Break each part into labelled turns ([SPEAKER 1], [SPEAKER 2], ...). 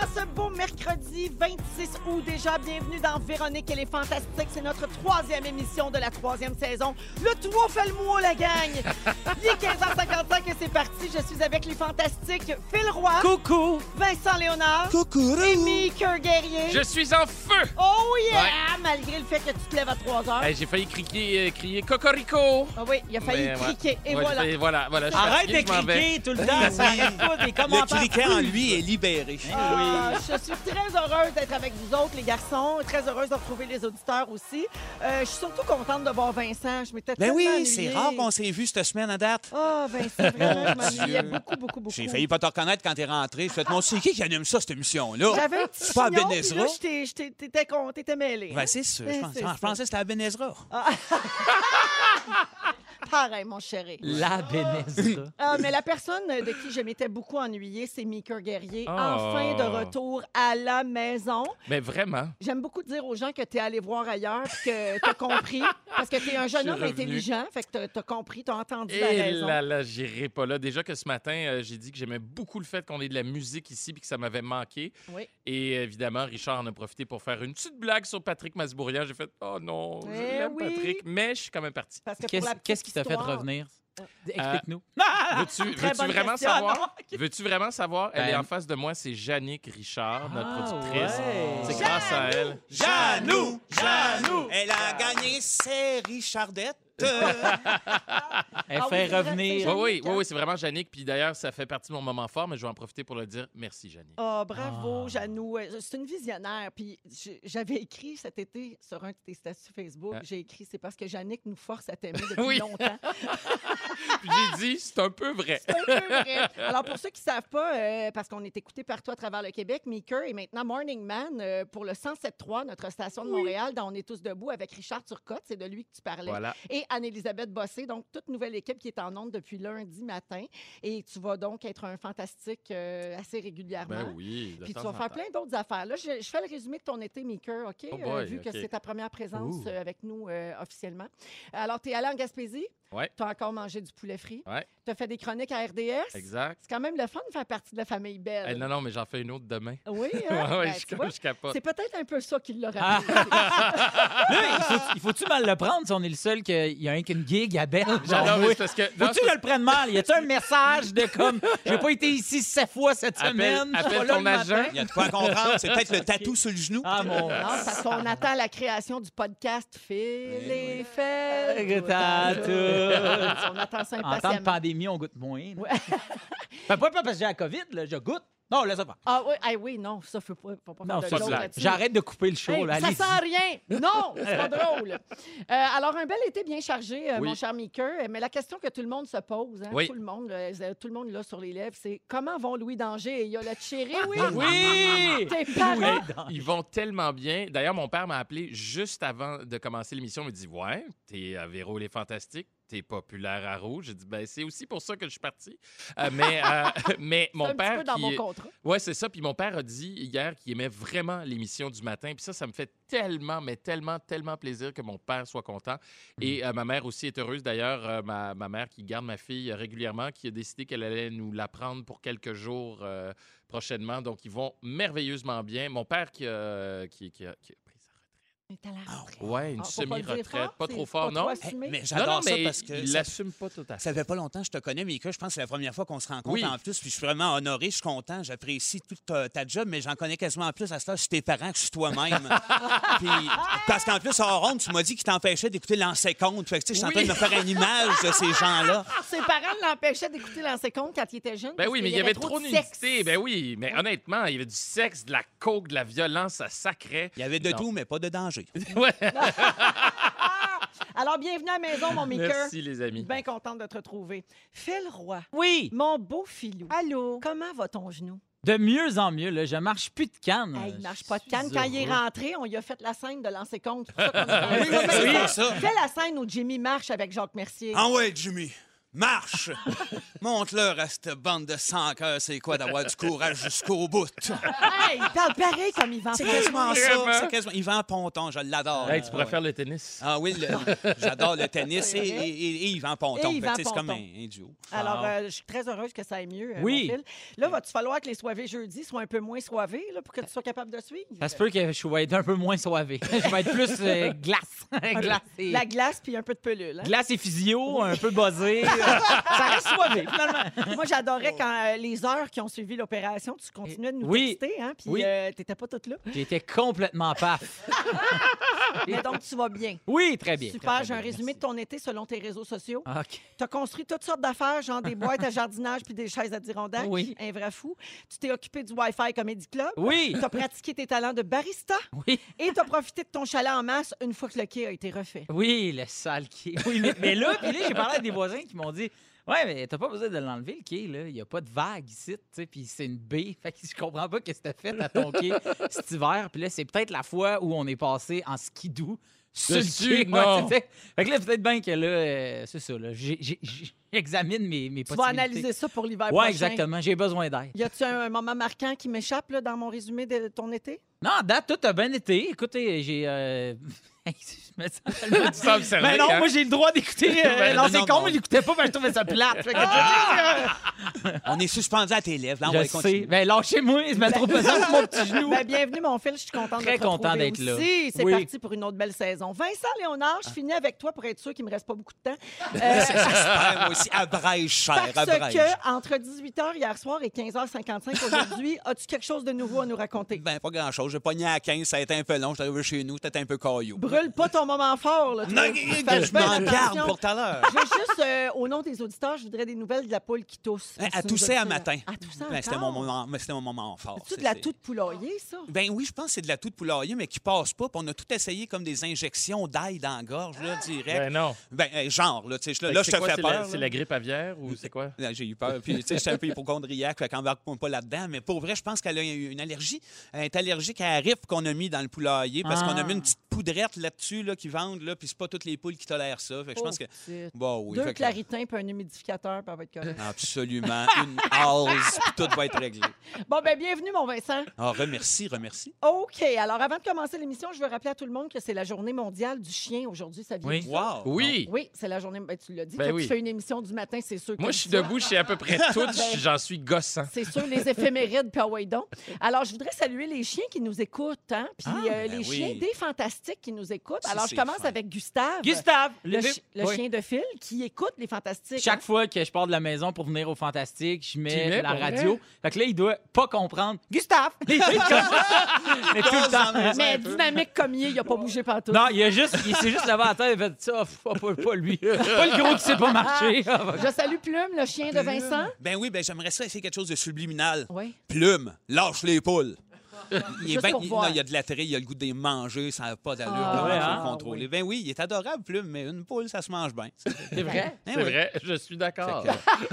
[SPEAKER 1] en ce beau mercredi 26 août déjà. Bienvenue dans Véronique et les Fantastiques. C'est notre troisième émission de la troisième saison. Le trois fait le mot, la gang. Il est 15h55 et c'est parti. Je suis avec les Fantastiques Phil Roy. Coucou. Vincent Léonard. Coucou. Amy Kerr-Guerrier.
[SPEAKER 2] Je suis en feu!
[SPEAKER 1] Oh yeah! Malgré le fait que tu te lèves à 3h.
[SPEAKER 2] Hey, j'ai failli crier, euh, crier Cocorico!
[SPEAKER 1] Ah oui, il a failli
[SPEAKER 2] Mais euh, ouais.
[SPEAKER 1] criquer. Et
[SPEAKER 2] Ouais, j'ai
[SPEAKER 1] voilà.
[SPEAKER 2] failli- voilà, voilà, je suis
[SPEAKER 3] Arrête
[SPEAKER 2] fatigué,
[SPEAKER 3] de
[SPEAKER 2] je m'en vais.
[SPEAKER 3] criquer tout le temps, ça arrête pas des
[SPEAKER 4] Le
[SPEAKER 3] commentaires.
[SPEAKER 4] criquet en lui est libéré.
[SPEAKER 1] Ah, je suis très heureuse d'être avec vous autres, les garçons. Très heureuse de retrouver les auditeurs aussi. Euh, je suis surtout contente de voir Vincent. Je m'étais
[SPEAKER 4] Ben
[SPEAKER 1] tellement
[SPEAKER 4] oui,
[SPEAKER 1] ennuyée.
[SPEAKER 4] c'est rare qu'on s'est vu cette semaine à date.
[SPEAKER 1] Ah, Vincent, vraiment, je m'ennuyais
[SPEAKER 4] Dieu.
[SPEAKER 1] beaucoup, beaucoup, beaucoup.
[SPEAKER 4] J'ai failli pas te reconnaître quand t'es rentré. Je fais, mon c'est qui qui anime ça, cette émission-là?
[SPEAKER 1] J'avais un petit
[SPEAKER 4] C'est pas à
[SPEAKER 1] chignon,
[SPEAKER 4] Ben
[SPEAKER 1] puis
[SPEAKER 4] Ezra?
[SPEAKER 1] là, j'étais- j'étais- t'étais con, t'étais mêlé.
[SPEAKER 4] Ben, c'est sûr. Je,
[SPEAKER 1] Ben,
[SPEAKER 4] pense-
[SPEAKER 1] c'est
[SPEAKER 4] je
[SPEAKER 1] ça. Ah,
[SPEAKER 4] pensais que c'était à Ben Ezra.
[SPEAKER 1] Pareil, mon chéri.
[SPEAKER 3] La Benezra.
[SPEAKER 1] Ah, mais la personne de qui je m'étais beaucoup ennuyée, c'est Mika Guerrier.
[SPEAKER 2] Oh.
[SPEAKER 3] Ah.
[SPEAKER 1] Enfin de retour à la maison.
[SPEAKER 2] Mais vraiment,
[SPEAKER 1] J'aime beaucoup dire aux gens que tu es allé voir ailleurs puis que tu as compris. Parce que tu es un jeune
[SPEAKER 2] Je suis
[SPEAKER 1] homme
[SPEAKER 2] revenu.
[SPEAKER 1] intelligent, fait que tu as entendu la
[SPEAKER 2] et
[SPEAKER 1] raison.
[SPEAKER 2] Eh là, là, j'irai pas là. Déjà que ce matin, euh, j'ai dit que j'aimais beaucoup le fait qu'on ait de la musique ici puis que ça m'avait manqué.
[SPEAKER 1] Oui.
[SPEAKER 2] Et euh, évidemment, Richard en a profité pour faire une petite blague sur Patrick Masbourian. J'ai fait Oh non, je
[SPEAKER 1] Eh
[SPEAKER 2] l'aime,
[SPEAKER 1] oui.
[SPEAKER 2] Patrick, mais je suis quand même parti.
[SPEAKER 1] Parce que pour la
[SPEAKER 3] Qu'est-ce
[SPEAKER 1] petite
[SPEAKER 3] qu'est-ce qui t'a fait
[SPEAKER 1] histoire- Euh,
[SPEAKER 3] revenir? Explique-nous.
[SPEAKER 4] Euh,
[SPEAKER 2] Veux-tu
[SPEAKER 1] Ah, Très
[SPEAKER 2] veux-tu
[SPEAKER 1] bonne
[SPEAKER 2] vraiment
[SPEAKER 1] question.
[SPEAKER 2] savoir? Veux-tu vraiment savoir? Elle
[SPEAKER 3] Ben-
[SPEAKER 2] est en face de moi, c'est Yannick Richard, notre
[SPEAKER 3] Ah,
[SPEAKER 2] productrice.
[SPEAKER 3] ouais.
[SPEAKER 2] C'est grâce à elle.
[SPEAKER 4] Janou! Janou! Elle a gagné ses Richardettes.
[SPEAKER 3] Elle
[SPEAKER 1] Ah oui,
[SPEAKER 3] fait
[SPEAKER 1] c'est vrai, c'est
[SPEAKER 3] revenir.
[SPEAKER 2] Oui, oui, oui,
[SPEAKER 1] Yannick, hein?
[SPEAKER 2] oui, c'est vraiment Yannick. Puis d'ailleurs, ça fait partie de mon moment fort, mais je vais en profiter pour le dire. Merci, Yannick.
[SPEAKER 1] Ah, bravo,
[SPEAKER 3] Ah.
[SPEAKER 1] Janou. Euh, C'est une visionnaire. Puis je- j'avais écrit cet été sur un de tes statuts Facebook,
[SPEAKER 2] Ah.
[SPEAKER 1] j'ai écrit c'est parce que Yannick nous force à t'aimer depuis
[SPEAKER 2] Oui.
[SPEAKER 1] longtemps.
[SPEAKER 2] Puis j'ai dit, c'est un peu vrai.
[SPEAKER 1] C'est un peu vrai. Alors, pour ceux qui ne savent pas, euh, parce qu'on est écouté partout à travers le Québec, Meeker est maintenant Morning Man euh, pour le 107.3, notre station de Montréal, dont on est tous debout avec Richard Turcotte. C'est de lui que tu parlais.
[SPEAKER 2] Voilà.
[SPEAKER 1] et Anne-Élisabeth Bossé, donc toute nouvelle équipe qui est en onde depuis lundi matin. Et tu vas donc être un fantastique euh, assez régulièrement.
[SPEAKER 2] Ben oui. de
[SPEAKER 1] Puis tu
[SPEAKER 2] temps
[SPEAKER 1] vas
[SPEAKER 2] en
[SPEAKER 1] faire
[SPEAKER 2] temps.
[SPEAKER 1] plein d'autres affaires. Là, je, je fais le résumé de ton été, Maker, OK? Euh,
[SPEAKER 2] Oh boy,
[SPEAKER 1] vu que
[SPEAKER 2] OK.
[SPEAKER 1] c'est ta première présence
[SPEAKER 2] Ouh.
[SPEAKER 1] euh, avec nous euh, officiellement. Alors, tu es allé en Gaspésie.
[SPEAKER 2] Ouais.
[SPEAKER 1] Tu as encore mangé du poulet frit.
[SPEAKER 2] Ouais.
[SPEAKER 1] Tu as fait des chroniques à RDS.
[SPEAKER 2] Exact.
[SPEAKER 1] C'est quand même le fun de faire partie de la famille
[SPEAKER 2] Eh,
[SPEAKER 1] Belle.
[SPEAKER 2] non, non, mais j'en fais une autre demain.
[SPEAKER 1] Oui,
[SPEAKER 2] Ouais,
[SPEAKER 1] hein?
[SPEAKER 2] ouais,
[SPEAKER 1] Ben,
[SPEAKER 2] je,
[SPEAKER 1] tu vois,
[SPEAKER 2] je capote.
[SPEAKER 1] c'est peut-être un peu ça qui l'a
[SPEAKER 3] Ah.
[SPEAKER 1] rappelé.
[SPEAKER 3] Là, il faut- il faut-tu mal le prendre si on est le seul qu'il y a un qu'une gig à Belle?
[SPEAKER 2] Non,
[SPEAKER 3] Genre,
[SPEAKER 2] non, mais
[SPEAKER 3] oui.
[SPEAKER 2] c'est parce que. non,
[SPEAKER 3] Faut-tu
[SPEAKER 2] c'est-
[SPEAKER 3] que je le prenne mal? Y a-tu un message de comme, j'ai pas été ici sept fois cette
[SPEAKER 2] Appelle-
[SPEAKER 3] semaine? je suis
[SPEAKER 2] appelle
[SPEAKER 3] pas là
[SPEAKER 2] ton
[SPEAKER 3] le matin.
[SPEAKER 2] agent.
[SPEAKER 4] Il y a de quoi comprendre. C'est peut-être le tatou sur le genou.
[SPEAKER 3] Ah mon.
[SPEAKER 1] Non, parce qu'on attend la création du podcast
[SPEAKER 2] Eh
[SPEAKER 1] Phil et Phil.
[SPEAKER 3] Tatoute.
[SPEAKER 1] On attend ça
[SPEAKER 3] En temps de
[SPEAKER 1] impatiemment.
[SPEAKER 3] pandémie, on goûte moins. là. Ben, pas, pas parce que j'ai la COVID, là, je goûte. Non, laisse ça faire.
[SPEAKER 1] Ah oui, ah oui, non, ça faut pas, faut pas
[SPEAKER 3] Non,
[SPEAKER 1] faire
[SPEAKER 3] ça,
[SPEAKER 1] de l'autre
[SPEAKER 2] c'est-
[SPEAKER 1] là-dessus.
[SPEAKER 3] J'arrête de couper le show.
[SPEAKER 1] Hey,
[SPEAKER 3] là,
[SPEAKER 1] ça
[SPEAKER 3] allez-y.
[SPEAKER 1] sent rien. Non, c'est pas drôle. Euh, alors, un bel été bien chargé, euh,
[SPEAKER 2] Oui.
[SPEAKER 1] mon cher Meeker. Mais la question que tout le monde se pose, hein,
[SPEAKER 2] Oui.
[SPEAKER 1] tout le monde, là, euh, tout le monde là sur les lèvres, c'est comment vont Louis Danger et Yola Chéri?
[SPEAKER 2] Ah,
[SPEAKER 1] Oui,
[SPEAKER 3] Oui!
[SPEAKER 1] tes parents.
[SPEAKER 3] Oui, dans-
[SPEAKER 2] Ils vont tellement bien. D'ailleurs, mon père m'a appelé juste avant de commencer l'émission. Il me dit Ouais, t'es à Véro, les Fantastiques. T'es populaire à Rouge. J'ai dit Ben, c'est aussi pour ça que je suis parti. Euh, mais euh, mais
[SPEAKER 1] C'est
[SPEAKER 2] mon
[SPEAKER 1] un petit
[SPEAKER 2] père.
[SPEAKER 1] peu dans
[SPEAKER 2] qui
[SPEAKER 1] mon
[SPEAKER 2] est-
[SPEAKER 1] contrat.
[SPEAKER 2] Ouais, c'est ça. Puis mon père a dit hier qu'il aimait vraiment l'émission du matin. Puis ça, ça me fait tellement, mais tellement, tellement plaisir que mon père soit content. Et euh, ma mère aussi est heureuse. D'ailleurs, euh, ma, ma mère qui garde ma fille euh, régulièrement, qui a décidé qu'elle allait nous la prendre pour quelques jours euh, prochainement. Donc, ils vont merveilleusement bien. Mon père qui, a- qui, qui a, qui a pris sa retraite.
[SPEAKER 1] Mais t'as la retraite.
[SPEAKER 2] Ouais, une
[SPEAKER 1] Ah, faut pas le dire
[SPEAKER 2] semi-retraite. Pas,
[SPEAKER 1] fort, c'est-
[SPEAKER 2] trop
[SPEAKER 1] faut
[SPEAKER 2] fort, non?
[SPEAKER 1] trop
[SPEAKER 2] Non,
[SPEAKER 4] Hey,
[SPEAKER 1] assumer.
[SPEAKER 4] Mais
[SPEAKER 2] non,
[SPEAKER 4] j'adore ça
[SPEAKER 2] mais
[SPEAKER 4] parce
[SPEAKER 2] il
[SPEAKER 4] que ça,
[SPEAKER 2] l'assume pas tout à fait.
[SPEAKER 4] ça fait pas longtemps que je te connais, mais que je pense que c'est la première fois qu'on se rencontre
[SPEAKER 2] Oui.
[SPEAKER 4] en plus. Puis je suis vraiment honoré, je suis content, j'apprécie toute ta, ta job, mais j'en connais quasiment plus à cela sur tes parents que sur toi-même. Puis, parce qu'en plus, hors honte, tu m'as dit qu'il t'empêchait d'écouter l'ancien compte. Fait que tu sais, je suis en train de me faire une image de ces gens-là.
[SPEAKER 1] Ah, Ses parents l'empêchaient d'écouter l'ancien compte quand il était jeune.
[SPEAKER 2] Ben
[SPEAKER 1] parce
[SPEAKER 2] oui, mais
[SPEAKER 1] qu'il
[SPEAKER 2] il y avait trop
[SPEAKER 1] de
[SPEAKER 2] d'unité.
[SPEAKER 1] sexe.
[SPEAKER 2] Ben oui, mais honnêtement, il y avait du sexe, de la coke, de la violence, ça sacrait.
[SPEAKER 4] Il y avait de
[SPEAKER 2] Non.
[SPEAKER 4] tout, mais pas de danger.
[SPEAKER 1] Alors, bienvenue à la maison, mon Meeker.
[SPEAKER 2] Merci, les amis.
[SPEAKER 1] Ben, Bien contente de te retrouver. Phil Roy,
[SPEAKER 3] Oui!
[SPEAKER 1] mon beau filou.
[SPEAKER 5] Allô?
[SPEAKER 1] Comment va ton genou?
[SPEAKER 3] De mieux en mieux, là, je marche plus de canne.
[SPEAKER 1] Hey, il
[SPEAKER 3] Je
[SPEAKER 1] marche pas de
[SPEAKER 3] suis
[SPEAKER 1] canne. Quand il est
[SPEAKER 3] heureux.
[SPEAKER 1] rentré, on lui a fait la scène de lancer contre. C'est pour ça qu'on est rentré.
[SPEAKER 4] Oui, oui, oui,
[SPEAKER 1] Fais-
[SPEAKER 4] c'est ça.
[SPEAKER 1] Fais la scène où Jimmy marche avec Jacques Mercier.
[SPEAKER 4] Ah ouais, Jimmy, marche! Montre-leur à cette bande de sans cœur c'est quoi d'avoir du courage jusqu'au bout.
[SPEAKER 1] Hey, il parle pareil comme Yvan.
[SPEAKER 4] C'est quasiment
[SPEAKER 2] Vraiment?
[SPEAKER 4] ça. C'est quasiment... Yvan Ponton, je l'adore.
[SPEAKER 2] Hey, tu pourrais
[SPEAKER 4] Ah ouais.
[SPEAKER 2] faire le tennis.
[SPEAKER 4] Ah oui, le- j'adore le tennis et,
[SPEAKER 1] C'est vrai?
[SPEAKER 4] et, et- et Yvan Ponton.
[SPEAKER 1] Et
[SPEAKER 4] Fait que,
[SPEAKER 1] Yvan
[SPEAKER 4] tu sais, C'est comme
[SPEAKER 1] Ponton.
[SPEAKER 4] un, un duo.
[SPEAKER 1] Alors, euh, je suis très heureuse que ça aille mieux, euh,
[SPEAKER 3] Oui.
[SPEAKER 1] mon Phil. Là, va-tu falloir que les soivés jeudi soient un peu moins soivés là, pour que tu sois capable de suivre?
[SPEAKER 3] Ça se peut que je vais être un peu moins soivé. je vais être plus euh, glace. glace, et...
[SPEAKER 1] La glace puis un peu de pelule. hein?
[SPEAKER 3] glace et physio, un peu buzzé. ça reste soivé, finalement.
[SPEAKER 1] Moi, j'adorais quand euh, les heures qui ont suivi l'opération, tu continuais de nous
[SPEAKER 3] Oui.
[SPEAKER 1] texter, hein, puis
[SPEAKER 3] Oui.
[SPEAKER 1] euh, t'étais pas toute là.
[SPEAKER 3] J'étais complètement paf.
[SPEAKER 1] Mais donc, tu vas bien.
[SPEAKER 3] Oui, très bien. très,
[SPEAKER 1] Super,
[SPEAKER 3] très
[SPEAKER 1] j'ai un
[SPEAKER 3] bien,
[SPEAKER 1] résumé de ton été selon tes réseaux sociaux.
[SPEAKER 3] merci. Ah, OK.
[SPEAKER 1] Tu as construit toutes sortes d'affaires, genre des boîtes à jardinage puis des chaises à Dirondac.
[SPEAKER 3] Oui.
[SPEAKER 1] Un vrai fou. Tu t'es occupé du Wi-Fi Comedy Club.
[SPEAKER 3] Oui,
[SPEAKER 1] Tu as pratiqué tes talents de barista
[SPEAKER 3] oui,
[SPEAKER 1] et tu as profité de ton chalet en masse une fois que le quai a été refait.
[SPEAKER 3] oui, le sale qui. Oui, mais, mais là, puis là, j'ai parlé à des voisins qui m'ont dit Ouais, mais t'as pas besoin de l'enlever, le quai, là. Il n'y a pas de vague ici, tu sais, puis c'est une baie. Fait que je comprends pas qu'est-ce que t'as fait à ton quai cet hiver. Puis là, c'est peut-être la fois où on est passé en skidou sur
[SPEAKER 2] Dessus,
[SPEAKER 3] le quai. Ouais,
[SPEAKER 2] non.
[SPEAKER 3] c'est ça. fait que là, peut-être bien que là, euh, c'est ça, là. j'ai- j'ai- J'examine mes, mes
[SPEAKER 1] Tu vas
[SPEAKER 3] possibilités.
[SPEAKER 1] analyser ça pour l'hiver
[SPEAKER 3] Ouais,
[SPEAKER 1] prochain.
[SPEAKER 3] exactement. J'ai besoin d'aide.
[SPEAKER 1] Y a-tu un, un moment marquant qui m'échappe là, dans mon résumé de ton été?
[SPEAKER 3] Non, en date, tout a bien été. Écoutez, j'ai. euh, je me sens tellement
[SPEAKER 2] Tu sembles servi,
[SPEAKER 3] Mais non,
[SPEAKER 2] hein?
[SPEAKER 3] moi j'ai le droit d'écouter. Euh,
[SPEAKER 4] Ben
[SPEAKER 3] non,
[SPEAKER 4] non,
[SPEAKER 3] c'est
[SPEAKER 4] non,
[SPEAKER 3] con,
[SPEAKER 4] non.
[SPEAKER 3] mais j'écoutais pas, mais Ah, je trouvais ça plate. Fait que-
[SPEAKER 4] On est suspendu à tes lèvres. Là, on
[SPEAKER 3] je
[SPEAKER 4] va y
[SPEAKER 3] sais.
[SPEAKER 4] continuer.
[SPEAKER 3] Ben lâchez-moi, je me trouve pesant sur mon petit genou.
[SPEAKER 1] Ben, bienvenue, mon Phil. Je suis contente
[SPEAKER 3] Très
[SPEAKER 1] de te retrouver
[SPEAKER 3] content d'être là.
[SPEAKER 1] aussi. C'est
[SPEAKER 3] Oui.
[SPEAKER 1] parti pour une autre belle saison. Vincent Léonard, je finis avec toi pour être sûr qu'il me reste pas beaucoup de temps. Euh,
[SPEAKER 4] J'espère, moi aussi, abrège, cher,
[SPEAKER 1] Parce
[SPEAKER 4] abrège.
[SPEAKER 1] que entre 18h hier soir et 15h55 aujourd'hui, as-tu quelque chose de nouveau à nous raconter?
[SPEAKER 4] Ben, pas grand-chose. J'ai pogné à 15, ça a été un peu long. Je suis arrivé chez nous, peut-être un peu caillou.
[SPEAKER 1] Brûle pas ton moment fort. Là,
[SPEAKER 4] Non,
[SPEAKER 1] toi. Fais
[SPEAKER 4] je
[SPEAKER 1] bien
[SPEAKER 4] m'en garde
[SPEAKER 1] attention.
[SPEAKER 4] pour tout à l'heure.
[SPEAKER 1] Je veux juste, euh, au nom des auditeurs, je voudrais des nouvelles de la poule qui tousse.
[SPEAKER 4] Hein,
[SPEAKER 1] Parce
[SPEAKER 4] À
[SPEAKER 1] que tu nous
[SPEAKER 4] tousser
[SPEAKER 1] as
[SPEAKER 4] à
[SPEAKER 1] dit,
[SPEAKER 4] matin.
[SPEAKER 1] À tousser
[SPEAKER 4] Ben, C'était mon
[SPEAKER 1] encore?
[SPEAKER 4] moment, mais c'était mon moment fort.
[SPEAKER 1] C'est-tu
[SPEAKER 4] ça,
[SPEAKER 1] de la
[SPEAKER 4] c'est-
[SPEAKER 1] toux de poulailler, ça?
[SPEAKER 4] Ben oui, je pense que c'est de la toux de poulailler, mais qui passe pas. puis On a tout essayé comme des injections d'ail dans la gorge, là,
[SPEAKER 2] Ben
[SPEAKER 4] direct.
[SPEAKER 2] non.
[SPEAKER 4] Ben, euh, genre, là, tu sais,
[SPEAKER 2] Fait
[SPEAKER 4] là,
[SPEAKER 2] que
[SPEAKER 4] là,
[SPEAKER 2] c'est
[SPEAKER 4] je te
[SPEAKER 2] quoi,
[SPEAKER 4] fais
[SPEAKER 2] c'est
[SPEAKER 4] peur.
[SPEAKER 2] la-
[SPEAKER 4] là.
[SPEAKER 2] C'est la grippe aviaire ou c'est quoi?
[SPEAKER 4] Là, J'ai eu peur. Puis, tu sais, j'étais un peu hypochondriaque, fait qu'embarque pas là-dedans. Mais pour vrai, je pense qu'elle a eu une allergie. Elle est allergique à la rif qu'on a mis dans le poulailler parce qu'on
[SPEAKER 3] Ah.
[SPEAKER 4] a mis une petite poudrette là-dessus, là, qui vendent, là. Puis c'est pas toutes les poules qui tolèrent ça. Fait que je pense que.
[SPEAKER 1] que...
[SPEAKER 4] Bon, oui.
[SPEAKER 1] Deux
[SPEAKER 4] fait que-
[SPEAKER 1] claritins puis un humidificateur, puis elle va être correcte.
[SPEAKER 4] Absolument. Une hausse, puis tout va être réglé.
[SPEAKER 1] Bon, ben bienvenue, mon Vincent.
[SPEAKER 4] Ah, remercie, remercie.
[SPEAKER 1] OK. Alors, avant de commencer l'émission, je veux rappeler à tout le monde que c'est la journée mondiale du chien aujourd'hui. Ça vient
[SPEAKER 3] Oui.
[SPEAKER 1] du-
[SPEAKER 4] Wow.
[SPEAKER 2] Oui.
[SPEAKER 1] Oui, c'est la journée. ben, tu l'as dit.
[SPEAKER 2] Ben
[SPEAKER 1] Toi,
[SPEAKER 2] oui.
[SPEAKER 1] Tu fais une émission du matin, c'est sûr. que
[SPEAKER 2] Moi,
[SPEAKER 1] tu
[SPEAKER 2] je suis
[SPEAKER 1] dis ça.
[SPEAKER 2] debout, je suis à peu près toute, je- j'en suis gossant.
[SPEAKER 1] C'est sûr, les éphémérides, puis ah ouais donc. Alors, je voudrais saluer les chiens qui nous écoutent, hein, puis
[SPEAKER 4] Ah,
[SPEAKER 1] euh,
[SPEAKER 4] ben
[SPEAKER 1] les
[SPEAKER 4] oui.
[SPEAKER 1] chiens des fantastiques qui nous écoutent.
[SPEAKER 4] Ça,
[SPEAKER 1] Alors, je
[SPEAKER 4] c'est
[SPEAKER 1] commence
[SPEAKER 4] fin.
[SPEAKER 1] avec Gustave,
[SPEAKER 3] Gustave,
[SPEAKER 1] ben. le,
[SPEAKER 3] levez-
[SPEAKER 1] chi- le
[SPEAKER 3] Oui.
[SPEAKER 1] chien de fil qui écoute les fantastiques.
[SPEAKER 3] Chaque fois que je pars de la maison pour venir au Fantastique, je mets,
[SPEAKER 2] mets
[SPEAKER 3] la
[SPEAKER 2] pour
[SPEAKER 3] radio. Fait que là, il doit pas comprendre. Gustave! Les gens, comme ça. Mais tout le
[SPEAKER 4] Dans la
[SPEAKER 3] temps.
[SPEAKER 4] maison.
[SPEAKER 1] Mais
[SPEAKER 4] un peu.
[SPEAKER 1] dynamique comme il, est, il a pas bougé partout.
[SPEAKER 3] Non, il a juste, il s'est juste levé à terre et fait ça. pff, Pas, pas- pas lui. Pas le gros qui sait pas marcher.
[SPEAKER 1] Je salue Plume, le chien de Vincent.
[SPEAKER 4] Ben oui, ben j'aimerais ça essayer quelque chose de subliminal.
[SPEAKER 1] Oui.
[SPEAKER 4] Plume, lâche les poules. Il, est
[SPEAKER 1] Juste
[SPEAKER 4] ben-
[SPEAKER 1] pour
[SPEAKER 4] il-
[SPEAKER 1] voir.
[SPEAKER 4] non, il y a de l'attrait, il y a le goût de les manger, ça n'a pas d'allure
[SPEAKER 1] Ah,
[SPEAKER 4] comment
[SPEAKER 3] ouais,
[SPEAKER 4] se
[SPEAKER 3] hein?
[SPEAKER 4] le contrôler. Ben oui, il est adorable, Plume, mais une poule, ça se mange bien.
[SPEAKER 3] C'est vrai?
[SPEAKER 4] Ben
[SPEAKER 2] C'est
[SPEAKER 4] oui.
[SPEAKER 2] vrai, je suis d'accord.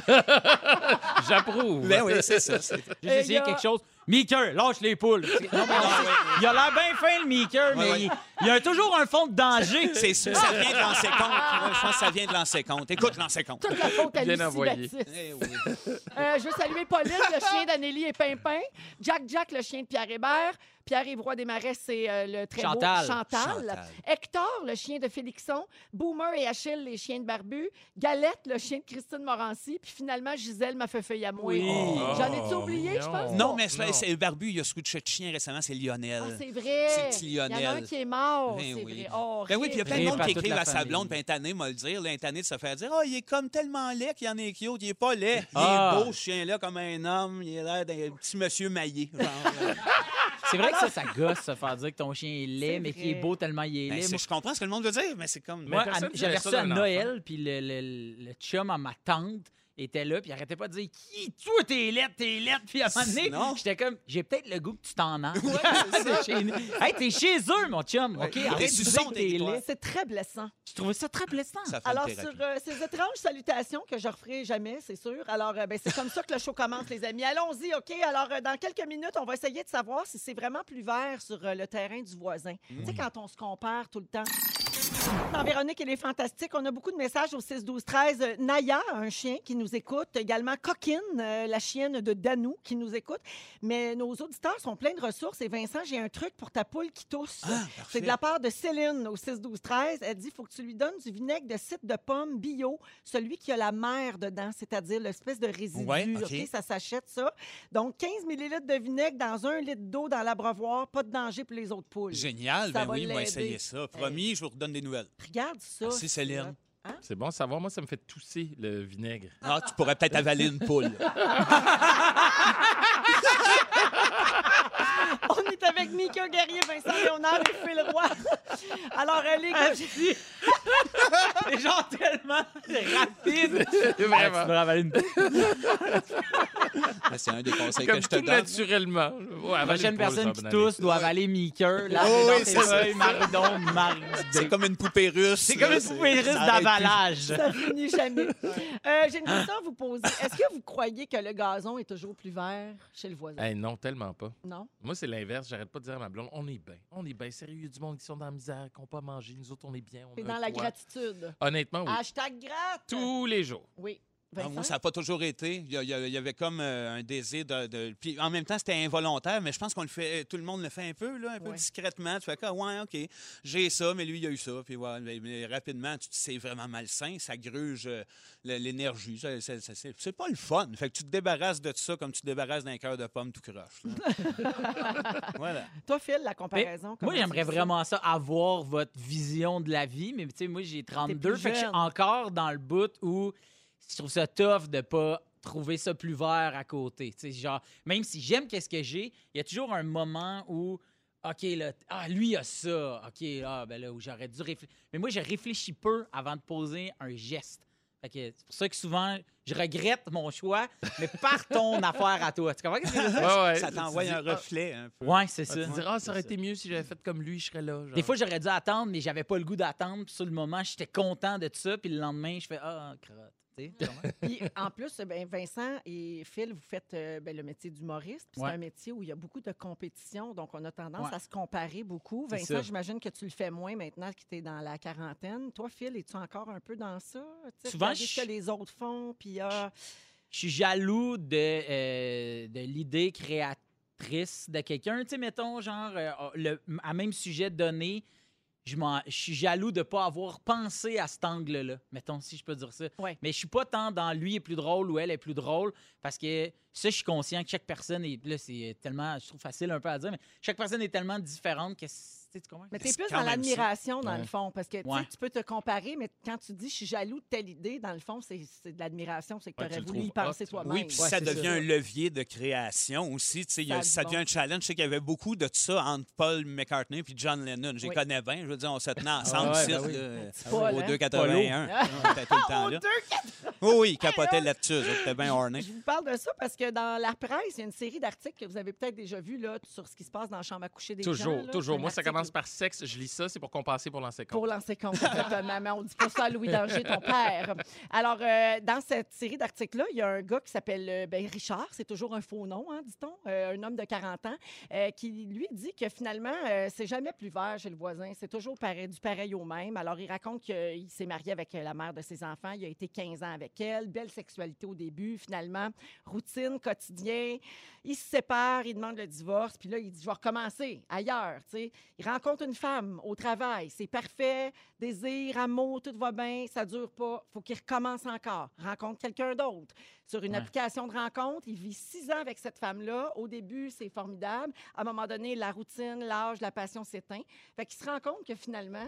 [SPEAKER 4] Fait
[SPEAKER 2] J'approuve.
[SPEAKER 4] Ben oui, c'est ça. c'est-
[SPEAKER 3] J'ai
[SPEAKER 1] Et il y
[SPEAKER 3] essayé
[SPEAKER 1] a-
[SPEAKER 3] quelque chose. Meeker, lâche les poules. Non, mais
[SPEAKER 4] Ah, ouais.
[SPEAKER 3] Il a l'air bien fin, le Meeker, mais
[SPEAKER 4] Ouais, ouais.
[SPEAKER 3] Il, il y a toujours un fond de danger.
[SPEAKER 4] C'est sûr, ça vient de l'ancien compte. Moi, je pense que ça vient de l'ancien compte. Écoute l'ancien compte.
[SPEAKER 1] Toute la faute à
[SPEAKER 2] Bien
[SPEAKER 1] Lucie
[SPEAKER 2] envoyé.
[SPEAKER 1] Baptiste.
[SPEAKER 4] Eh oui.
[SPEAKER 1] Euh, je veux saluer Pauline, le chien d'Anélie et Pimpin. Jack Jack, le chien de Pierre Hébert. Pierre Évroy des Marais, c'est euh, le très
[SPEAKER 3] Chantal.
[SPEAKER 1] beau Chantal.
[SPEAKER 4] Chantal.
[SPEAKER 1] Hector, le chien de Félixon. Boomer et Achille, les chiens de Barbu. Galette, le chien de Christine Morancy. Puis finalement, Gisèle m'a fait feuille à moi.
[SPEAKER 3] Oui.
[SPEAKER 2] Oh,
[SPEAKER 1] J'en ai-tu oublié, je
[SPEAKER 2] non.
[SPEAKER 1] pense?
[SPEAKER 4] Non, mais c'est
[SPEAKER 2] Non.
[SPEAKER 4] c'est Barbu, il a ce goût de chat de chien récemment, c'est Lionel.
[SPEAKER 1] Ah, c'est vrai.
[SPEAKER 4] C'est le petit
[SPEAKER 1] Il y en a un
[SPEAKER 4] Lionel.
[SPEAKER 1] qui est mort,
[SPEAKER 4] Ben
[SPEAKER 1] c'est
[SPEAKER 4] oui.
[SPEAKER 1] vrai. Oh,
[SPEAKER 4] Ben oui, puis il y a plein de
[SPEAKER 3] Rire
[SPEAKER 4] monde
[SPEAKER 3] par
[SPEAKER 4] qui
[SPEAKER 3] toute
[SPEAKER 4] écrivent
[SPEAKER 3] la
[SPEAKER 4] à sa
[SPEAKER 3] famille.
[SPEAKER 4] blonde, puis intané, m'a le dire, là, intané de se faire dire « Ah, il est comme tellement laid qu'il y en est cute, il est pas laid. Il
[SPEAKER 3] Ah.
[SPEAKER 4] est beau, ce chien-là, comme un homme, il a l'air d'un petit monsieur maillé. » Genre, euh,
[SPEAKER 3] C'est vrai que ça, ça gosse, se faire dire que ton chien
[SPEAKER 1] C'est
[SPEAKER 3] est laid, mais qu'il est
[SPEAKER 1] vrai.
[SPEAKER 3] beau tellement il est
[SPEAKER 4] ben,
[SPEAKER 3] laid.
[SPEAKER 4] c'est-
[SPEAKER 3] Moi,
[SPEAKER 4] Je comprends ce que le monde veut dire, mais c'est comme...
[SPEAKER 2] Mais-
[SPEAKER 3] Moi,
[SPEAKER 2] personne
[SPEAKER 3] à-
[SPEAKER 2] dirait
[SPEAKER 3] j'avais
[SPEAKER 2] ça
[SPEAKER 3] reçu à
[SPEAKER 2] d'un
[SPEAKER 3] Noël, puis le, le- le chum à ma tante, était là, puis il arrêtait pas de dire Qui, toi, t'es lettre, t'es lettre. Puis à un moment donné,
[SPEAKER 4] Sinon-
[SPEAKER 3] j'étais comme J'ai peut-être le goût que tu t'en ailles. C'est chez nous. Hey, t'es chez eux, mon chum. OK, arrête de
[SPEAKER 4] suçons
[SPEAKER 3] dire que
[SPEAKER 4] tes
[SPEAKER 3] t'es
[SPEAKER 4] doigts.
[SPEAKER 3] lettre.
[SPEAKER 1] C'est très blessant.
[SPEAKER 3] Je trouvais ça très blessant.
[SPEAKER 4] Ça fait une
[SPEAKER 1] Alors,
[SPEAKER 4] thérapie.
[SPEAKER 1] sur euh, ces étranges salutations que je referai jamais, c'est sûr. Alors, euh, ben, c'est comme ça que le show commence, les amis. Allons-y, OK? Alors, euh, dans quelques minutes, on va essayer de savoir si c'est vraiment plus vert sur euh, le terrain du voisin. Tu sais,
[SPEAKER 4] Mmh.
[SPEAKER 1] quand on se compare tout le temps. Dans Véronique, elle est fantastique. On a beaucoup de messages au 6 12 13 Euh, Naya, un chien qui nous écoute. Également Coquine, euh, la chienne de Danou, qui nous écoute. Mais nos auditeurs sont pleins de ressources. Et Vincent, j'ai un truc pour ta poule qui tousse.
[SPEAKER 4] Ah!
[SPEAKER 1] euh, C'est de la part de Céline au 6 12 13 Elle dit faut que tu lui donnes du vinaigre de cidre de pomme bio, celui qui a la mer dedans, c'est-à-dire l'espèce de résidu.
[SPEAKER 4] Ouais,
[SPEAKER 1] OK,
[SPEAKER 4] OK.
[SPEAKER 1] ça s'achète ça. Donc 15 millilitres de vinaigre dans un litre d'eau dans l'abreuvoir, pas de danger pour les autres poules.
[SPEAKER 4] Génial,
[SPEAKER 1] Ça
[SPEAKER 4] ben
[SPEAKER 1] va
[SPEAKER 4] oui, moi
[SPEAKER 1] l'aider. Euh.
[SPEAKER 4] essayer ça. Promis, je vous redonne des nouvelles.
[SPEAKER 1] Regarde ça.
[SPEAKER 4] Merci, Céline.
[SPEAKER 2] C'est bon à savoir. Moi, ça me fait tousser le vinaigre.
[SPEAKER 4] Ah, tu pourrais peut-être avaler une poule.
[SPEAKER 1] On est avec Mika Guerrier, Vincent Léonard et Phil Roy. Alors, euh, les gars, j'ai-
[SPEAKER 3] C'est genre tellement rapide.
[SPEAKER 2] Vraiment.
[SPEAKER 4] Ah, C'est un des conseils que
[SPEAKER 2] Comme
[SPEAKER 4] je te
[SPEAKER 2] tout
[SPEAKER 4] donne.
[SPEAKER 2] naturellement. Ouais,
[SPEAKER 3] La
[SPEAKER 2] avaler
[SPEAKER 3] prochaine
[SPEAKER 2] une pause,
[SPEAKER 3] personne
[SPEAKER 2] ça,
[SPEAKER 3] qui
[SPEAKER 2] bonne
[SPEAKER 3] tousse doit avaler Mickey. Là,
[SPEAKER 4] Oh,
[SPEAKER 3] dans
[SPEAKER 4] oui,
[SPEAKER 3] tes
[SPEAKER 4] c'est ça.
[SPEAKER 3] feuilles, Maridon, Maridon.
[SPEAKER 4] C'est comme une poupée russe.
[SPEAKER 3] C'est comme une
[SPEAKER 4] C'est-
[SPEAKER 3] poupée russe
[SPEAKER 4] ça arrête plus.
[SPEAKER 3] d'avalage.
[SPEAKER 1] ça finit jamais. Euh, j'ai une question à vous poser. Est-ce que vous croyez que le gazon est toujours plus vert chez le voisin?
[SPEAKER 4] Hein?
[SPEAKER 2] année. Eh non, tellement pas.
[SPEAKER 1] Non?
[SPEAKER 2] Moi, c'est l'inverse. J'arrête pas de dire à ma blonde, on est bien. On est bien. Sérieux, il y a du monde qui sont dans la misère, qui n'ont pas mangé. Nous autres, on est bien. On
[SPEAKER 1] C'est
[SPEAKER 2] a
[SPEAKER 1] dans
[SPEAKER 2] un
[SPEAKER 1] la
[SPEAKER 2] toit.
[SPEAKER 1] gratitude.
[SPEAKER 2] Honnêtement, oui.
[SPEAKER 1] Hashtag gratte.
[SPEAKER 2] Tous les jours.
[SPEAKER 1] Oui.
[SPEAKER 4] Ah,
[SPEAKER 1] Vincent?
[SPEAKER 4] moi, ça n'a pas toujours été. Il y, a- il y a- il y avait comme euh, un désir de, de- Puis en même temps, c'était involontaire, mais je pense qu'on le fait. Tout le monde le fait un peu, là, un peu
[SPEAKER 1] Ouais.
[SPEAKER 4] discrètement. Tu fais comme, ouais, OK, j'ai ça, mais lui, il a eu ça. Puis ouais, mais, mais rapidement, tu te c'est vraiment malsain. Ça gruge euh, le- l'énergie. Ça- ça- ça- C'est c'est pas le fun. Fait que tu te débarrasses de ça comme tu te débarrasses d'un cœur de pomme tout croche. là. voilà.
[SPEAKER 1] Toi, Phil, la
[SPEAKER 3] Mais
[SPEAKER 1] comparaison. comment
[SPEAKER 3] moi,
[SPEAKER 1] tu
[SPEAKER 3] j'aimerais
[SPEAKER 1] fais ça?
[SPEAKER 3] vraiment ça, avoir votre vision de la vie, mais tu sais, moi, j'ai 32,
[SPEAKER 1] plus
[SPEAKER 3] fait que je suis
[SPEAKER 1] jeune.
[SPEAKER 3] encore dans le bout où je trouve ça tough de pas trouver ça plus vert à côté. Tu sais, genre, même si j'aime qu'est-ce que j'ai, il y a toujours un moment où, OK, là, t- ah, lui il a ça, OK, ah, ben là, où j'aurais dû réfléchir. Mais moi, je réfléchis peu avant de poser un geste. Fait que c'est pour ça que souvent, je regrette mon choix, mais par ton affaire à toi. Tu comprends ce que je veux dire?
[SPEAKER 2] Ouais, ouais.
[SPEAKER 4] ça
[SPEAKER 2] Tu
[SPEAKER 4] t'envoie
[SPEAKER 2] dis,
[SPEAKER 4] un
[SPEAKER 2] ah,
[SPEAKER 4] reflet un peu.
[SPEAKER 3] Ouais, c'est ça.
[SPEAKER 2] Tu dis, ah, ça aurait été mieux si j'avais fait comme lui, je serais là. genre.
[SPEAKER 3] Des fois, j'aurais dû attendre, mais j'avais pas le goût d'attendre. Puis sur le moment, j'étais content de ça. Puis le lendemain, je fais Ah, crotte. Tu sais, comment?
[SPEAKER 1] Puis, en plus, ben, Vincent et Phil, vous faites euh, ben, le métier d'humoriste. puis
[SPEAKER 3] Ouais.
[SPEAKER 1] C'est un métier où il y a beaucoup de compétition, donc on a tendance
[SPEAKER 3] Ouais.
[SPEAKER 1] à se comparer beaucoup.
[SPEAKER 3] C'est
[SPEAKER 1] Vincent,
[SPEAKER 3] ça.
[SPEAKER 1] j'imagine que tu le fais moins maintenant que tu es dans la quarantaine. Toi, Phil, es-tu encore un peu dans ça? Tu sais,
[SPEAKER 3] Souvent,
[SPEAKER 1] regarder ce
[SPEAKER 3] je-
[SPEAKER 1] que les autres font, puis ah,
[SPEAKER 3] je suis jaloux de, euh, de l'idée créatrice de quelqu'un. Tu sais, mettons, genre, euh, le, à même sujet donné, je, m'en- je suis jaloux de ne pas avoir pensé à cet angle-là. Mettons, si je peux dire ça.
[SPEAKER 1] Ouais.
[SPEAKER 3] Mais je suis pas tant dans lui est plus drôle ou elle est plus drôle parce que ça, je suis conscient que chaque personne est. Là, c'est tellement. Je trouve facile un peu à dire, mais chaque personne est tellement différente que. c'est- Tu sais, tu comprends?
[SPEAKER 1] Mais t'es
[SPEAKER 4] C'est
[SPEAKER 1] plus
[SPEAKER 4] quand
[SPEAKER 1] dans
[SPEAKER 4] même ça.
[SPEAKER 1] l'admiration, dans
[SPEAKER 2] Ouais.
[SPEAKER 1] le fond, parce que tu sais,
[SPEAKER 3] Ouais.
[SPEAKER 1] tu peux te comparer, mais quand tu dis « je suis jaloux de telle idée », dans le fond, c'est c'est de l'admiration, c'est que
[SPEAKER 2] Ouais,
[SPEAKER 1] t'aurais
[SPEAKER 2] tu le
[SPEAKER 1] voulu y
[SPEAKER 2] trouves hot,
[SPEAKER 1] penser
[SPEAKER 2] tu-
[SPEAKER 1] toi-même.
[SPEAKER 4] Oui, puis
[SPEAKER 3] Ouais,
[SPEAKER 4] ça
[SPEAKER 3] c'est ça.
[SPEAKER 4] devient un levier de création aussi. tu sais, il y a-
[SPEAKER 1] Ça a
[SPEAKER 4] Ça,
[SPEAKER 1] du bon.
[SPEAKER 4] devient un challenge. Je sais qu'il y avait beaucoup de ça entre Paul McCartney et John Lennon. Je les
[SPEAKER 1] Oui. Ah
[SPEAKER 4] connais bien. Je veux dire, on se tenait ensemble
[SPEAKER 3] ouais,
[SPEAKER 4] ici,
[SPEAKER 3] ben oui.
[SPEAKER 4] là, Ah
[SPEAKER 1] Paul,
[SPEAKER 4] au
[SPEAKER 1] hein?
[SPEAKER 4] 2,81. On était tout le temps là. Oui, oui, il capotait là-dessus. eux autres, C'était bien orné.
[SPEAKER 1] Je vous parle de ça parce que dans la presse, il y a une série d'articles que vous avez peut-être déjà vus là, sur ce qui se passe dans la chambre à coucher des gens.
[SPEAKER 2] Toujours,
[SPEAKER 1] là.
[SPEAKER 2] toujours.
[SPEAKER 1] C'est un
[SPEAKER 2] Moi, ça
[SPEAKER 1] article
[SPEAKER 2] commence par sexe. Je lis ça, c'est pour compenser pour l'ancien
[SPEAKER 1] Pour lancer compte, exactement. Mais on dit pas ça à Louis Danger, ton père. Alors, euh, dans cette série d'articles-là, il y a un gars qui s'appelle euh, ben, Richard, c'est toujours un faux nom, hein, dit-on, euh, un homme de 40 ans, euh, qui lui dit que finalement, euh, c'est jamais plus vert chez le voisin, c'est toujours pareil, du pareil au même. Alors, il raconte qu'il s'est marié avec euh, la mère de ses enfants, il a été 15 ans avec elle, belle sexualité au début, finalement, routine, quotidien. Il se sépare, il demande le divorce, puis là, il dit, je vais recommencer ailleurs, tu sais. Il rencontre une femme au travail, c'est parfait, désir, amour, tout va bien, ça dure pas, faut qu'il recommence encore, rencontre quelqu'un d'autre. Sur une
[SPEAKER 3] Ouais.
[SPEAKER 1] application de rencontre, il vit six ans avec cette femme-là. Au début, c'est formidable. À un moment donné, la routine, l'âge, la passion s'éteint. Fait qu'il se rend compte que finalement,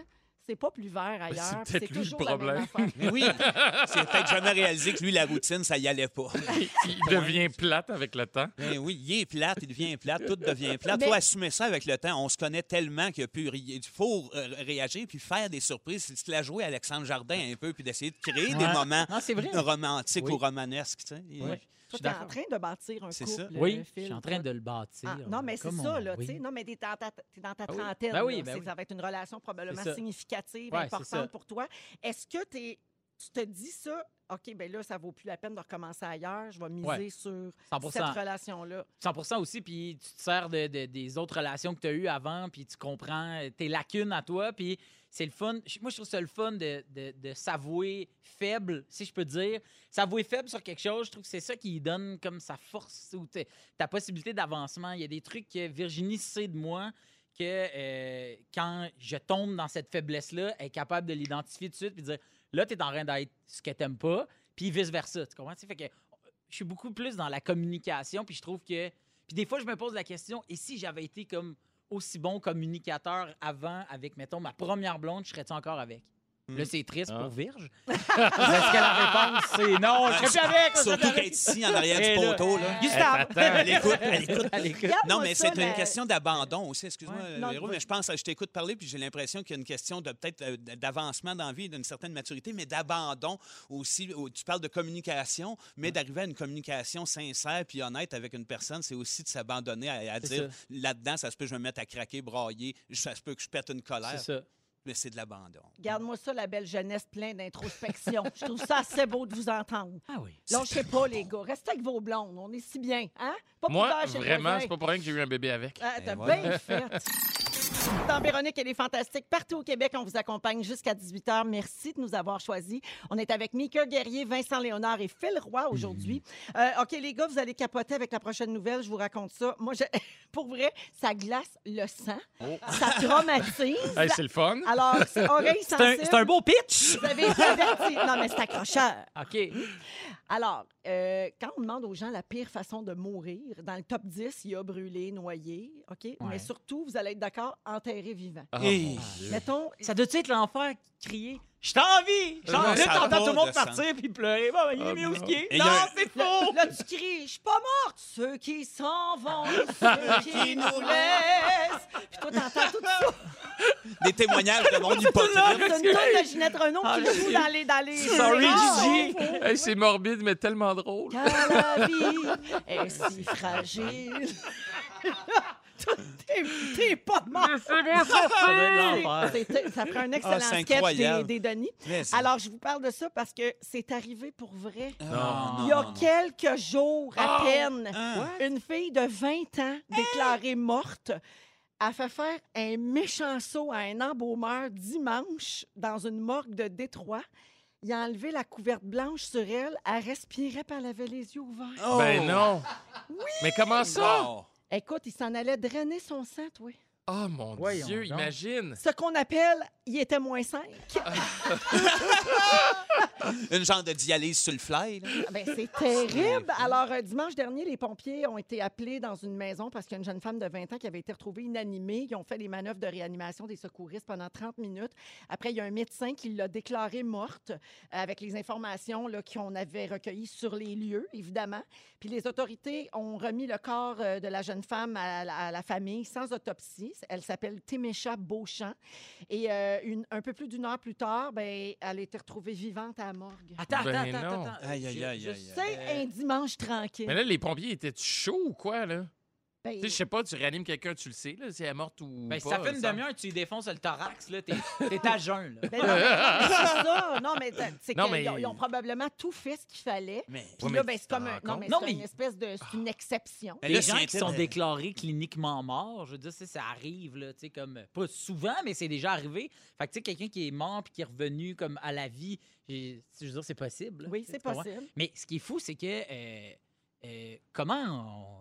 [SPEAKER 1] c'est pas plus vert ailleurs. puis
[SPEAKER 2] peut-être
[SPEAKER 1] C'est
[SPEAKER 2] lui le
[SPEAKER 1] toujours la même
[SPEAKER 2] problème.
[SPEAKER 1] affaire.
[SPEAKER 4] Mais oui, c'est peut-être jamais réalisé que lui, la routine, ça y allait pas.
[SPEAKER 2] Il, il devient plate avec le temps.
[SPEAKER 4] Ben oui, il est plate, il devient plate, tout devient plate.
[SPEAKER 1] Mais-
[SPEAKER 4] Faut assumer ça avec le temps. On se connaît tellement qu'il y a plus ri- il faut euh, réagir puis faire des surprises. C'est de la jouer à Alexandre Jardin un peu puis d'essayer de créer des
[SPEAKER 3] Ouais.
[SPEAKER 4] moments
[SPEAKER 3] Non, c'est vrai.
[SPEAKER 4] romantiques
[SPEAKER 3] Oui.
[SPEAKER 4] ou romanesques. tu sais.
[SPEAKER 3] Ouais. Je
[SPEAKER 1] Toi,
[SPEAKER 3] suis
[SPEAKER 1] t'es en
[SPEAKER 3] d'accord.
[SPEAKER 1] train de bâtir un
[SPEAKER 4] C'est
[SPEAKER 1] couple.
[SPEAKER 4] ça.
[SPEAKER 3] Oui,
[SPEAKER 1] euh,
[SPEAKER 3] je suis
[SPEAKER 1] Phil,
[SPEAKER 3] en train
[SPEAKER 1] toi.
[SPEAKER 3] de le bâtir.
[SPEAKER 1] Ah, non, mais c'est
[SPEAKER 3] euh, comme
[SPEAKER 1] ça,
[SPEAKER 3] on-
[SPEAKER 1] là,
[SPEAKER 3] oui.
[SPEAKER 1] tu sais. Non, mais t'es dans ta, t'es dans ta
[SPEAKER 3] Ah oui.
[SPEAKER 1] trentaine.
[SPEAKER 3] Ben
[SPEAKER 1] là,
[SPEAKER 3] oui, ben
[SPEAKER 1] c'est-
[SPEAKER 3] oui.
[SPEAKER 1] Ça va être une relation probablement
[SPEAKER 3] C'est ça.
[SPEAKER 1] significative,
[SPEAKER 3] Ouais, c'est ça.
[SPEAKER 1] importante pour toi. Est-ce que t'es- tu te dis ça? OK, ben là, ça vaut plus la peine de recommencer ailleurs. Je vais miser
[SPEAKER 3] Ouais.
[SPEAKER 1] sur
[SPEAKER 3] 100%.
[SPEAKER 1] cette relation-là.
[SPEAKER 3] 100 aussi, puis tu te sers de, de- des autres relations que tu as eues avant, puis tu comprends euh, tes lacunes à toi, puis c'est le fun. Je- Moi, je trouve ça le fun de, de, de s'avouer faible, si je peux dire. S'avouer faible sur quelque chose, je trouve que c'est ça qui donne comme sa force ou ta- ta possibilité d'avancement. Il y a des trucs que Virginie sait de moi que euh, quand je tombe dans cette faiblesse-là, elle est capable de l'identifier tout de suite puis de dire là, tu es en train d'être ce que t'aimes pas, puis vice-versa. Tu comprends? Tu sais, Fait que je suis beaucoup plus dans la communication, puis je trouve que. Puis des fois, je me pose la question et si j'avais été comme aussi bon communicateur avant avec, mettons, ma première blonde, je serais-tu encore avec?
[SPEAKER 4] Hmm.
[SPEAKER 3] Là, c'est triste
[SPEAKER 2] Ah.
[SPEAKER 3] pour Virge. Est-ce que la réponse, c'est non, je serais plus avec? je serais plus
[SPEAKER 4] Surtout
[SPEAKER 3] avec.
[SPEAKER 4] qu'être ici, en arrière
[SPEAKER 3] Et
[SPEAKER 4] du
[SPEAKER 3] là,
[SPEAKER 4] poteau. Là.
[SPEAKER 3] Gustave.
[SPEAKER 2] Attends,
[SPEAKER 4] Elle écoute, elle écoute.
[SPEAKER 3] Allez, écoute.
[SPEAKER 4] Non,
[SPEAKER 1] Regarde-moi
[SPEAKER 4] mais
[SPEAKER 1] ça,
[SPEAKER 4] c'est une
[SPEAKER 1] la-
[SPEAKER 4] question d'abandon aussi. Excuse-moi, euh,
[SPEAKER 1] Ouais. Non,
[SPEAKER 4] Véro,
[SPEAKER 1] vas-y.
[SPEAKER 4] mais je pense, je t'écoute parler, puis j'ai l'impression qu'il y a une question de peut-être euh, d'avancement dans la vie, d'une certaine maturité, mais d'abandon aussi. Où Tu parles de communication, mais d'arriver à une communication sincère puis honnête avec une personne, c'est aussi de s'abandonner à, à
[SPEAKER 3] C'est
[SPEAKER 4] dire
[SPEAKER 3] ça.
[SPEAKER 4] là-dedans, ça se peut que je me mette à craquer, brailler, ça se peut que je pète une
[SPEAKER 3] C'est
[SPEAKER 4] colère,
[SPEAKER 3] ça.
[SPEAKER 4] mais c'est de l'abandon.
[SPEAKER 1] Garde-moi ça, la belle jeunesse pleine d'introspection. Je trouve ça assez beau de vous entendre.
[SPEAKER 3] Ah oui.
[SPEAKER 1] Là, je sais pas, les gars. Restez avec vos blondes. On est si bien, hein? Pas plus
[SPEAKER 2] Moi,
[SPEAKER 1] tard chez le
[SPEAKER 2] vraiment,
[SPEAKER 1] voisin.
[SPEAKER 2] c'est pas pour rien que j'ai eu un bébé avec.
[SPEAKER 3] Eh
[SPEAKER 1] Ah, t'as
[SPEAKER 4] Et voilà.
[SPEAKER 1] bien fait. Dans Véronique, elle est fantastique. Partout au Québec, on vous accompagne jusqu'à 18h. Merci de nous avoir choisis. On est avec Mika Guerrier, Vincent Léonard et Phil Roy aujourd'hui.
[SPEAKER 3] Mm.
[SPEAKER 1] Euh, OK, les gars, vous allez capoter avec la prochaine nouvelle. Je vous raconte ça. Moi, je- pour vrai, ça glace le sang.
[SPEAKER 3] Oh.
[SPEAKER 1] Ça traumatise.
[SPEAKER 2] Hey, c'est le fun.
[SPEAKER 1] Alors, oreille
[SPEAKER 3] C'est un,
[SPEAKER 1] sensible.
[SPEAKER 3] c'est un beau pitch!
[SPEAKER 1] Vous avez été avertis. Non, mais c'est accrocheur.
[SPEAKER 3] OK.
[SPEAKER 1] Alors, euh, quand on demande aux gens la pire façon de mourir, dans le top 10, il y a brûlé, noyé, OK? Mais surtout, vous allez être d'accord, enterré vivant.
[SPEAKER 2] Oh,
[SPEAKER 4] Hey.
[SPEAKER 2] mon Dieu.
[SPEAKER 1] Mettons,
[SPEAKER 3] Ça doit-tu être l'enfer qui criait Je t'envie! Je
[SPEAKER 4] Non,
[SPEAKER 3] t'envie!
[SPEAKER 4] ça a
[SPEAKER 3] T'entends
[SPEAKER 4] pas
[SPEAKER 3] tout le
[SPEAKER 4] de
[SPEAKER 3] monde
[SPEAKER 4] sens.
[SPEAKER 3] partir puis pleurer. Bon, ben, il est
[SPEAKER 2] Ah,
[SPEAKER 3] mieux où ce
[SPEAKER 2] non.
[SPEAKER 3] qu'il est.
[SPEAKER 4] Et il y a
[SPEAKER 3] Non,
[SPEAKER 4] un-
[SPEAKER 3] c'est faux!
[SPEAKER 1] là, tu cries, je suis pas morte! Ceux qui s'en vont, et Ah! ceux qui nous laissent! Puis toi, t'entends tout ça.
[SPEAKER 4] Des témoignages de monde
[SPEAKER 3] là.
[SPEAKER 4] hypocrite.
[SPEAKER 1] C'est une tonne de Ginette Renault
[SPEAKER 3] Ah,
[SPEAKER 1] qui joue dans les... Dans les
[SPEAKER 3] Sorry,
[SPEAKER 1] Ah,
[SPEAKER 3] Gigi.
[SPEAKER 1] oh, oh.
[SPEAKER 2] Hey, c'est morbide, mais tellement drôle.
[SPEAKER 1] Car la vie est si fragile. T'es- T'es pas mort!
[SPEAKER 2] Laissez-moi
[SPEAKER 3] Ça doit être l'enfer.
[SPEAKER 1] C'était- Ça prend un excellent
[SPEAKER 4] Ah, c'est
[SPEAKER 1] sketch des,
[SPEAKER 4] incroyable.
[SPEAKER 1] des Denis.
[SPEAKER 4] Mais c'est-
[SPEAKER 1] Alors, je vous parle de ça parce que c'est arrivé pour vrai.
[SPEAKER 4] Non,
[SPEAKER 3] Ah.
[SPEAKER 4] non,
[SPEAKER 1] Il y a
[SPEAKER 4] non, non.
[SPEAKER 1] quelques jours à
[SPEAKER 2] Oh!
[SPEAKER 1] peine,
[SPEAKER 4] Hein?
[SPEAKER 1] une fille de 20 ans déclarée morte a fait faire un méchant saut à un embaumeur dimanche dans une morgue de Détroit. Il a enlevé la couverte blanche sur elle. Elle respirait par elle avait les yeux ouverts.
[SPEAKER 4] Oh!
[SPEAKER 2] Ben non. Mais comment ça?
[SPEAKER 4] Wow.
[SPEAKER 1] Écoute, il s'en allait drainer son sang, toi.
[SPEAKER 2] Oh mon
[SPEAKER 3] Voyons
[SPEAKER 2] Dieu,
[SPEAKER 3] donc.
[SPEAKER 2] imagine.
[SPEAKER 1] Ce qu'on appelle, il était moins 5.
[SPEAKER 4] Une genre de dialyse sur le fly. là.
[SPEAKER 1] Ah ben, c'est terrible. Alors, euh, dimanche dernier, les pompiers ont été appelés dans une maison parce qu'il y a une jeune femme de 20 ans qui avait été retrouvée inanimée. Ils ont fait les manœuvres de réanimation des secouristes pendant 30 minutes. Après, il y a un médecin qui l'a déclarée morte euh, avec les informations là, qu'on avait recueillies sur les lieux, évidemment. Puis les autorités ont remis le corps euh, de la jeune femme à, la- à la famille sans autopsie. Elle s'appelle Témécha Beauchamp. Et euh, une- un peu plus d'une heure plus tard, ben, elle a été retrouvée vivante à la morgue.
[SPEAKER 3] Attends,
[SPEAKER 2] Ben
[SPEAKER 3] attends,
[SPEAKER 2] non.
[SPEAKER 3] attends, attends.
[SPEAKER 4] Aïe, aïe,
[SPEAKER 3] J'ai-
[SPEAKER 4] aïe,
[SPEAKER 3] je
[SPEAKER 4] aïe, aïe.
[SPEAKER 1] C'est un dimanche tranquille.
[SPEAKER 2] Euh, Mais là, les pompiers étaient chauds ou quoi, là?
[SPEAKER 1] Ben,
[SPEAKER 2] Tu sais, je sais pas, tu réanimes quelqu'un, tu le sais, là, si elle est morte ou pas.
[SPEAKER 3] Ben, si ça fait une
[SPEAKER 2] ça.
[SPEAKER 3] demi-heure que tu lui défonces le thorax, là, t'es, t'es à jeun, là.
[SPEAKER 1] Ben non, mais non, mais c'est ça. Non, mais t'as- c'est
[SPEAKER 2] Non,
[SPEAKER 1] qu'ils
[SPEAKER 2] mais-
[SPEAKER 1] ont, ils ont probablement tout fait ce qu'il fallait.
[SPEAKER 4] Mais...
[SPEAKER 1] Puis
[SPEAKER 2] Ouais,
[SPEAKER 1] là,
[SPEAKER 2] mais
[SPEAKER 1] ben,
[SPEAKER 2] tu
[SPEAKER 1] c'est comme
[SPEAKER 2] t'en
[SPEAKER 1] un-
[SPEAKER 2] rends
[SPEAKER 1] non,
[SPEAKER 2] compte?
[SPEAKER 1] mais
[SPEAKER 3] Non,
[SPEAKER 1] c'est
[SPEAKER 3] mais-
[SPEAKER 1] une espèce de. C'est une exception.
[SPEAKER 4] Mais
[SPEAKER 3] les
[SPEAKER 4] là,
[SPEAKER 3] gens
[SPEAKER 4] si
[SPEAKER 3] qui
[SPEAKER 4] Internet-
[SPEAKER 3] sont déclarés cliniquement morts, je veux dire, ça, ça arrive, là, tu sais, comme, pas souvent, mais c'est déjà arrivé. Fait que, tu sais, quelqu'un qui est mort puis qui est revenu, comme, à la vie, j'ai- je veux dire, c'est
[SPEAKER 2] Ah,
[SPEAKER 3] possible. là.
[SPEAKER 1] Oui,
[SPEAKER 3] Tu sais,
[SPEAKER 1] c'est
[SPEAKER 3] tu comprends?
[SPEAKER 1] possible.
[SPEAKER 3] Mais ce qui est fou, c'est que, euh, euh, comment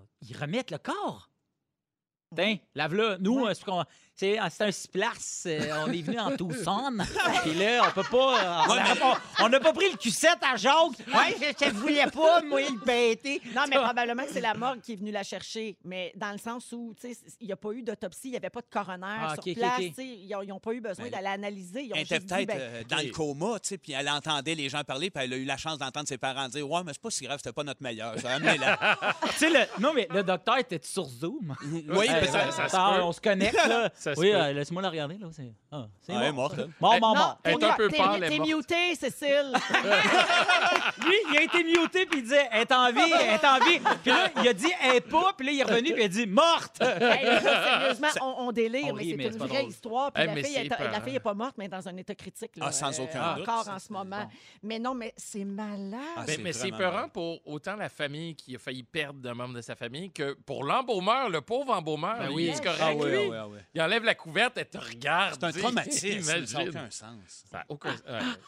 [SPEAKER 3] on- ils remettent le corps? Tiens, lave-le. Nous, euh, c'est qu'on- c'est c'est un six places. euh, on est venu en Tucson. Puis là, on peut pas. euh, on- on- On n'a pas pris le Q7 à Jacques. Ouais, je- je ne voulais pas, moi, le péter.
[SPEAKER 1] Non, mais probablement que c'est la morgue qui est venue la chercher. Mais dans le sens où, tu sais, il n'y a pas eu d'autopsie, il n'y avait pas de coroner
[SPEAKER 3] Ah,
[SPEAKER 1] sur
[SPEAKER 3] ok, ok,
[SPEAKER 1] place.
[SPEAKER 3] ok.
[SPEAKER 1] tu sais, Ils n'ont pas eu besoin
[SPEAKER 4] Ben,
[SPEAKER 1] d'aller analyser. Ils ont
[SPEAKER 4] Elle était
[SPEAKER 1] juste dit,
[SPEAKER 4] peut-être
[SPEAKER 1] ben,
[SPEAKER 4] euh, dans le
[SPEAKER 2] ok.
[SPEAKER 4] coma, tu sais, puis elle entendait les gens parler, puis elle a eu la chance d'entendre ses parents dire Ouais, mais c'est pas si grave, c'était pas notre meilleur. Ça, amenez-la.
[SPEAKER 3] Tu sais, le- non, mais le docteur était sur Zoom.
[SPEAKER 4] oui,
[SPEAKER 3] Euh,
[SPEAKER 2] mais ça- ça se
[SPEAKER 3] attends,
[SPEAKER 2] peut.
[SPEAKER 3] on se connecte, là.
[SPEAKER 2] Ça se
[SPEAKER 3] oui,
[SPEAKER 2] peut.
[SPEAKER 3] euh, laisse-moi la regarder, là. C'est ah, c'est
[SPEAKER 4] Ouais,
[SPEAKER 3] mort.
[SPEAKER 4] morte.
[SPEAKER 3] Mort, mort,
[SPEAKER 1] Euh, Non,
[SPEAKER 3] mort.
[SPEAKER 2] Elle est
[SPEAKER 1] t'es-
[SPEAKER 2] un peu
[SPEAKER 1] t'es-
[SPEAKER 2] pâle, elle est
[SPEAKER 1] T'es
[SPEAKER 2] morte.
[SPEAKER 1] muté, Cécile.
[SPEAKER 3] Lui, il a été muté, puis il disait, elle est en vie, elle est en vie. Puis là, il a dit, elle est pas, puis là, il est revenu, puis il a dit, morte.
[SPEAKER 1] Hey, les gars, sérieusement, on, on délire,
[SPEAKER 3] on
[SPEAKER 1] mais
[SPEAKER 3] rit, mais
[SPEAKER 1] c'est
[SPEAKER 3] c'est
[SPEAKER 1] une
[SPEAKER 3] pas
[SPEAKER 1] vraie
[SPEAKER 3] drôle.
[SPEAKER 1] histoire. Puis
[SPEAKER 2] Hey,
[SPEAKER 1] la,
[SPEAKER 2] mais
[SPEAKER 1] fille
[SPEAKER 2] c'est
[SPEAKER 1] est, la
[SPEAKER 2] épeurant.
[SPEAKER 1] fille est pas morte, mais dans un état critique. là, euh,
[SPEAKER 4] Ah, sans aucun doute.
[SPEAKER 1] Encore
[SPEAKER 3] Ça,
[SPEAKER 1] en
[SPEAKER 3] c'est
[SPEAKER 1] ce moment.
[SPEAKER 3] bon.
[SPEAKER 1] Mais non, mais c'est malade.
[SPEAKER 4] Ah,
[SPEAKER 2] Ben,
[SPEAKER 4] c'est
[SPEAKER 2] mais c'est
[SPEAKER 4] vraiment
[SPEAKER 2] peurant
[SPEAKER 4] mal.
[SPEAKER 2] pour autant la famille qui a failli perdre un membre de sa famille que pour l'embaumeur, le pauvre embaumeur.
[SPEAKER 3] Ben
[SPEAKER 2] il
[SPEAKER 3] oui.
[SPEAKER 2] est correct,
[SPEAKER 4] Ah oui,
[SPEAKER 2] lui.
[SPEAKER 4] ah oui, ah oui.
[SPEAKER 2] Il enlève la couverte, elle te regarde.
[SPEAKER 4] C'est un
[SPEAKER 2] tu sais,
[SPEAKER 4] traumatisme. Ça n'a
[SPEAKER 2] Imagine.
[SPEAKER 4] aucun sens.
[SPEAKER 2] Ça a aucun- ouais.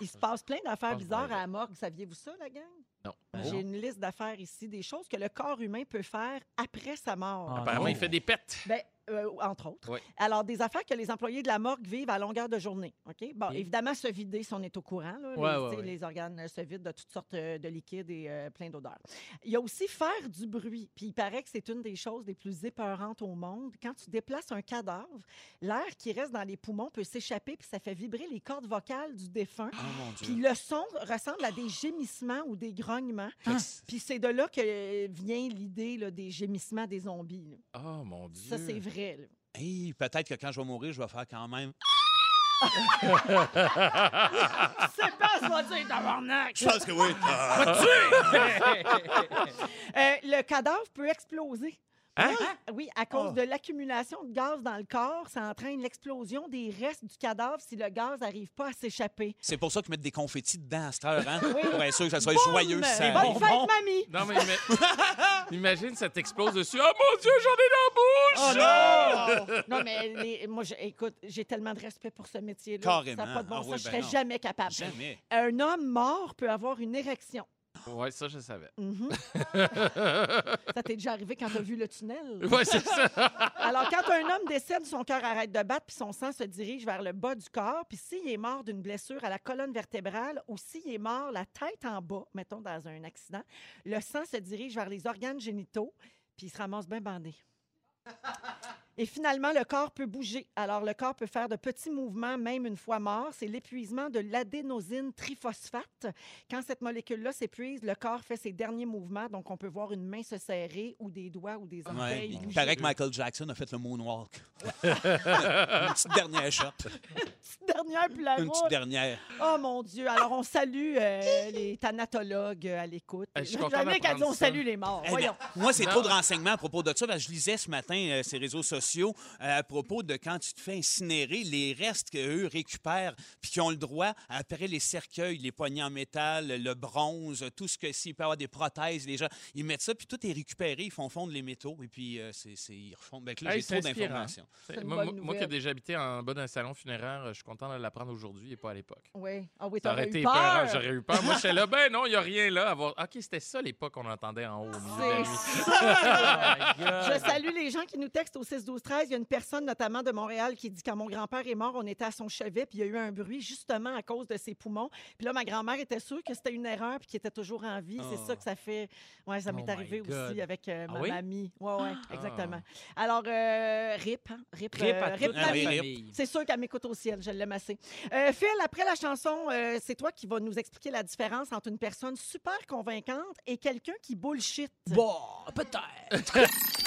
[SPEAKER 1] Il se passe plein d'affaires
[SPEAKER 2] pense
[SPEAKER 1] bizarres
[SPEAKER 2] bien.
[SPEAKER 1] à la morgue. Saviez-vous ça, la gang?
[SPEAKER 2] Non.
[SPEAKER 4] Ah
[SPEAKER 2] Oh.
[SPEAKER 1] J'ai une liste d'affaires ici, des choses que le corps humain peut faire après sa mort.
[SPEAKER 3] Ah,
[SPEAKER 2] Apparemment,
[SPEAKER 3] non.
[SPEAKER 2] il
[SPEAKER 4] Oh.
[SPEAKER 2] fait des pets.
[SPEAKER 1] Ben, euh, entre autres.
[SPEAKER 2] Oui.
[SPEAKER 1] Alors, des affaires que les employés de la morgue vivent à longueur de journée. OK? Bon,
[SPEAKER 3] Ok.
[SPEAKER 1] évidemment, se vider, si on est au courant. là,
[SPEAKER 3] Mm. Ouais,
[SPEAKER 1] les,
[SPEAKER 3] ouais,
[SPEAKER 1] tu sais,
[SPEAKER 3] ouais.
[SPEAKER 1] les organes euh, se vident de toutes sortes euh, de liquides et euh, plein d'odeurs. Il y a aussi faire du bruit. Puis il paraît que c'est une des choses les plus épeurantes au monde. Quand tu déplaces un cadavre, l'air qui reste dans les poumons peut s'échapper, puis ça fait vibrer les cordes vocales du défunt.
[SPEAKER 3] Ah.
[SPEAKER 4] Oh mon
[SPEAKER 1] Puis
[SPEAKER 4] Dieu.
[SPEAKER 1] le son ressemble à des gémissements ou des grognements.
[SPEAKER 3] Ah.
[SPEAKER 4] Fait que
[SPEAKER 1] Puis c'est de là que euh, vient l'idée là, des gémissements des zombies. là.
[SPEAKER 2] Oh mon Dieu.
[SPEAKER 1] Ça, c'est vrai. là.
[SPEAKER 4] Hey, peut-être que quand je vais mourir, je vais faire quand même.
[SPEAKER 1] C'est pas ce qu'on dit, tabarnak!
[SPEAKER 4] Je pense que oui.
[SPEAKER 1] Euh, le cadavre peut exploser.
[SPEAKER 2] Hein?
[SPEAKER 1] Oui, à cause
[SPEAKER 4] Oh.
[SPEAKER 1] de l'accumulation de gaz dans le corps, ça entraîne l'explosion des restes du cadavre si le gaz n'arrive pas à s'échapper.
[SPEAKER 4] C'est pour ça qu'ils mettent des confettis dedans à cette heure, hein?
[SPEAKER 1] Oui.
[SPEAKER 4] Pour être sûr que ça soit
[SPEAKER 1] Boum!
[SPEAKER 4] joyeux. Ça...
[SPEAKER 1] Bonne
[SPEAKER 3] bon.
[SPEAKER 1] fête, mamie!
[SPEAKER 2] Non, mais ima- imagine, ça t'explose dessus. Oh mon Dieu, j'en ai dans la bouche!
[SPEAKER 1] Oh, non, mais les- moi, je- écoute, j'ai tellement de respect pour ce métier-là.
[SPEAKER 4] Carrément.
[SPEAKER 1] Ça n'a pas de bon
[SPEAKER 4] Ah
[SPEAKER 1] sens,
[SPEAKER 4] oui,
[SPEAKER 1] je
[SPEAKER 4] ben
[SPEAKER 1] serais
[SPEAKER 4] non.
[SPEAKER 1] jamais capable.
[SPEAKER 4] Jamais.
[SPEAKER 1] Un homme mort peut avoir une érection.
[SPEAKER 2] Ouais, ça, je savais.
[SPEAKER 1] Mhm. ça t'est déjà arrivé quand t'as vu le tunnel?
[SPEAKER 2] Ouais, c'est ça.
[SPEAKER 1] Alors, quand un homme décède, son cœur arrête de battre, puis son sang se dirige vers le bas du corps. Puis s'il est mort d'une blessure à la colonne vertébrale ou s'il est mort la tête en bas, mettons dans un accident, le sang se dirige vers les organes génitaux, puis il se ramasse bien bandé. Et finalement, le corps peut bouger. Alors, le corps peut faire de petits mouvements, même une fois mort. C'est l'épuisement de l'adénosine triphosphate. Quand cette molécule-là s'épuise, le corps fait ses derniers mouvements. Donc, on peut voir une main se serrer ou des doigts ou des
[SPEAKER 4] Ouais.
[SPEAKER 1] orteils
[SPEAKER 4] Il
[SPEAKER 1] bouger.
[SPEAKER 4] paraît que Michael Jackson a fait le moonwalk. Une petite dernière shot.
[SPEAKER 1] dernière puis la
[SPEAKER 4] Une
[SPEAKER 1] route.
[SPEAKER 4] petite dernière.
[SPEAKER 1] Oh mon Dieu. Alors, on salue euh, les thanatologues euh, à l'écoute.
[SPEAKER 2] Ah, je suis
[SPEAKER 1] J'aime
[SPEAKER 2] content
[SPEAKER 1] bien qu'elle dise
[SPEAKER 2] d'apprendre
[SPEAKER 1] on
[SPEAKER 2] ça.
[SPEAKER 1] salue les morts.
[SPEAKER 4] Eh ben,
[SPEAKER 1] Voyons.
[SPEAKER 4] moi, c'est
[SPEAKER 2] Non.
[SPEAKER 4] trop de renseignements à propos de ça. parce que je lisais ce matin euh, ces réseaux sociaux euh, à propos de quand tu te fais incinérer, les restes qu'eux récupèrent puis qui ont le droit, après les cercueils, les poignées en métal, le bronze, tout ce que s'il peut y avoir des prothèses, les gens, ils mettent ça, puis tout est récupéré, ils font fondre les métaux, et puis euh, c'est, c'est- ils refont. Ben, que là,
[SPEAKER 2] Hey,
[SPEAKER 4] j'ai trop
[SPEAKER 2] c'est inspirant.
[SPEAKER 4] d'informations.
[SPEAKER 1] C'est une
[SPEAKER 2] Moi,
[SPEAKER 1] bonne
[SPEAKER 2] moi- moi qui ai
[SPEAKER 1] nouvelle.
[SPEAKER 2] déjà habité en bas d'un salon funéraire, euh, je suis content de l'apprendre aujourd'hui et pas à l'époque.
[SPEAKER 1] Oui. Ah oui,
[SPEAKER 2] Ça
[SPEAKER 1] t'aurais
[SPEAKER 2] aurait
[SPEAKER 1] eu
[SPEAKER 2] été
[SPEAKER 1] peur.
[SPEAKER 2] épeurant, j'aurais eu peur. Moi, j'étais là, ben non, il n'y a rien là. à voir. OK, c'était ça l'époque qu'on entendait en haut. au milieu de la
[SPEAKER 1] C'est
[SPEAKER 2] nuit.
[SPEAKER 1] ça.
[SPEAKER 3] my God.
[SPEAKER 1] Je salue les gens qui nous textent au 6 12 13. Il y a une personne notamment de Montréal qui dit quand mon grand-père est mort, on était à son chevet puis il y a eu un bruit justement à cause de ses poumons. Puis là ma grand-mère était sûre que c'était une erreur puis qu'il était toujours en vie. C'est
[SPEAKER 4] Oh.
[SPEAKER 1] ça que ça fait. Ouais, ça
[SPEAKER 3] Oh
[SPEAKER 1] m'est
[SPEAKER 3] my
[SPEAKER 1] arrivé
[SPEAKER 3] God.
[SPEAKER 1] aussi avec euh,
[SPEAKER 3] Ah
[SPEAKER 1] ma
[SPEAKER 3] oui?
[SPEAKER 1] mamie. Ouais ouais, exactement. Alors euh, rip hein? rip
[SPEAKER 3] Rip
[SPEAKER 1] euh,
[SPEAKER 3] à
[SPEAKER 1] rip
[SPEAKER 3] toute
[SPEAKER 4] la
[SPEAKER 3] la
[SPEAKER 1] mamie.
[SPEAKER 4] vie.
[SPEAKER 3] famille.
[SPEAKER 1] C'est sûr qu'elle m'écoute au ciel, je l'aime assez. Euh, Phil, après la chanson, euh, c'est toi qui vas nous expliquer la différence entre une personne super convaincante et quelqu'un qui bullshit.
[SPEAKER 3] Bon, Ah, peut-être.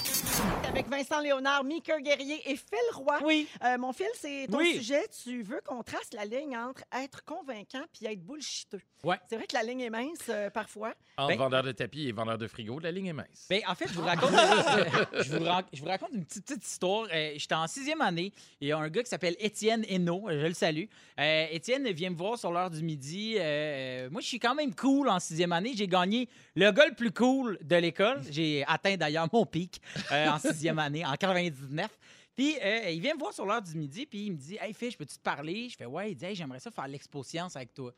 [SPEAKER 1] Avec Vincent Léonard, Mika Guerrier et Phil Roy.
[SPEAKER 3] Oui.
[SPEAKER 1] Euh, mon Phil, c'est ton
[SPEAKER 3] Oui.
[SPEAKER 1] sujet. Tu veux qu'on trace la ligne entre être convaincant puis être bullshiteux.
[SPEAKER 3] Ouais.
[SPEAKER 1] C'est vrai que la ligne est mince euh, parfois.
[SPEAKER 2] Entre
[SPEAKER 3] Ben-
[SPEAKER 2] vendeur de tapis et vendeur de frigo, la ligne est mince.
[SPEAKER 3] Ben, en fait, je vous raconte, je vous ran- je vous raconte une petite, petite histoire. Euh, J'étais en sixième année. Il y a un gars qui s'appelle Étienne Hainaut. Je le salue. Euh, Étienne vient me voir sur l'heure du midi. Euh, moi, je suis quand même cool en sixième année. J'ai gagné le gars le plus cool de l'école. J'ai atteint d'ailleurs mon pic euh, en sixième année, en 99. Puis euh, il vient me voir sur l'heure du midi, puis il me dit Hey, Fish, peux-tu te parler Je fais Ouais, il dit Hey, j'aimerais ça faire l'expo science avec toi.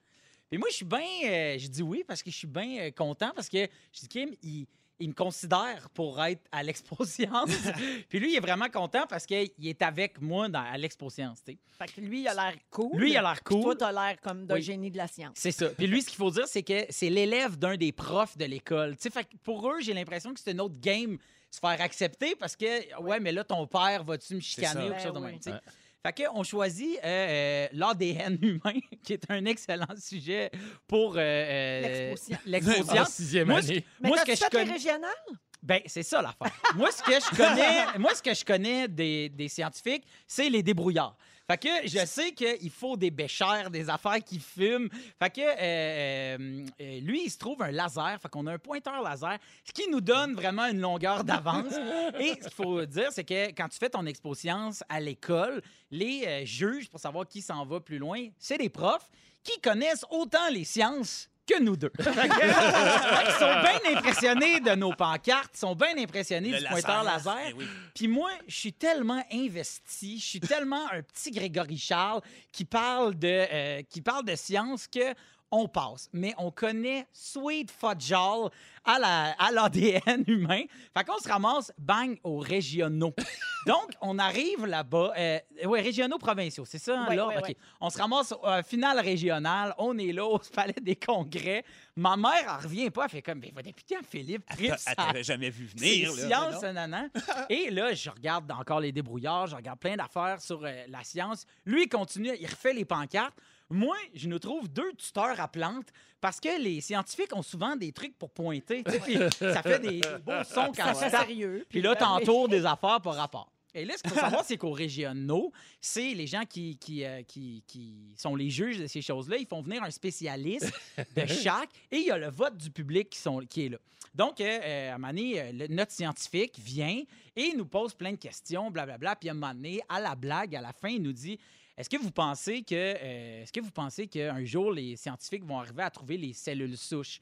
[SPEAKER 3] Puis moi, je suis bien. euh, je dis oui parce que je suis bien euh, content parce que je dis Kim, il, il me considère pour être à l'Expo Science. puis lui, il est vraiment content parce qu'il est avec moi dans, à l'Expo Science. tu sais.
[SPEAKER 1] Fait que lui, il a l'air cool.
[SPEAKER 3] Lui, il a l'air
[SPEAKER 1] Puis Toi,
[SPEAKER 3] cool.
[SPEAKER 1] t'as l'air comme d'un
[SPEAKER 3] Oui.
[SPEAKER 1] génie de la science.
[SPEAKER 3] C'est ça. Puis lui, ce qu'il faut dire, c'est que c'est l'élève d'un des profs de l'école. Tu sais, fait que pour eux, j'ai l'impression que c'est une autre game se faire accepter parce que, ouais, mais là, ton père, vas-tu me
[SPEAKER 4] ça.
[SPEAKER 3] chicaner ou quelque chose de
[SPEAKER 1] Ben
[SPEAKER 3] même,
[SPEAKER 1] oui.
[SPEAKER 3] tu sais. Fait que on choisit euh, euh, l'ADN humain, qui est un excellent sujet pour euh, euh,
[SPEAKER 1] L'expo-science.
[SPEAKER 3] l'expo-science.
[SPEAKER 2] En sixième
[SPEAKER 3] Moi,
[SPEAKER 2] année.
[SPEAKER 1] Mais
[SPEAKER 3] Moi, ce
[SPEAKER 1] t'as-tu
[SPEAKER 3] que je
[SPEAKER 1] fait les
[SPEAKER 3] connais-
[SPEAKER 1] régionales?
[SPEAKER 3] Ben, c'est ça l'affaire. moi, ce que je connais, moi, ce que je connais des, des scientifiques, c'est les débrouillards. Fait que je sais qu'il faut des béchères, des affaires qui fument. Fait que euh, euh, lui, il se trouve un laser. Fait qu'on a un pointeur laser, ce qui nous donne vraiment une longueur d'avance. Et ce qu'il faut dire, c'est que quand tu fais ton expo science à l'école, les euh, juges, pour savoir qui s'en va plus loin, c'est des profs qui connaissent autant les sciences que nous deux. Fait que- fait qu'ils sont bien impressionnés de nos pancartes, sont bien impressionnés
[SPEAKER 4] Le
[SPEAKER 3] du pointeur
[SPEAKER 4] laser,
[SPEAKER 3] laser.
[SPEAKER 4] eh oui.
[SPEAKER 3] Puis moi, je suis tellement investi, je suis tellement un petit Grégory Charles qui parle de, euh, qui parle de science que on passe. Mais on connaît Sweet Fudgeall à la- à l'ADN humain. Fait qu'on se ramasse, bang, aux régionaux. Donc, on arrive là-bas. Euh, ouais, régionaux provinciaux, c'est ça? hein,
[SPEAKER 1] Ouais,
[SPEAKER 3] là?
[SPEAKER 1] ouais,
[SPEAKER 3] OK.
[SPEAKER 1] ouais.
[SPEAKER 3] On se ramasse à finale régionale. On est là au palais des congrès. Ma mère, elle revient pas. Elle fait comme, mais va député Philippe,
[SPEAKER 4] Elle
[SPEAKER 3] tripe,
[SPEAKER 4] t'a-
[SPEAKER 3] ça
[SPEAKER 4] elle t'avait jamais vu
[SPEAKER 3] c'est
[SPEAKER 4] venir. là.
[SPEAKER 3] science, nanan. Et là, je regarde encore les débrouillards, je regarde plein d'affaires sur euh, la science. Lui, il continue, il refait les pancartes. Moi, je nous trouve deux tuteurs à plantes parce que les scientifiques ont souvent des trucs pour pointer. tu sais, puis ça fait des beaux sons
[SPEAKER 1] Ça
[SPEAKER 3] quand
[SPEAKER 1] fait
[SPEAKER 3] ça
[SPEAKER 1] sérieux.
[SPEAKER 3] Ah Puis
[SPEAKER 1] Ben
[SPEAKER 3] là,
[SPEAKER 1] oui.
[SPEAKER 3] t'entoures des affaires par rapport. Et là, ce qu'il faut savoir, c'est qu'aux régionaux, c'est les gens qui, qui, euh, qui, qui sont les juges de ces choses-là. Ils font venir un spécialiste de chaque et il y a le vote du public qui, sont, qui est là. Donc, euh, euh, à un moment donné, euh, le- notre scientifique vient et il nous pose plein de questions, blablabla. Puis à un moment donné, à la blague, à la fin, il nous dit Est-ce que vous pensez que euh, est-ce que vous pensez qu'un jour les scientifiques vont arriver à trouver les cellules souches?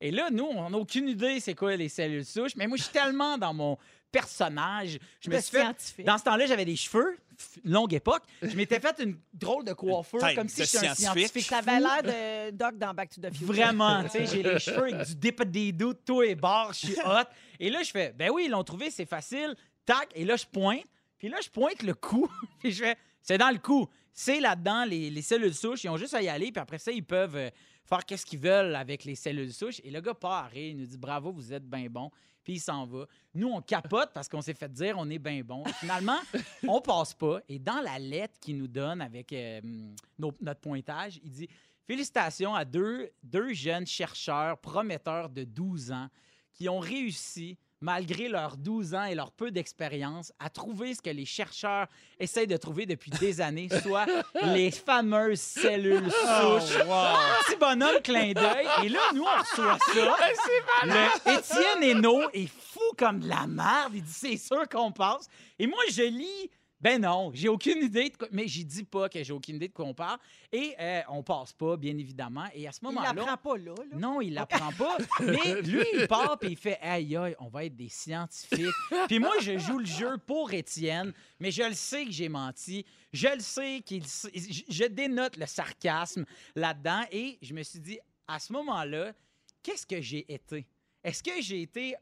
[SPEAKER 3] Et là, nous, on n'a aucune idée c'est quoi les cellules souches, mais moi, je suis tellement dans mon personnage. Je me
[SPEAKER 1] Le
[SPEAKER 3] suis fait
[SPEAKER 1] scientifique.
[SPEAKER 3] dans ce temps-là, j'avais des cheveux, f- longue époque. Je m'étais fait une drôle de coiffure,
[SPEAKER 4] Une tête
[SPEAKER 3] comme si
[SPEAKER 4] de
[SPEAKER 3] j'étais un
[SPEAKER 4] scientifique.
[SPEAKER 3] scientifique.
[SPEAKER 1] T'avais
[SPEAKER 3] fou.
[SPEAKER 1] l'air de Doc dans Back to the Future.
[SPEAKER 3] Vraiment, tu sais, j'ai les cheveux avec du dip des doux, tout est barre, je suis hot. Et là, je fais, ben oui, ils l'ont trouvé, c'est facile. Tac, et là, je pointe. Puis là, je pointe le cou. Puis je fais, c'est dans le cou. C'est là-dedans, les, les cellules souches, ils ont juste à y aller. Puis après ça, ils peuvent euh, faire qu'est-ce qu'ils veulent avec les cellules souches. Et le gars part à rire, il nous dit, bravo, vous êtes bien bon. Puis il s'en va. Nous, on capote parce qu'on s'est fait dire on est bien bon. Et Finalement, on passe pas. Et dans la lettre qu'il nous donne avec euh, hum, nos- notre pointage, il dit Félicitations à deux, deux jeunes chercheurs prometteurs de 12 ans qui ont réussi, malgré leurs 12 ans et leur peu d'expérience, à trouver ce que les chercheurs essayent de trouver depuis des années, soit les fameuses cellules
[SPEAKER 4] Oh,
[SPEAKER 3] souches. Ah, Petit bonhomme, clin d'œil. Et là, nous, on reçoit ça. Le Étienne Hénaud est fou comme de la merde. Il dit, c'est sûr qu'on passe. Et moi, je lis... Ben non, j'ai aucune idée de quoi. Mais j'y dis pas que j'ai aucune idée de quoi on parle. Et euh, on passe pas, bien évidemment. Et à ce
[SPEAKER 1] Il
[SPEAKER 3] moment-là.
[SPEAKER 1] l'apprend pas là. là.
[SPEAKER 3] Non, il l'apprend pas. Mais lui, il part puis il fait Aïe, aïe, on va être des scientifiques. Puis moi, je joue le jeu pour Étienne, mais je le sais que j'ai menti. Je le sais qu'il. sait- Je je dénote le sarcasme là-dedans et je me suis dit, à ce moment-là, qu'est-ce que j'ai été? Est-ce que j'ai été.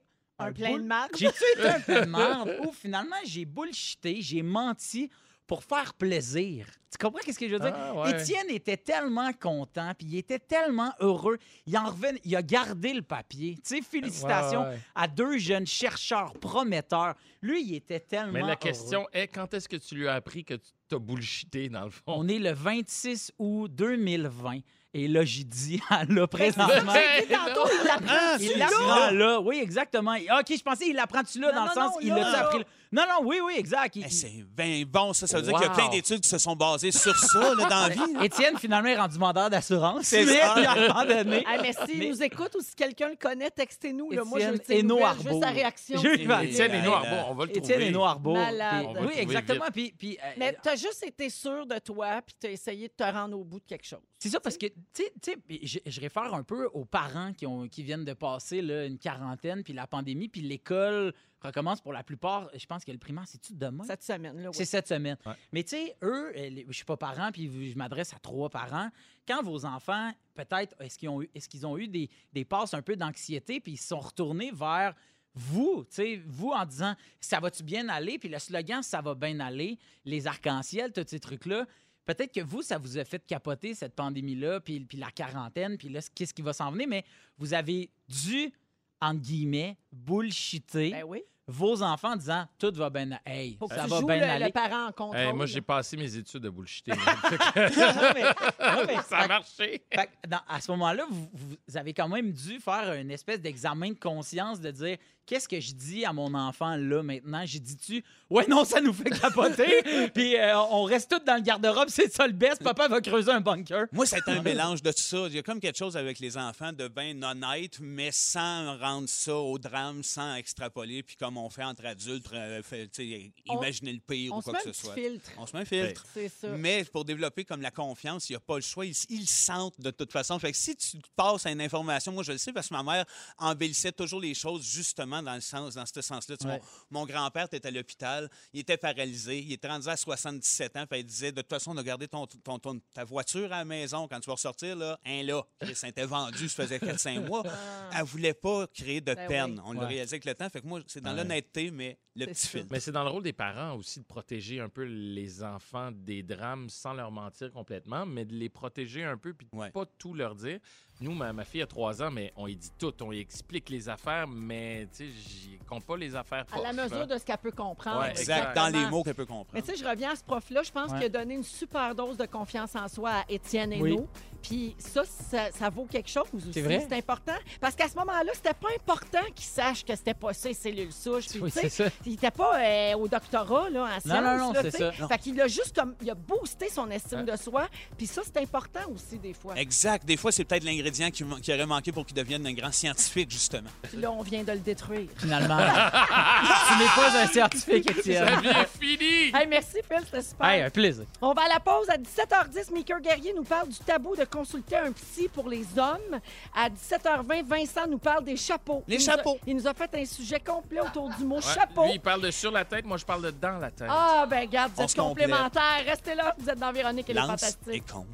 [SPEAKER 1] Un,
[SPEAKER 3] un
[SPEAKER 1] plein
[SPEAKER 3] boule-
[SPEAKER 1] de marques.
[SPEAKER 3] j'ai-tu été un peu merde ou finalement j'ai bullshité, j'ai menti pour faire plaisir? Tu comprends qu'est-ce que je veux dire?
[SPEAKER 2] Ah, ouais.
[SPEAKER 3] Étienne était tellement content, puis il était tellement heureux. Il en revenait, il a gardé le papier. Tu sais, félicitations
[SPEAKER 2] Ouais, ouais, ouais.
[SPEAKER 3] à deux jeunes chercheurs prometteurs. Lui, il était tellement
[SPEAKER 2] Mais la
[SPEAKER 3] heureux.
[SPEAKER 2] question est quand est-ce que tu lui as appris que tu t'as bullshité, dans le fond?
[SPEAKER 3] On est le 26 août 2020 et là, j'y dis, là, présentement...
[SPEAKER 2] Hey,
[SPEAKER 1] Tantôt, il l'apprend.
[SPEAKER 4] Ah,
[SPEAKER 3] Il
[SPEAKER 4] c'est
[SPEAKER 3] l'apprend
[SPEAKER 4] ça.
[SPEAKER 3] là, oui, exactement. OK, je pensais il l'apprend-tu là,
[SPEAKER 1] Non,
[SPEAKER 3] dans le
[SPEAKER 1] non,
[SPEAKER 3] sens,
[SPEAKER 1] non,
[SPEAKER 3] il
[SPEAKER 1] là,
[SPEAKER 3] l'a
[SPEAKER 1] là.
[SPEAKER 3] appris là. Non, non, oui, oui, exact. Il-
[SPEAKER 4] Eh, c'est bien bon, ça. Ça veut dire qu'il y a
[SPEAKER 2] Wow.
[SPEAKER 4] plein d'études qui se sont basées sur ça là, dans la vie. là.
[SPEAKER 3] Étienne, finalement, est rendu vendeur d'assurance.
[SPEAKER 4] C'est
[SPEAKER 3] mais
[SPEAKER 4] ça.
[SPEAKER 3] il a abandonné.
[SPEAKER 1] Ah, mais s'il
[SPEAKER 3] Mais-
[SPEAKER 1] nous écoute ou si quelqu'un le connaît, textez-nous. Là. Moi, je veux
[SPEAKER 3] Étienne
[SPEAKER 1] tes
[SPEAKER 3] Hénaud
[SPEAKER 1] nouvelles, je veux
[SPEAKER 3] Arbour.
[SPEAKER 1] sa réaction.
[SPEAKER 3] Je lui vais-
[SPEAKER 2] ben, Étienne
[SPEAKER 4] Hey,
[SPEAKER 2] est
[SPEAKER 4] là,
[SPEAKER 2] noir.
[SPEAKER 4] là.
[SPEAKER 2] Bon, on va le
[SPEAKER 3] Étienne
[SPEAKER 2] trouver.
[SPEAKER 3] et Noirbeau.
[SPEAKER 1] Malade.
[SPEAKER 2] On va le
[SPEAKER 3] Oui,
[SPEAKER 2] trouver
[SPEAKER 3] exactement. Puis, puis, euh,
[SPEAKER 1] Mais t'as juste été sûr de toi, puis t'as essayé de te rendre au bout de quelque chose.
[SPEAKER 3] C'est ça, parce que, tu sais- tu sais, je, je réfère un peu aux parents qui, ont, qui viennent de passer là, une quarantaine, puis la pandémie, puis l'école recommence pour la plupart. Je pense que le primaire, c'est-tu demain?
[SPEAKER 1] Cette semaine, là, Ah oui.
[SPEAKER 3] C'est cette semaine.
[SPEAKER 2] Ouais.
[SPEAKER 3] Mais tu sais, eux, euh, les- je suis pas parent, puis vous- je m'adresse à trois parents. Quand vos enfants, peut-être, est-ce qu'ils ont eu, est-ce qu'ils ont eu des, des passes un peu d'anxiété, puis ils se sont retournés vers vous, tu sais, vous en disant ça va-tu bien aller, puis le slogan ça va bien aller, les arcs-en-ciel, tous ces trucs-là. Peut-être que vous, ça vous a fait capoter cette pandémie-là, puis, puis la quarantaine, puis là, qu'est-ce qui va s'en venir, mais vous avez dû, entre guillemets, bullshiter
[SPEAKER 1] Ben oui.
[SPEAKER 3] vos enfants en disant tout va bien hey
[SPEAKER 1] Faut que
[SPEAKER 3] ça
[SPEAKER 1] tu
[SPEAKER 3] va
[SPEAKER 1] joues
[SPEAKER 3] bien
[SPEAKER 1] le,
[SPEAKER 3] aller
[SPEAKER 1] le parent en contrôle.
[SPEAKER 2] Hey, moi, j'ai passé mes études de bullshiter. Fait que
[SPEAKER 3] Non, mais- non, mais-
[SPEAKER 2] ça a marché.
[SPEAKER 3] fait que dans- à ce moment-là vous, vous avez quand même dû faire une espèce d'examen de conscience de dire qu'est-ce que je dis à mon enfant là maintenant j'ai dit tu ouais non ça nous fait capoter puis euh, on reste tous dans le garde-robe c'est ça le best papa va creuser un bunker
[SPEAKER 4] Moi, c'est un mélange de tout ça. Il y a comme quelque chose avec les enfants de bien honnête, mais sans rendre ça au drame, sans extrapoler, puis comme on fait entre adultes, euh, fait, tu sais,
[SPEAKER 1] On-
[SPEAKER 4] imaginer le pire
[SPEAKER 1] On
[SPEAKER 4] ou
[SPEAKER 1] se
[SPEAKER 4] quoi
[SPEAKER 1] met
[SPEAKER 4] que
[SPEAKER 1] un
[SPEAKER 4] ce
[SPEAKER 1] petit
[SPEAKER 4] soit.
[SPEAKER 1] filtre.
[SPEAKER 4] On se met un filtre.
[SPEAKER 1] C'est ça.
[SPEAKER 4] Mais pour développer comme la confiance, il n'y a pas le choix. Ils, ils le sentent de toute façon. Fait que si tu passes à une information, moi je le sais parce que ma mère embellissait toujours les choses justement dans le sens, dans ce sens-là. Tu vois,
[SPEAKER 3] Ouais.
[SPEAKER 4] Mon, mon grand-père était à l'hôpital, il était paralysé, il était rendu à 77 ans, puis elle disait de toute façon, on a gardé ton, ton- ton- ta voiture à la maison quand tu vas ressortir, là, un là. Chris, Ça était vendu, ça faisait 4-5 mois.
[SPEAKER 1] Ah.
[SPEAKER 4] Elle voulait pas créer de
[SPEAKER 1] Ben
[SPEAKER 4] peine.
[SPEAKER 1] oui.
[SPEAKER 4] On l'a
[SPEAKER 3] Ouais.
[SPEAKER 4] réalisé avec le temps. Fait que moi, c'est dans
[SPEAKER 2] Ouais.
[SPEAKER 4] l'honnêteté, mais le
[SPEAKER 1] C'est
[SPEAKER 4] petit
[SPEAKER 1] ça.
[SPEAKER 4] film.
[SPEAKER 2] Mais c'est dans le rôle des parents aussi de protéger un peu les enfants des drames sans leur mentir complètement, mais de les protéger un peu puis de
[SPEAKER 4] Ouais.
[SPEAKER 2] pas tout leur dire. Nous, ma, ma fille a trois ans, mais on y dit tout, on y explique les affaires, mais tu sais, j'y compte pas les affaires.
[SPEAKER 1] À la
[SPEAKER 2] fortes,
[SPEAKER 1] mesure
[SPEAKER 2] hein.
[SPEAKER 1] de ce qu'elle peut comprendre.
[SPEAKER 2] Ouais,
[SPEAKER 4] Exact, dans les mots qu'elle peut comprendre.
[SPEAKER 1] Mais tu sais, je reviens à ce prof-là. Je pense
[SPEAKER 3] Ouais.
[SPEAKER 1] qu'il a donné une super dose de confiance en soi à Étienne Hénaud.
[SPEAKER 3] Oui.
[SPEAKER 1] Puis ça, ça, ça vaut quelque chose aussi.
[SPEAKER 3] C'est vrai.
[SPEAKER 1] C'est important. Parce qu'à ce moment-là, c'était pas important qu'il sache que c'était pas ses cellules souches. Puis
[SPEAKER 3] Oui,
[SPEAKER 1] tu
[SPEAKER 3] c'est
[SPEAKER 1] sais,
[SPEAKER 3] ça
[SPEAKER 1] il était pas euh, au doctorat, là, en sciences.
[SPEAKER 3] non, non,
[SPEAKER 1] là,
[SPEAKER 3] c'est
[SPEAKER 1] tu sais.
[SPEAKER 3] ça.
[SPEAKER 1] Fait qu'il a juste comme, il a boosté son estime
[SPEAKER 2] Ouais.
[SPEAKER 1] de soi. Puis ça, c'est important aussi, des fois.
[SPEAKER 4] Exact. Des fois, c'est peut-être l'ingrédient qui, qui aurait manqué pour qu'il devienne un grand scientifique, justement.
[SPEAKER 1] Puis là, on vient de le détruire.
[SPEAKER 3] finalement tu n'es pas un certificat
[SPEAKER 2] La
[SPEAKER 3] Étienne
[SPEAKER 2] vie est finie!
[SPEAKER 1] Hey, merci, Phil, c'était super.
[SPEAKER 3] hey un plaisir
[SPEAKER 1] On va à la pause à 17h10. Mickey Guerrier nous parle du tabou de consulter un psy pour les hommes. À 17h20, Vincent nous parle des chapeaux.
[SPEAKER 4] Les
[SPEAKER 1] Il nous a-
[SPEAKER 4] chapeaux.
[SPEAKER 1] il nous a fait un sujet complet autour du mot
[SPEAKER 2] Ouais,
[SPEAKER 1] chapeau.
[SPEAKER 2] Lui, il parle de sur la tête, moi, je parle de dans la tête.
[SPEAKER 1] Ah, ben, garde, vous
[SPEAKER 4] On
[SPEAKER 1] êtes
[SPEAKER 4] se complète.
[SPEAKER 1] complémentaires. Restez là, vous êtes dans Véronique, elle est
[SPEAKER 4] Lance
[SPEAKER 1] fantastique.
[SPEAKER 4] et compte.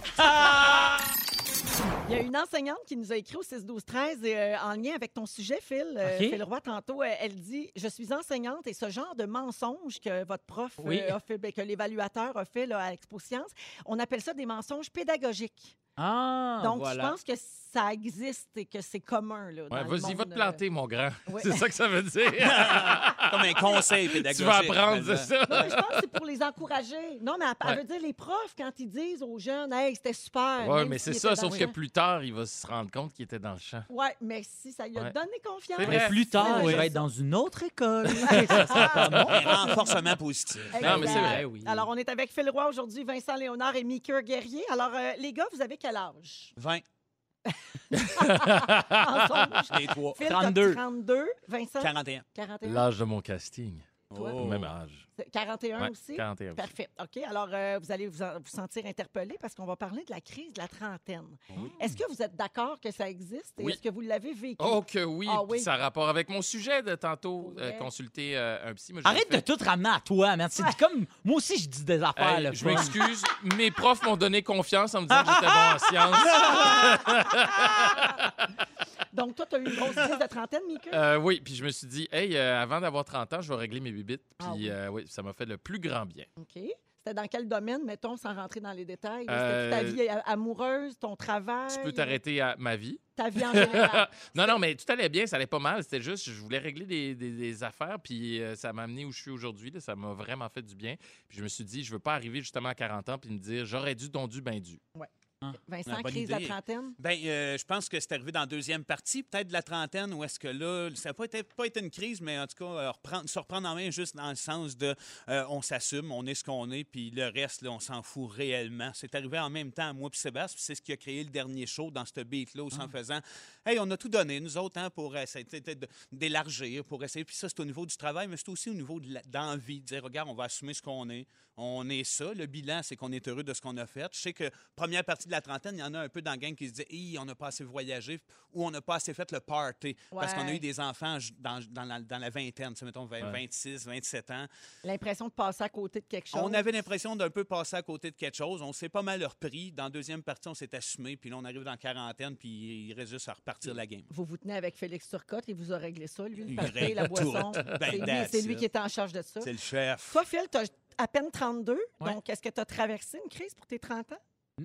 [SPEAKER 1] Il y a une enseignante qui nous a écrit au 6-12-13 et, euh, en lien avec ton sujet, Phil. Euh,
[SPEAKER 3] OK.
[SPEAKER 1] Phil Roy, tantôt, euh, elle dit Je suis enseignante et ce genre de mensonge que votre prof
[SPEAKER 3] Oui.
[SPEAKER 1] euh, a fait, ben, que l'évaluateur a fait là, à l'Expo Science, on appelle ça des mensonges pédagogiques.
[SPEAKER 3] ah
[SPEAKER 1] Donc, je
[SPEAKER 3] voilà
[SPEAKER 1] pense que ça existe et que c'est commun. Là,
[SPEAKER 2] Ouais,
[SPEAKER 1] dans le
[SPEAKER 2] Vas-y, va
[SPEAKER 1] monde, euh.
[SPEAKER 2] te planter, mon grand.
[SPEAKER 1] Ouais.
[SPEAKER 2] C'est ça que ça veut dire.
[SPEAKER 4] Comme un conseil pédagogique.
[SPEAKER 2] tu vas apprendre de
[SPEAKER 4] finalement.
[SPEAKER 2] ça.
[SPEAKER 1] euh. Non, mais je pense que c'est pour les encourager. Non, mais elle, elle
[SPEAKER 2] Ouais.
[SPEAKER 1] veut dire les profs, quand ils disent aux jeunes, hey, c'était super.
[SPEAKER 2] Oui,
[SPEAKER 1] même
[SPEAKER 2] mais
[SPEAKER 1] s'ils
[SPEAKER 2] c'est ça,
[SPEAKER 1] étaient dans
[SPEAKER 2] sauf
[SPEAKER 1] le
[SPEAKER 2] que
[SPEAKER 1] champ.
[SPEAKER 2] plus tard, il va se rendre compte qu'il était dans le champ.
[SPEAKER 1] Ouais, mais si ça lui a
[SPEAKER 2] Ouais.
[SPEAKER 1] donné confiance.
[SPEAKER 2] C'est vrai.
[SPEAKER 3] mais plus tard
[SPEAKER 1] Ouais.
[SPEAKER 3] je vais être dans une autre école Ça sera pas mon
[SPEAKER 4] Un renforcement positif.
[SPEAKER 1] Exact.
[SPEAKER 2] Non, mais c'est vrai,
[SPEAKER 3] oui.
[SPEAKER 1] Alors, on est avec Phil Roy aujourd'hui, Vincent Léonard et Mickey Guerrier. Alors, euh, les gars, vous avez quel âge?
[SPEAKER 4] 20,
[SPEAKER 1] Ensemble,
[SPEAKER 4] les 3,
[SPEAKER 1] Phil, t'as
[SPEAKER 3] 32.
[SPEAKER 1] 32. Vincent,
[SPEAKER 4] 41.
[SPEAKER 1] 41.
[SPEAKER 2] L'âge de mon casting.
[SPEAKER 1] Toi?
[SPEAKER 4] Oh.
[SPEAKER 2] Même âge.
[SPEAKER 1] 41
[SPEAKER 2] Ouais,
[SPEAKER 1] aussi.
[SPEAKER 2] 41 aussi.
[SPEAKER 1] Parfait. OK. Alors, euh, vous allez vous, en- vous sentir interpellé parce qu'on va parler de la crise de la trentaine.
[SPEAKER 4] Oui.
[SPEAKER 1] Est-ce que vous êtes d'accord que ça existe
[SPEAKER 2] Ah
[SPEAKER 1] et
[SPEAKER 2] Oui.
[SPEAKER 1] est-ce que vous l'avez vécu?
[SPEAKER 2] Oh que oui,
[SPEAKER 1] Ah
[SPEAKER 2] puis
[SPEAKER 1] oui.
[SPEAKER 2] ça a rapport avec mon sujet de tantôt,
[SPEAKER 1] Pour
[SPEAKER 2] euh,
[SPEAKER 1] vrai.
[SPEAKER 2] consulter euh, un psy. Moi, je
[SPEAKER 3] Arrête
[SPEAKER 2] l'ai
[SPEAKER 3] de
[SPEAKER 2] fait.
[SPEAKER 3] tout ramener à toi, man. C'est comme. Moi aussi, je dis des affaires,
[SPEAKER 2] Hey,
[SPEAKER 3] là.
[SPEAKER 2] je
[SPEAKER 3] Paul.
[SPEAKER 2] m'excuse, mes profs m'ont donné confiance en me disant que j'étais bon en sciences.
[SPEAKER 1] Donc, toi, tu as eu une grosse crise de trentaine, Mika?
[SPEAKER 2] Euh, oui, puis je me suis dit, hey, euh, avant d'avoir 30 ans, je vais régler mes bibites. Puis
[SPEAKER 1] Ah oui.
[SPEAKER 2] euh, oui, ça m'a fait le plus grand bien.
[SPEAKER 1] OK. C'était dans quel domaine, mettons, sans rentrer dans les détails? C'était
[SPEAKER 2] Euh,
[SPEAKER 1] ta vie a- amoureuse, ton travail?
[SPEAKER 2] Tu peux t'arrêter à ma vie.
[SPEAKER 1] Ta vie en général.
[SPEAKER 2] Non, non, mais tout allait bien, ça allait pas mal. C'était juste, je voulais régler des, des- des affaires, puis euh, ça m'a amené où je suis aujourd'hui. là. Ça m'a vraiment fait du bien. Puis je me suis dit, je veux pas arriver justement à 40 ans puis me dire, j'aurais dû, don dû, ben dû.
[SPEAKER 1] Vincent,
[SPEAKER 4] Ah, bonne
[SPEAKER 1] crise de
[SPEAKER 4] idée.
[SPEAKER 1] la trentaine?
[SPEAKER 4] Ben, euh, je pense que c'est arrivé dans la deuxième partie, peut-être de la trentaine, où est-ce que là, ça n'a pas été, pas été une crise, mais en tout cas, euh, reprendre- se reprendre en main juste dans le sens de euh, on s'assume, on est ce qu'on est, puis le reste, là, on s'en fout réellement. C'est arrivé en même temps à moi et Sébastien, puis c'est ce qui a créé le dernier show dans ce beat-là, où s'en faisant, hey, on a tout donné, nous autres, hein, pour essayer tu sais, de- d'élargir, pour essayer. Puis ça, c'est au niveau du travail, mais c'est aussi au niveau de la- d'envie, de dire, regarde, on va assumer ce qu'on est, On est ça. Le bilan, c'est qu'on est heureux de ce qu'on a fait. Je sais que première partie de la trentaine, il y en a un peu dans la gang qui se dit Hi, on n'a pas assez voyagé ou on n'a pas assez fait le party. Parce
[SPEAKER 1] Ouais.
[SPEAKER 4] qu'on a eu des enfants j- dans, dans la, dans la vingtaine, tu sais, mettons vingt- 26, 27 ans.
[SPEAKER 1] L'impression de passer à côté de quelque chose.
[SPEAKER 4] On avait l'impression d'un peu passer à côté de quelque chose. On s'est pas mal repris. Dans la deuxième partie, on s'est assumé. Puis là, on arrive dans la quarantaine, puis il reste juste à repartir la game.
[SPEAKER 1] Vous vous tenez avec Félix Turcotte, il vous a réglé ça, lui, le
[SPEAKER 4] Il
[SPEAKER 1] party,
[SPEAKER 4] règle
[SPEAKER 1] la boisson.
[SPEAKER 4] tout. Ben,
[SPEAKER 1] C'est lui-
[SPEAKER 4] that's
[SPEAKER 1] c'est lui,
[SPEAKER 4] it.
[SPEAKER 1] qui est en charge de ça.
[SPEAKER 4] C'est le chef.
[SPEAKER 1] Toi, Phil, tu as à peine 32,
[SPEAKER 3] Ouais.
[SPEAKER 1] donc est-ce que tu as traversé une crise pour tes 30 ans?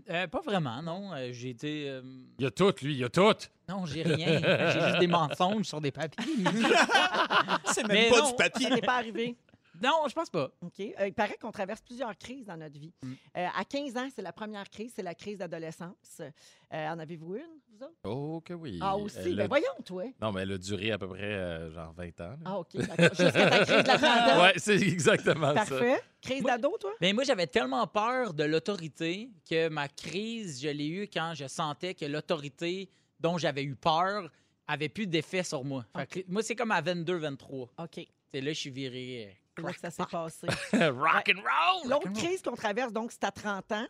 [SPEAKER 3] Euh, pas vraiment, non. Euh, J'ai été. euh,
[SPEAKER 2] Il y a tout, lui, il y a tout.
[SPEAKER 3] Non, j'ai rien. J'ai juste des mensonges sur des papiers.
[SPEAKER 4] Ah, C'est même
[SPEAKER 3] Mais
[SPEAKER 4] pas
[SPEAKER 3] non.
[SPEAKER 4] du
[SPEAKER 1] Ça
[SPEAKER 4] papier.
[SPEAKER 1] n'est pas arrivé.
[SPEAKER 3] non, je pense pas.
[SPEAKER 1] OK. Euh, il paraît qu'on traverse plusieurs crises dans notre vie. Euh, à 15 ans, c'est la première crise, c'est la crise d'adolescence. Euh, en avez-vous une, vous autres?
[SPEAKER 2] Oh, que oui.
[SPEAKER 1] Ah, aussi.
[SPEAKER 2] Elle
[SPEAKER 1] Ben
[SPEAKER 2] a-
[SPEAKER 1] voyons, toi.
[SPEAKER 2] Non, mais elle a duré à peu près euh, genre 20 ans. là. Ah,
[SPEAKER 1] Ah, OK. d'accord. Jusqu'à ta crise de la trentaine.
[SPEAKER 2] Ouais, c'est exactement ça.
[SPEAKER 1] Parfait. Crise
[SPEAKER 3] Moi-
[SPEAKER 1] d'ado, toi?
[SPEAKER 3] Mais Ben, moi, j'avais tellement peur de l'autorité que ma crise, je l'ai eue quand je sentais que l'autorité dont j'avais eu peur avait plus d'effet sur moi. Fait que moi, c'est comme à 22, 23.
[SPEAKER 1] OK.
[SPEAKER 3] C'est là, je suis viré. euh,
[SPEAKER 1] Là que ça s'est passé.
[SPEAKER 2] Rock and roll.
[SPEAKER 1] L'autre crise qu'on traverse, donc, c'est à 30 ans.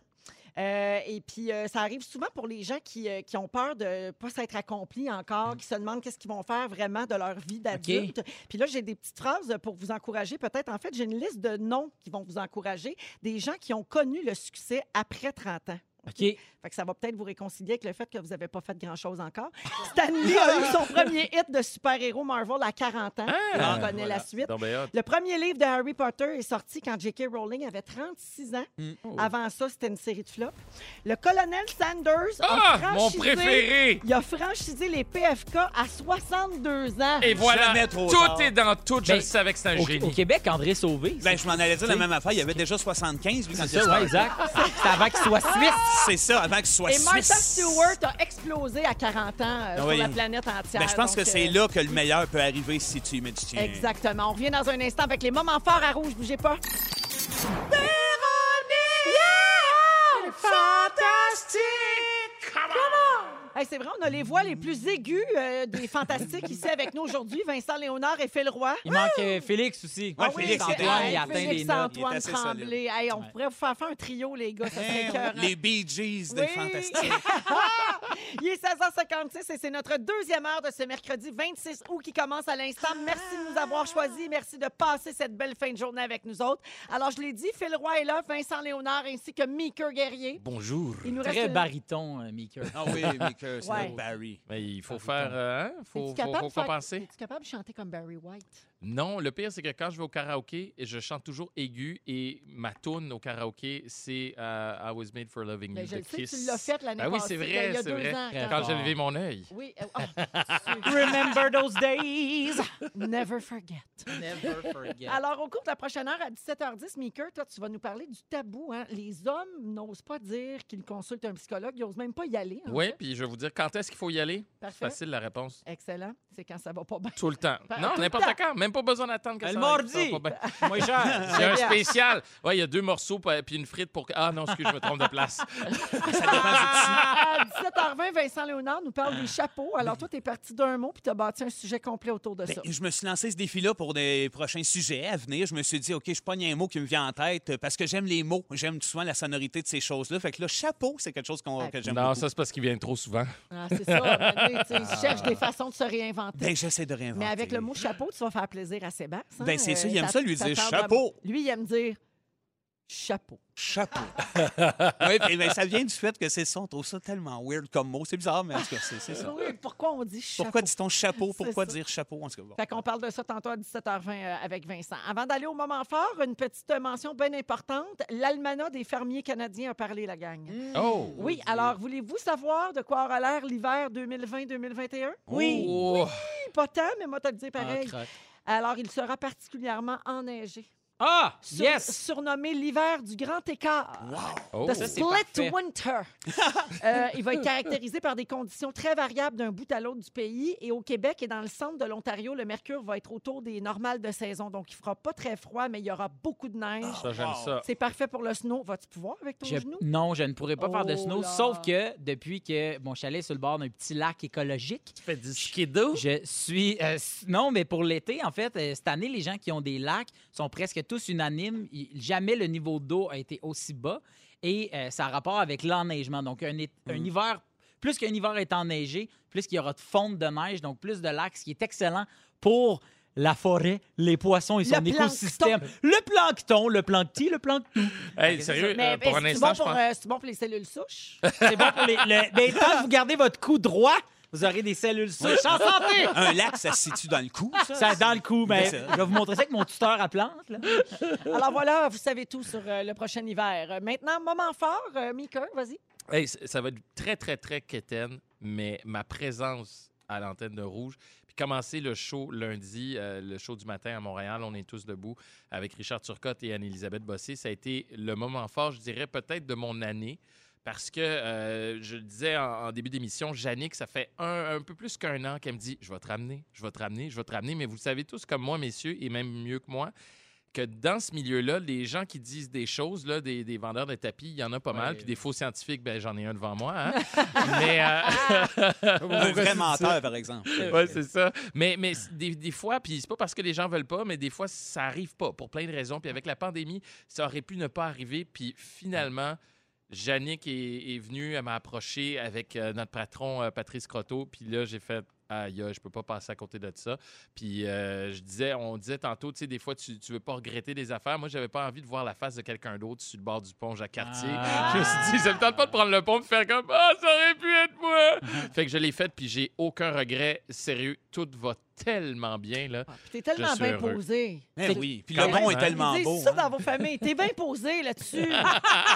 [SPEAKER 1] Euh, et puis, euh, ça arrive souvent pour les gens qui, euh, qui ont peur de ne pas s'être accomplis
[SPEAKER 2] Mm.
[SPEAKER 1] encore, qui se demandent qu'est-ce qu'ils vont faire vraiment de leur vie d'adulte. Puis là, j'ai des petites phrases pour vous encourager. Peut-être, en fait, j'ai une liste de noms qui vont vous encourager, des gens qui ont connu le succès après 30 ans.
[SPEAKER 3] OK.
[SPEAKER 1] Fait que ça va peut-être vous réconcilier avec le fait que vous n'avez pas fait grand-chose encore. Stan Lee a eu son premier hit de super-héros Marvel à 40 ans.
[SPEAKER 2] Ah,
[SPEAKER 1] On connaît
[SPEAKER 4] voilà.
[SPEAKER 1] la suite.
[SPEAKER 2] Non, mais hot.
[SPEAKER 1] Le premier livre de Harry Potter est sorti quand J.K. Rowling avait 36 ans.
[SPEAKER 4] Mm. Oh.
[SPEAKER 1] Avant ça, c'était une série de flops. Le colonel Sanders a
[SPEAKER 2] Ah, mon
[SPEAKER 1] franchisé...
[SPEAKER 2] préféré.
[SPEAKER 1] Il a franchisé les PFK à 62 ans.
[SPEAKER 4] Eh,
[SPEAKER 2] Et voilà,
[SPEAKER 4] Jamais trop
[SPEAKER 2] tout
[SPEAKER 4] tard.
[SPEAKER 2] est dans tout. Je
[SPEAKER 3] Ben,
[SPEAKER 2] le savais que c'est un
[SPEAKER 3] Au,
[SPEAKER 2] génie.
[SPEAKER 3] au Québec, André Sauvé.
[SPEAKER 4] Ben, je m'en allais dire la
[SPEAKER 3] C'est-
[SPEAKER 4] même affaire. Il y avait déjà 75, lui, quand il
[SPEAKER 3] c'est
[SPEAKER 4] a
[SPEAKER 3] ça, ouais,
[SPEAKER 4] starté.
[SPEAKER 3] exact. C'est avant qu'il soit suisse.
[SPEAKER 4] C'est ça, avant qu'il soit
[SPEAKER 1] Et Martha
[SPEAKER 4] suisse.
[SPEAKER 1] Stewart a explosé à 40 ans euh, sur
[SPEAKER 4] Ah Oui.
[SPEAKER 1] la planète entière.
[SPEAKER 4] Ben, je pense
[SPEAKER 1] Donc,
[SPEAKER 4] que c'est
[SPEAKER 1] euh,
[SPEAKER 4] là que le meilleur peut arriver si tu y mets du tien.
[SPEAKER 1] Exactement. On revient dans un instant avec les moments forts à rouge. Bougez pas. Hey, c'est vrai, on a les voix les plus aiguës euh, des fantastiques ici avec nous aujourd'hui. Vincent Léonard et Phil Roy.
[SPEAKER 3] Il manque euh, Félix aussi.
[SPEAKER 4] Ouais, Félix,
[SPEAKER 3] Antoine,
[SPEAKER 4] c'était-
[SPEAKER 3] il
[SPEAKER 4] ouais,
[SPEAKER 3] atteint des
[SPEAKER 1] Félix
[SPEAKER 3] notes.
[SPEAKER 4] Il est
[SPEAKER 1] Antoine
[SPEAKER 4] assez solide.
[SPEAKER 1] Tremblay. Hey, on pourrait vous faire faire un trio, les gars. Ça serait écœurant.
[SPEAKER 4] Eh, Les Bee Gees des
[SPEAKER 1] Oui. Ah!
[SPEAKER 4] Fantastiques.
[SPEAKER 1] Il est 16h56 et c'est notre deuxième heure de ce mercredi 26 août qui commence à l'instant. Merci de nous
[SPEAKER 2] Ah!
[SPEAKER 1] avoir choisis. Merci de passer cette belle fin de journée avec nous autres. Alors, je l'ai dit, Phil Roy est là, Vincent Léonard ainsi que Meeker Guerrier.
[SPEAKER 2] Bonjour.
[SPEAKER 1] Il nous
[SPEAKER 3] Très
[SPEAKER 1] une-
[SPEAKER 3] baryton, euh, Meeker.
[SPEAKER 4] Ah oui, mais que c'est
[SPEAKER 1] Ouais.
[SPEAKER 4] notre Barry.
[SPEAKER 2] Mais il faut faire. euh, hein? faut,
[SPEAKER 1] Es-tu
[SPEAKER 2] faut,
[SPEAKER 1] capable
[SPEAKER 2] faut
[SPEAKER 1] de faire-
[SPEAKER 2] compenser.
[SPEAKER 1] Es-tu capable de chanter comme Barry White?
[SPEAKER 2] Non, le pire, c'est que quand je vais au karaoké, je chante toujours aigu et ma tune au karaoké, c'est euh, I was made for loving
[SPEAKER 1] Mais
[SPEAKER 2] you.
[SPEAKER 1] Ben, je
[SPEAKER 2] de
[SPEAKER 1] le sais,
[SPEAKER 2] Kiss.
[SPEAKER 1] tu l'as faite l'année
[SPEAKER 2] Ah oui,
[SPEAKER 1] passée,
[SPEAKER 2] c'est
[SPEAKER 1] il y a- il y
[SPEAKER 2] vrai,
[SPEAKER 1] a
[SPEAKER 2] c'est
[SPEAKER 1] deux
[SPEAKER 2] vrai.
[SPEAKER 1] ans,
[SPEAKER 3] quand-
[SPEAKER 2] Quand j'ai levé mon œil.
[SPEAKER 1] Oui. euh, oh,
[SPEAKER 3] Remember those days.
[SPEAKER 1] never forget.
[SPEAKER 3] Never forget.
[SPEAKER 1] Alors, au cours de la prochaine heure, à 17h10, Meeker, toi, tu vas nous parler du tabou. hein. Les hommes n'osent pas dire qu'ils consultent un psychologue. Ils n'osent même pas y aller. hein.
[SPEAKER 2] Oui, puis je vais vous dire quand est-ce qu'il faut y aller. C'est
[SPEAKER 1] Parfait.
[SPEAKER 2] facile la réponse.
[SPEAKER 1] Excellent. C'est quand ça va pas bien.
[SPEAKER 2] Tout le temps.
[SPEAKER 1] Pas-
[SPEAKER 2] Non,
[SPEAKER 1] tout le
[SPEAKER 2] n'importe
[SPEAKER 1] temps.
[SPEAKER 2] quand. Même pas besoin d'attendre que
[SPEAKER 3] Le
[SPEAKER 2] ça
[SPEAKER 3] mardi.
[SPEAKER 2] ça va pas bien.
[SPEAKER 3] Moins cher.
[SPEAKER 2] J'ai un
[SPEAKER 1] bien.
[SPEAKER 2] spécial. Oui, il y a deux morceaux pa- puis une frite pour. Ah non, excuse, je me trompe de place.
[SPEAKER 1] À 17h20, Vincent Léonard nous
[SPEAKER 4] Ah.
[SPEAKER 1] parle des chapeaux. Alors, toi, tu es parti d'un mot puis tu as bâti un sujet complet autour de
[SPEAKER 4] Ben,
[SPEAKER 1] ça.
[SPEAKER 4] je me suis lancé ce défi-là pour des prochains sujets à venir. Je me suis dit, OK, je pogne un mot qui me vient en tête euh, parce que j'aime les mots. J'aime tout souvent la sonorité de ces choses-là. Fait que là, chapeau, c'est quelque chose qu'on-
[SPEAKER 1] Ah,
[SPEAKER 4] que j'aime
[SPEAKER 2] Non,
[SPEAKER 4] beaucoup.
[SPEAKER 2] ça, c'est parce qu'il vient trop souvent.
[SPEAKER 1] Ah, c'est ça. à un moment donné, tu sais, Je cherche des façons de se réinventer.
[SPEAKER 4] Ah. Ben, j'essaie de réinventer.
[SPEAKER 1] Mais avec le mot chapeau, tu vas faire plaisir à Sébastien. hein?
[SPEAKER 4] Ben, c'est ça, il aime
[SPEAKER 1] t'a-
[SPEAKER 4] ça, lui,
[SPEAKER 1] t'a
[SPEAKER 4] dire
[SPEAKER 1] tendre à-
[SPEAKER 4] chapeau.
[SPEAKER 1] Lui, il aime dire chapeau.
[SPEAKER 4] Chapeau. oui, ben, ben, ça vient du fait que c'est ça. On trouve ça tellement weird comme mot. C'est bizarre, mais en tout cas, c'est c'est ça.
[SPEAKER 1] Oui, pourquoi on dit chapeau?
[SPEAKER 4] Ah. Pourquoi dit-on chapeau?
[SPEAKER 1] C'est
[SPEAKER 4] Pourquoi
[SPEAKER 1] ça.
[SPEAKER 4] dire chapeau? En tout cas, bon.
[SPEAKER 1] Fait qu'on parle de ça tantôt à 17h20 euh, avec Vincent. Avant d'aller au moment fort, une petite mention bien importante. L'Almanach des fermiers canadiens a parlé, la gang.
[SPEAKER 2] Oh!
[SPEAKER 1] Oui, alors voulez-vous savoir de quoi aura l'air l'hiver 2020-2021?
[SPEAKER 2] Oh.
[SPEAKER 1] Pas tant, mais moi, t'as le dire
[SPEAKER 3] Ah,
[SPEAKER 1] pareil.
[SPEAKER 3] crotte.
[SPEAKER 1] Alors, il sera particulièrement enneigé.
[SPEAKER 3] Ah,
[SPEAKER 1] Sur-
[SPEAKER 3] yes!
[SPEAKER 1] Surnommé l'hiver du grand écart.
[SPEAKER 2] Oh.
[SPEAKER 1] The
[SPEAKER 3] Ça, c'est
[SPEAKER 1] Split
[SPEAKER 3] parfait.
[SPEAKER 1] Winter. Euh, il va être caractérisé par des conditions très variables d'un bout à l'autre du pays. Et au Québec et dans le centre de l'ontario, le mercure va être autour des normales de saison. Donc, il fera pas très froid, mais il y aura beaucoup de neige.
[SPEAKER 2] Ça, j'aime
[SPEAKER 4] Wow.
[SPEAKER 2] ça.
[SPEAKER 1] C'est parfait pour le snow. Vas-tu pouvoir avec ton
[SPEAKER 3] Je-
[SPEAKER 1] genou?
[SPEAKER 3] non, je ne pourrais pas faire de
[SPEAKER 1] Oh
[SPEAKER 3] snow,
[SPEAKER 1] là.
[SPEAKER 3] sauf que depuis que mon chalet est sur le bord d'un petit lac écologique,
[SPEAKER 2] Tu fais du skido?
[SPEAKER 3] je suis... euh, s- non, mais pour l'été, en fait, euh, cette année, les gens qui ont des lacs sont presque tous unanimes. Il- Jamais le niveau d'eau a été aussi bas. Et euh, ça a rapport avec l'enneigement. Donc, un, é-
[SPEAKER 2] Hmm.
[SPEAKER 3] un hiver, plus qu'un hiver est enneigé, plus qu'il y aura de fonte de neige, donc plus de lacs, ce qui est excellent pour la forêt, les poissons et
[SPEAKER 1] Le
[SPEAKER 3] son écosystème. Le plancton, le plancti, le plancton.
[SPEAKER 2] Hey, sérieux, euh,
[SPEAKER 1] Mais
[SPEAKER 2] pour un
[SPEAKER 1] est-ce que c'est
[SPEAKER 2] instant,
[SPEAKER 1] bon
[SPEAKER 2] je
[SPEAKER 1] pour,
[SPEAKER 2] pense.
[SPEAKER 1] euh, c'est bon pour les cellules souches?
[SPEAKER 3] C'est bon pour les. le- ben, tant que vous gardez votre cou droit, vous aurez des cellules souches en santé.
[SPEAKER 4] Un lac, ça se situe dans le cou, ça?
[SPEAKER 3] Ça, dans le coup, mais
[SPEAKER 4] C'est ça.
[SPEAKER 3] je vais vous montrer ça avec mon tuteur à plantes. là.
[SPEAKER 1] Alors voilà, vous savez tout sur euh, le prochain hiver. Euh, maintenant, moment fort, euh, Mika, vas-y.
[SPEAKER 2] Hey, c- ça va être très, très, très quétaine, mais ma présence à l'antenne de Rouge, puis commencer le show lundi, euh, le show du matin à Montréal, on est tous debout, avec Richard Turcotte et Anne-Élisabeth Bossé, ça a été le moment fort, je dirais, peut-être de mon année. Parce que, euh, je le disais en, en début d'émission, Jannick, ça fait un, un peu plus qu'un an qu'elle me dit « Je vais te ramener, je vais te ramener, je vais te ramener. » Mais vous le savez tous comme moi, messieurs, et même mieux que moi, que dans ce milieu-là, les gens qui disent des choses, là, des, des vendeurs de tapis, il y en a pas mal.
[SPEAKER 3] Ouais.
[SPEAKER 2] Puis des faux scientifiques, ben, j'en ai un devant moi. hein. mais euh,
[SPEAKER 4] Un vrai menteur, par exemple.
[SPEAKER 2] ouais, c'est ça. Mais, mais c- des, des fois, puis c'est pas parce que les gens veulent pas, mais des fois, ça arrive pas pour plein de raisons. Puis avec la pandémie, ça aurait pu ne pas arriver. Puis finalement, Jannick est, est venue, elle m'a approché avec euh, notre patron euh, Patrice Croteau. Puis là, j'ai fait. Aïe, aïe, je peux pas passer à côté de ça. Puis euh, je disais, on disait tantôt, tu sais, des fois, tu, tu veux pas regretter des affaires. Moi, j'avais pas envie de voir la face de quelqu'un d'autre sur le bord du pont Jacques-Cartier.
[SPEAKER 3] Ah.
[SPEAKER 2] Je me suis dit, ça me tente pas de prendre le pont et faire comme Ah, ça aurait pu être moi! Fait que je l'ai faite, puis j'ai aucun regret. Sérieux, tout va tellement bien, là.
[SPEAKER 1] Ah, puis T'es tellement
[SPEAKER 2] Je suis
[SPEAKER 1] bien
[SPEAKER 2] heureux.
[SPEAKER 1] posé.
[SPEAKER 4] Mais Eh oui, puis
[SPEAKER 2] Quand
[SPEAKER 4] le bon
[SPEAKER 2] même,
[SPEAKER 4] est
[SPEAKER 2] hein.
[SPEAKER 4] tellement
[SPEAKER 1] Ils disent
[SPEAKER 4] beau.
[SPEAKER 1] ça
[SPEAKER 4] hein.
[SPEAKER 1] dans vos familles. T'es bien posé là-dessus.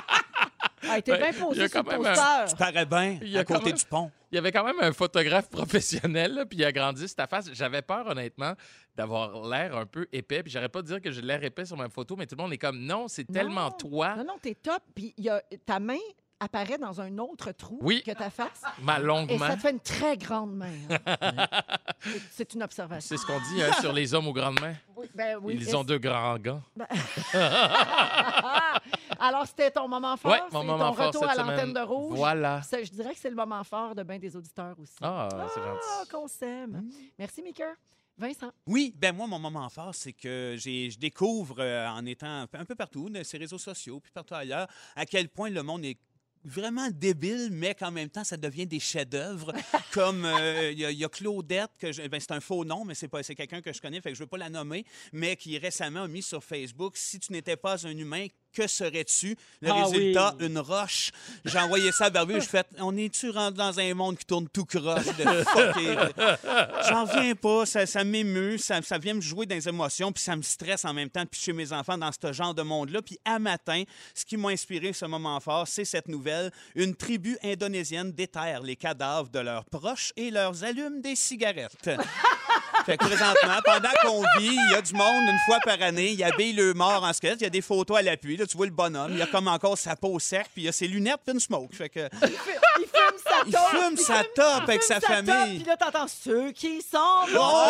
[SPEAKER 1] hey, T'es
[SPEAKER 2] Ouais,
[SPEAKER 1] bien
[SPEAKER 2] Ben, il y a
[SPEAKER 1] posé sur
[SPEAKER 2] quand
[SPEAKER 1] le
[SPEAKER 2] même un-
[SPEAKER 1] poster.
[SPEAKER 4] Tu parais bien
[SPEAKER 2] Il y a
[SPEAKER 4] à
[SPEAKER 2] quand
[SPEAKER 4] côté
[SPEAKER 2] même-
[SPEAKER 4] du pont.
[SPEAKER 2] Il y avait quand même un photographe professionnel, là, puis il a grandi sur ta face. J'avais peur, honnêtement, d'avoir l'air un peu épais. Puis j'arrête pas de dire que j'ai l'air épais sur ma photo, mais tout le monde est comme Non, c'est tellement toi.
[SPEAKER 1] Non, non, t'es top. Puis il y a- ta main apparaît dans un autre trou
[SPEAKER 2] Oui.
[SPEAKER 1] que ta face.
[SPEAKER 2] Ma longue
[SPEAKER 1] Et
[SPEAKER 2] main.
[SPEAKER 1] ça te fait une très grande main. hein. C'est- C'est une observation.
[SPEAKER 2] C'est ce qu'on dit hein, sur les hommes aux grandes mains.
[SPEAKER 1] Oui, ben oui.
[SPEAKER 2] Ils ont deux grands gants.
[SPEAKER 1] Ah! Alors, c'était ton moment fort.
[SPEAKER 2] Ouais, mon
[SPEAKER 1] Ah, c'est
[SPEAKER 2] moment
[SPEAKER 1] ton
[SPEAKER 2] fort
[SPEAKER 1] retour
[SPEAKER 2] cette
[SPEAKER 1] à
[SPEAKER 2] semaine.
[SPEAKER 1] l'antenne de rouge.
[SPEAKER 2] Voilà.
[SPEAKER 1] Ça, je dirais que c'est le moment fort de bien des auditeurs aussi.
[SPEAKER 2] Ah, Mm. c'est
[SPEAKER 1] Ah,
[SPEAKER 2] gentil.
[SPEAKER 1] qu'on s'aime. Merci, Mika. Vincent.
[SPEAKER 4] Oui, ben moi, mon moment fort, c'est que j'ai- je découvre, euh, en étant un peu- un peu partout, dans ces réseaux sociaux, puis partout ailleurs, à quel point le monde est vraiment débile, mais qu'en même temps, ça devient des chefs-d'œuvre. comme euh, il y, a- il y a Claudette, que je- ben, c'est un faux nom, mais c'est pas- c'est quelqu'un que je connais, fait que je veux pas la nommer, mais qui récemment a mis sur Facebook Si tu n'étais pas un humain, que serais-tu Le
[SPEAKER 3] Ah
[SPEAKER 4] résultat,
[SPEAKER 3] oui.
[SPEAKER 4] une roche. J'ai envoyé ça à Barbu, je fais On est-tu rendu dans un monde qui tourne tout croche de fucker? J'en viens pas, ça, ça m'émeut, ça, ça vient me jouer dans les émotions, puis ça me stresse en même temps de picher mes enfants dans ce genre de monde-là. Puis à matin, ce qui m'a inspiré ce moment fort, c'est cette nouvelle. Une tribu indonésienne déterre les cadavres de leurs proches et leur allume des cigarettes. Fait que présentement, pendant qu'on vit, il y a du monde une fois par année, il habille le mort en squelette, il y a des photos à l'appui, là, tu vois le bonhomme, il a comme encore sa peau au cercle, puis il a ses lunettes, puis une smoke. Fait que
[SPEAKER 1] Il fume sa
[SPEAKER 4] il
[SPEAKER 1] top.
[SPEAKER 4] fume sa top avec sa
[SPEAKER 1] Puis
[SPEAKER 4] famille.
[SPEAKER 1] là, t'entends ceux qui sont
[SPEAKER 2] Oh,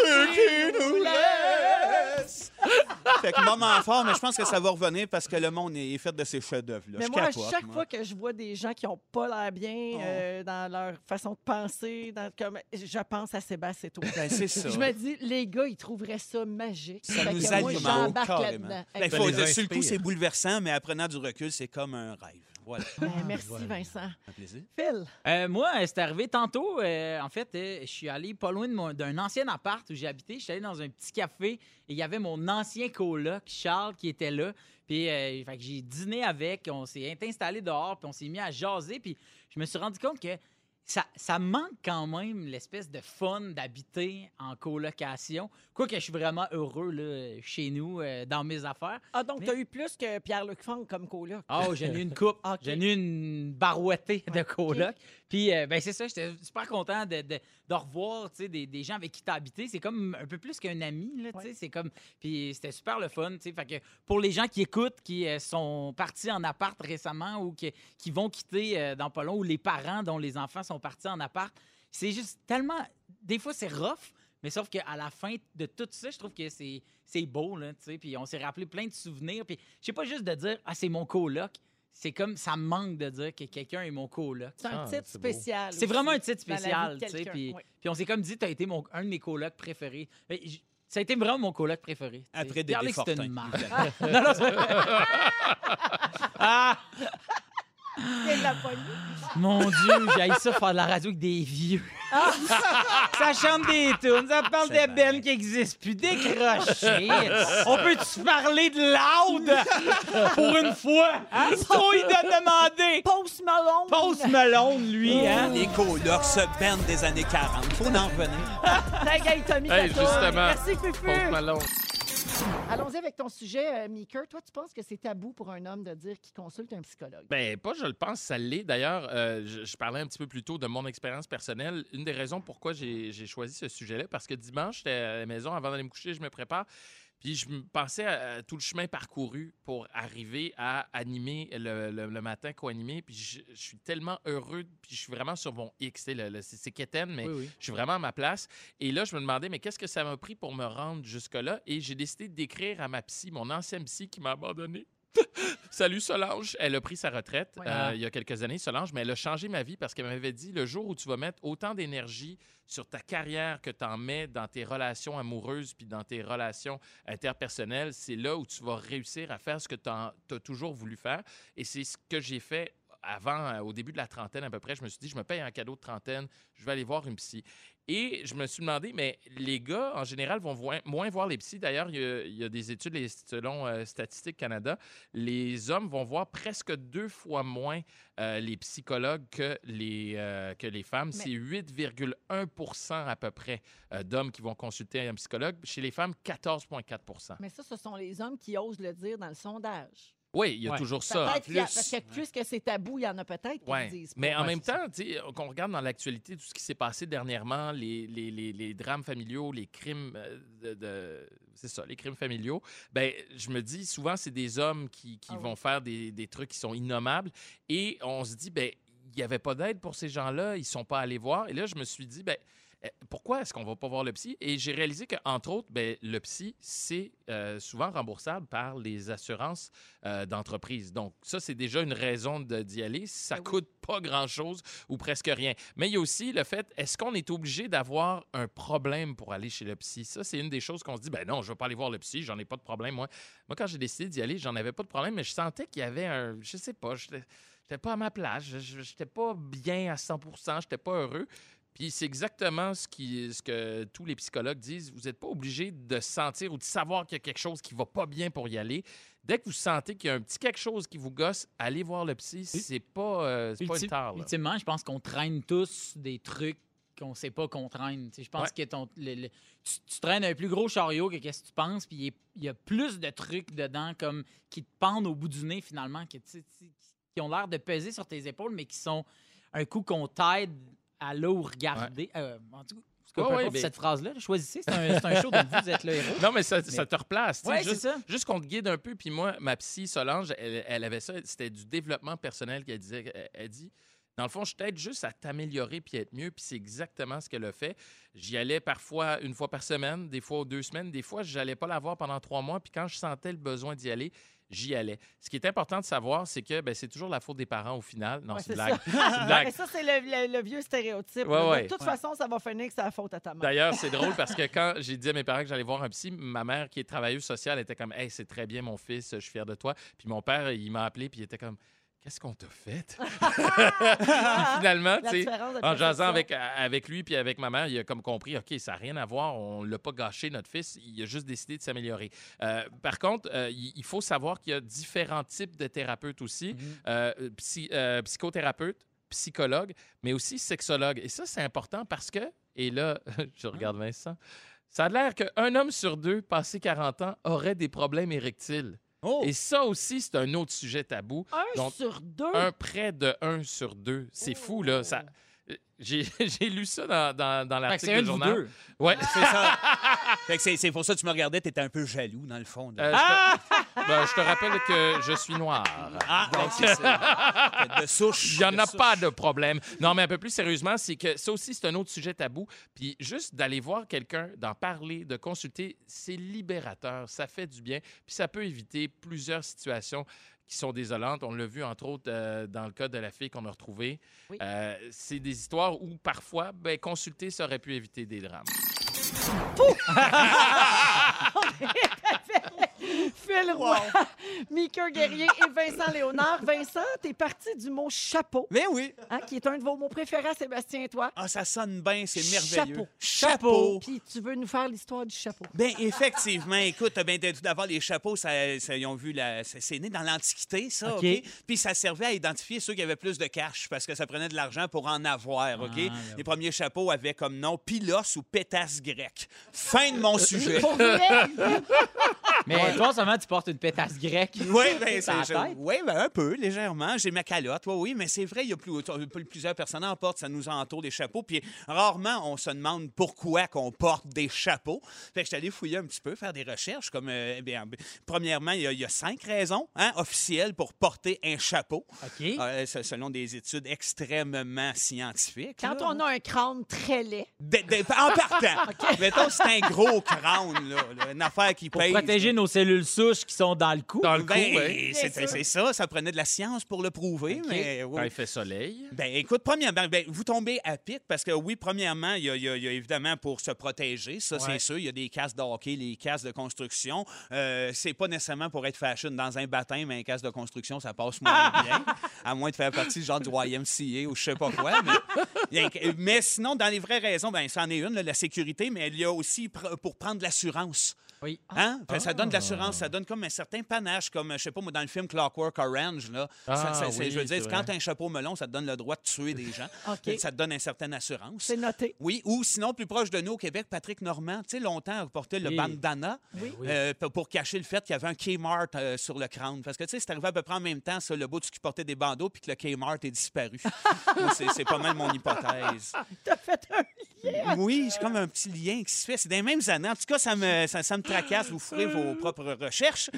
[SPEAKER 4] Ceux qui nous laissent. Fait que moment fort, mais je pense que ça va revenir parce que le monde est fait de ces chefs-d'œuvre.
[SPEAKER 1] Mais moi, à chaque fois que je vois des gens qui n'ont pas l'air bien
[SPEAKER 4] Oh.
[SPEAKER 1] euh, dans leur façon de penser, dans, comme, je pense à Sébastien Tôt.
[SPEAKER 4] Ben, c'est ça.
[SPEAKER 1] Je me dis, les gars, ils trouveraient ça magique.
[SPEAKER 4] Ça
[SPEAKER 1] Fait
[SPEAKER 4] nous
[SPEAKER 1] que moi,
[SPEAKER 4] alimente
[SPEAKER 1] j'embarque
[SPEAKER 4] carrément.
[SPEAKER 1] là-dedans.
[SPEAKER 4] Ben,
[SPEAKER 2] Ça
[SPEAKER 4] faut-
[SPEAKER 2] les
[SPEAKER 4] sur le coup,
[SPEAKER 2] inspire.
[SPEAKER 4] c'est bouleversant, mais apprenant du recul, c'est comme un rêve. Voilà.
[SPEAKER 1] Ben, merci, Vincent.
[SPEAKER 4] Un plaisir.
[SPEAKER 1] Phil,
[SPEAKER 3] Euh, moi, euh, c'est arrivé tantôt. euh, en fait, euh, je suis allé pas loin de mon- d'un ancien appart où j'ai habité. Je suis allé dans un petit café et il y avait mon ancien coloc, Charles, qui était là. Puis euh, fait que j'ai dîné avec, on s'est installé dehors, puis on s'est mis à jaser. Puis je me suis rendu compte que ça, ça me manque quand même l'espèce de fun d'habiter en colocation. Quoique je suis vraiment heureux là, chez nous, euh, dans mes affaires.
[SPEAKER 1] ah, donc
[SPEAKER 3] Mais-
[SPEAKER 1] tu as eu plus que Pierre-Luc Funk comme coloc.
[SPEAKER 3] Oh, j'ai eu une coupe.
[SPEAKER 1] Ok.
[SPEAKER 3] J'ai eu une barouettée de
[SPEAKER 1] Ouais,
[SPEAKER 3] coloc. Puis, euh, ben, c'est ça, j'étais super content de, de, de revoir tu sais, des, des gens avec qui t'as habité. C'est comme un peu plus qu'un ami. Là, tu sais,
[SPEAKER 1] Ouais.
[SPEAKER 3] c'est comme... Puis, c'était super le fun. tu sais. Fait que pour les gens qui écoutent, qui euh, sont partis en appart récemment ou qui, qui vont quitter euh, dans pas long, ou les parents dont les enfants sont partis en appart, c'est juste tellement. Des fois, c'est rough. Mais sauf qu'à la fin de tout ça, je trouve que c'est c'est beau, là, tu sais. Puis on s'est rappelé plein de souvenirs. Puis je sais pas juste de dire, ah, c'est mon coloc. C'est comme, ça me manque de dire que quelqu'un est mon coloc.
[SPEAKER 1] C'est un
[SPEAKER 2] Ah,
[SPEAKER 1] titre
[SPEAKER 2] c'est beau.
[SPEAKER 1] spécial.
[SPEAKER 3] C'est
[SPEAKER 1] aussi
[SPEAKER 3] vraiment un titre
[SPEAKER 1] dans la vie de
[SPEAKER 3] spécial, tu sais.
[SPEAKER 1] quelqu'un,
[SPEAKER 3] Puis,
[SPEAKER 1] ouais.
[SPEAKER 3] puis on s'est comme dit, t'as été mon, un de mes colocs préférés. Mais j- Ça a été vraiment mon coloc préféré. tu sais.
[SPEAKER 4] Après
[SPEAKER 3] Pierre-Luc,
[SPEAKER 4] Dédé
[SPEAKER 3] c'était
[SPEAKER 4] Fortin,
[SPEAKER 3] une marde. non, non, c'est vrai. Ah,
[SPEAKER 1] Il l'a pas lu.
[SPEAKER 3] mon Dieu, j'ai haï ça faire de la radio avec des vieux. ça chante des tunes, ça parle
[SPEAKER 4] C'est
[SPEAKER 3] de
[SPEAKER 4] vrai.
[SPEAKER 3] Ben qui n'existe plus. Décroché. On peut-tu parler de loud pour une fois? Hein? C'est Trop, il t'a demandé.
[SPEAKER 1] Post Malone.
[SPEAKER 3] Post Malone, lui, hein?
[SPEAKER 4] Les colocs se bannent des années 40. Faut en revenir.
[SPEAKER 1] Ta gueule, Tommy
[SPEAKER 2] Hey,
[SPEAKER 1] Latour.
[SPEAKER 2] justement.
[SPEAKER 1] Merci, Fufu.
[SPEAKER 2] Pauvre Malone.
[SPEAKER 1] Allons-y avec ton sujet, euh, Meeker. Toi, tu penses que c'est tabou pour un homme de dire qu'il consulte un psychologue?
[SPEAKER 2] Ben pas, je le pense, ça l'est. D'ailleurs, euh, je, je parlais un petit peu plus tôt de mon expérience personnelle. Une des raisons pourquoi j'ai j'ai choisi ce sujet-là, parce que dimanche, j'étais à la maison, avant d'aller me coucher, je me prépare. Puis je me pensais à, à tout le chemin parcouru pour arriver à animer le, le- le matin, co-animer. Puis je, je suis tellement heureux, puis je suis vraiment sur mon X. tu sais, le- le- C'est c'est quétaine, mais
[SPEAKER 3] Oui, oui.
[SPEAKER 2] je suis vraiment à ma place. Et là, je me demandais, mais qu'est-ce que ça m'a pris pour me rendre jusque-là? Et j'ai décidé d'écrire à ma psy, mon ancienne psy qui m'a abandonné. Salut Solange, elle a pris sa retraite
[SPEAKER 3] Ouais.
[SPEAKER 2] euh, il y a quelques années, Solange, mais elle a changé ma vie parce qu'elle m'avait dit le jour où tu vas mettre autant d'énergie sur ta carrière que tu en mets dans tes relations amoureuses puis dans tes relations interpersonnelles, c'est là où tu vas réussir à faire ce que tu as toujours voulu faire. Et c'est ce que j'ai fait avant, euh, au début de la trentaine à peu près. Je me suis dit, je me paye un cadeau de trentaine, je vais aller voir une psy. Et je me suis demandé, mais les gars, en général, vont voi- moins voir les psys. D'ailleurs, il y a- il y, a des études, les- selon euh, Statistique Canada, les hommes vont voir presque deux fois moins euh, les psychologues que les, euh, que les femmes.
[SPEAKER 1] Mais-
[SPEAKER 2] C'est 8,1 à peu près euh, d'hommes qui vont consulter un psychologue. Chez les femmes, 14,4
[SPEAKER 1] Mais ça, ce sont les hommes qui osent le dire dans le sondage.
[SPEAKER 2] Oui, il y a
[SPEAKER 3] Ouais.
[SPEAKER 2] toujours ça.
[SPEAKER 1] Peut-être qu'il y a-
[SPEAKER 4] plus.
[SPEAKER 1] parce que puisque c'est tabou, il y en a peut-être qui
[SPEAKER 2] Ouais.
[SPEAKER 1] le disent. pas.
[SPEAKER 2] Mais en
[SPEAKER 3] Ouais,
[SPEAKER 2] même
[SPEAKER 3] c'est
[SPEAKER 2] temps, tu sais, qu'on regarde dans l'actualité tout ce qui s'est passé dernièrement, les, les, les- les drames familiaux, les crimes euh, de, de- c'est ça, les crimes familiaux, ben je me dis souvent c'est des hommes qui, qui
[SPEAKER 1] Ah oui.
[SPEAKER 2] vont faire des, des trucs qui sont innommables et on se dit ben il n'y avait pas d'aide pour ces gens-là, ils sont pas allés voir et là je me suis dit ben euh, pourquoi est-ce qu'on va pas voir le psy? Et j'ai réalisé qu'entre autres, ben, le psy, c'est euh, souvent remboursable par les assurances euh, d'entreprise. Donc, ça, c'est déjà une raison de- d'y aller. Ça
[SPEAKER 1] Ben oui.
[SPEAKER 2] coûte pas grand-chose ou presque rien. Mais il y a aussi le fait, est-ce qu'on est obligé d'avoir un problème pour aller chez le psy? Ça, c'est une des choses qu'on se dit, ben non, je vais pas aller voir le psy, j'en ai pas de problème, moi. Moi, quand j'ai décidé d'y aller, j'en avais pas de problème, mais je sentais qu'il y avait un, je sais pas, j'étais j'étais pas à ma place, je- je- j'étais pas bien à 100 j'étais pas heureux. Puis c'est exactement ce, qui, ce que tous les psychologues disent. Vous n'êtes pas obligé de sentir ou de savoir qu'il y a quelque chose qui va pas bien pour y aller. Dès que vous sentez qu'il y a un petit quelque chose qui vous gosse, allez voir le psy. C'est pas, euh, c'est pas
[SPEAKER 3] Ulti-
[SPEAKER 2] une tare. là.
[SPEAKER 3] Ultimement, je pense qu'on traîne tous des trucs qu'on sait pas qu'on traîne. Tu sais, je pense que ton, le- le- tu, tu traînes un plus gros chariot que qu'est-ce que tu penses, puis il est- il y a plus de trucs dedans comme qui te pendent au bout du nez finalement, que, tu sais, tu- qui ont l'air de peser sur tes épaules, mais qui sont un coup qu'on t'aide à l'eau regarder. Euh, en tout cas, peu
[SPEAKER 2] Ouais, ouais,
[SPEAKER 3] importe
[SPEAKER 2] mais-
[SPEAKER 3] cette phrase-là, là, choisissez. C'est un, c'est un show dont vous êtes le héros.
[SPEAKER 2] Non, mais ça, ça te replace. tu sais,
[SPEAKER 3] Ouais, c'est
[SPEAKER 2] juste-
[SPEAKER 3] ça.
[SPEAKER 2] Juste qu'on te guide un peu. Puis moi, ma psy Solange, elle, elle avait ça. C'était du développement personnel qu'elle disait. Elle- Elle dit, dans le fond, je t'aide juste à t'améliorer puis à être mieux. Puis c'est exactement ce qu'elle a fait. J'y allais parfois une fois par semaine, des fois deux semaines. Des fois, j'allais pas la voir pendant trois mois. Puis quand je sentais le besoin d'y aller, j'y allais. Ce qui est important de savoir, c'est que ben, c'est toujours la faute des parents au final. Non,
[SPEAKER 1] Ouais,
[SPEAKER 2] c'est une
[SPEAKER 1] c'est
[SPEAKER 2] blague. C'est une blague.
[SPEAKER 1] Ah, Mais ça, c'est le, le- le vieux stéréotype.
[SPEAKER 2] Ouais,
[SPEAKER 1] là.
[SPEAKER 2] ouais. Ben,
[SPEAKER 1] De toute
[SPEAKER 3] Ouais.
[SPEAKER 1] façon, ça va finir que c'est la faute à ta mère.
[SPEAKER 2] D'ailleurs, c'est drôle parce que quand j'ai dit à mes parents que j'allais voir un psy, ma mère, qui est travailleuse sociale, était comme Hey, c'est très bien, mon fils, je suis fier de toi. Puis mon père, il m'a appelé, puis il était comme Qu'est-ce qu'on t'a fait Puis Finalement,
[SPEAKER 1] Ah, La
[SPEAKER 2] tu sais.
[SPEAKER 1] différence de
[SPEAKER 2] En
[SPEAKER 1] perception.
[SPEAKER 2] jasant avec, avec lui puis avec ma mère, il a comme compris, OK, ça n'a rien à voir, on l'a pas gâché, notre fils, il a juste décidé de s'améliorer. Euh, par contre, euh, il il faut savoir qu'il y a différents types de thérapeutes aussi, euh, psy- euh, psychothérapeutes, psychologues, mais aussi sexologues. Et ça, c'est important parce que, et là, je regarde
[SPEAKER 3] Ah.
[SPEAKER 2] Vincent, ça a l'air qu'un homme sur deux, passé 40 ans, aurait des problèmes érectiles.
[SPEAKER 4] Oh!
[SPEAKER 2] Et ça aussi, c'est un autre sujet tabou
[SPEAKER 1] Un
[SPEAKER 2] Donc,
[SPEAKER 1] sur deux.
[SPEAKER 3] Ah!
[SPEAKER 2] un près de 1 sur 2. C'est fou, là. Ça, euh, j'ai, j'ai lu ça dans, dans, dans
[SPEAKER 3] Oh! Fait que c'est
[SPEAKER 2] l'article
[SPEAKER 3] un
[SPEAKER 2] du
[SPEAKER 3] de vous
[SPEAKER 2] journal.
[SPEAKER 3] deux.
[SPEAKER 2] Ouais.
[SPEAKER 4] C'est ça. Fait que c'est- c'est pour ça que tu me regardais, t'étais un peu jaloux, dans le fond. là.
[SPEAKER 3] Ah!
[SPEAKER 2] Euh, je, te, ben, je te rappelle que je suis noir.
[SPEAKER 4] Ah, donc c'est ça. Fait De souche.
[SPEAKER 2] Il n'y en
[SPEAKER 4] de
[SPEAKER 2] a
[SPEAKER 4] souche.
[SPEAKER 2] pas de problème. Non, mais un peu plus sérieusement, c'est que ça aussi, c'est un autre sujet tabou. Puis juste d'aller voir quelqu'un, d'en parler, de consulter, c'est libérateur. Ça fait du bien. Puis ça peut éviter plusieurs situations qui sont désolantes. On l'a vu, entre autres, euh, dans le cas de la fille qu'on a retrouvée.
[SPEAKER 1] Oui.
[SPEAKER 2] Euh, c'est des histoires où, parfois, ben, consulter, ça aurait pu éviter des drames.
[SPEAKER 1] Phil Roy, Mika Guerrier et Vincent Léonard. Vincent, t'es parti du mot chapeau,
[SPEAKER 4] Mais oui.
[SPEAKER 1] hein, qui est un de vos mots préférés à Sébastien et toi.
[SPEAKER 4] Ah, ça sonne bien, c'est merveilleux.
[SPEAKER 1] Chapeau.
[SPEAKER 4] Chapeau.
[SPEAKER 1] Puis tu veux nous faire l'histoire du chapeau.
[SPEAKER 4] Ben effectivement, écoute, ben d- d'avoir les chapeaux, ça, ça- ils ont vu la, ça- c'est né dans l'antiquité, ça,
[SPEAKER 3] OK.
[SPEAKER 4] ok. Puis ça servait à identifier ceux qui avaient plus de cash parce que ça prenait de l'argent pour en avoir, ok.
[SPEAKER 3] ben oui.
[SPEAKER 4] les premiers chapeaux avaient comme nom Pylos ou Pétasse grecque. Fin de mon sujet.
[SPEAKER 1] Pour vrai,
[SPEAKER 3] Mais toi, en ce moment, tu portes une pétasse grecque.
[SPEAKER 4] Oui, ben,
[SPEAKER 3] Sur la
[SPEAKER 4] c'est ça.
[SPEAKER 3] tête.
[SPEAKER 4] Oui, ben, un peu, légèrement. J'ai ma calotte, oui, oui, mais c'est vrai, il y a plus, plus- plusieurs personnes en portent, ça nous entoure des chapeaux. Puis rarement, on se demande pourquoi qu'on porte des chapeaux. Fait que je suis allé fouiller un petit peu, faire des recherches. Comme, euh, bien, premièrement, il y, a- il y a cinq raisons hein, officielles pour porter un chapeau,
[SPEAKER 3] OK.
[SPEAKER 2] Ah,
[SPEAKER 4] euh, se- selon des études extrêmement scientifiques.
[SPEAKER 1] quand
[SPEAKER 4] là.
[SPEAKER 1] on a un crâne très laid,
[SPEAKER 4] De- de- en partant. Mettons, c'est un gros crâne, là, là, une affaire qui
[SPEAKER 3] Pour
[SPEAKER 4] pèse.
[SPEAKER 3] protéger nos cellules souches qui sont dans le cou.
[SPEAKER 2] Dans le cou,
[SPEAKER 4] Ben,
[SPEAKER 2] ouais.
[SPEAKER 4] c'est
[SPEAKER 1] Bien sûr.
[SPEAKER 4] c'est ça, ça prenait de la science pour le prouver. Mais, oui.
[SPEAKER 2] Quand il fait soleil.
[SPEAKER 4] Ben, écoute, premièrement, ben, vous tombez à pic parce que, oui, premièrement, il y a, il y a- il y a évidemment pour se protéger, ça,
[SPEAKER 3] Ouais.
[SPEAKER 4] c'est sûr. Il y a des casques de hockey, les casques de construction. Euh, c'est pas nécessairement pour être fashion. Dans un baptême, un casque de construction, ça passe moins bien, à moins de faire partie genre du YMCA ou je sais pas quoi. Mais, il y a un- mais sinon, dans les vraies raisons, ben, c'en est une, là, la sécurité, mais il y a aussi pr- pour prendre de l'assurance.
[SPEAKER 3] Oui.
[SPEAKER 4] Hein? Fait que Ça donne de l'assurance, ça donne comme un certain panache, comme, je sais pas, moi, dans le film Clockwork Orange, là.
[SPEAKER 2] Ah,
[SPEAKER 4] Ça- ça- c'est-
[SPEAKER 2] oui,
[SPEAKER 4] je veux dire,
[SPEAKER 2] c'est
[SPEAKER 4] quand
[SPEAKER 2] vrai.
[SPEAKER 4] un chapeau melon, ça te donne le droit de tuer des gens.
[SPEAKER 1] OK.
[SPEAKER 4] Ça te donne une certaine assurance.
[SPEAKER 1] c'est noté.
[SPEAKER 4] Oui, ou sinon, plus proche de nous au Québec, Patrick Normand, tu sais, longtemps, portait le
[SPEAKER 3] Oui.
[SPEAKER 4] bandana
[SPEAKER 3] Oui.
[SPEAKER 4] euh, p- pour cacher le fait qu'il y avait un Kmart euh, sur le crâne. Parce que, tu sais, c'est arrivé à peu près en même temps, ça, le bout qui portait des bandeaux puis que le Kmart est disparu. Moi, c'est c'est pas mal mon hypothèse.
[SPEAKER 1] T'as fait un
[SPEAKER 4] Oui, c'est comme un petit lien qui se fait. C'est des mêmes années. En tout cas, ça me, ça, ça me tracasse. Vous ferez vos propres recherches.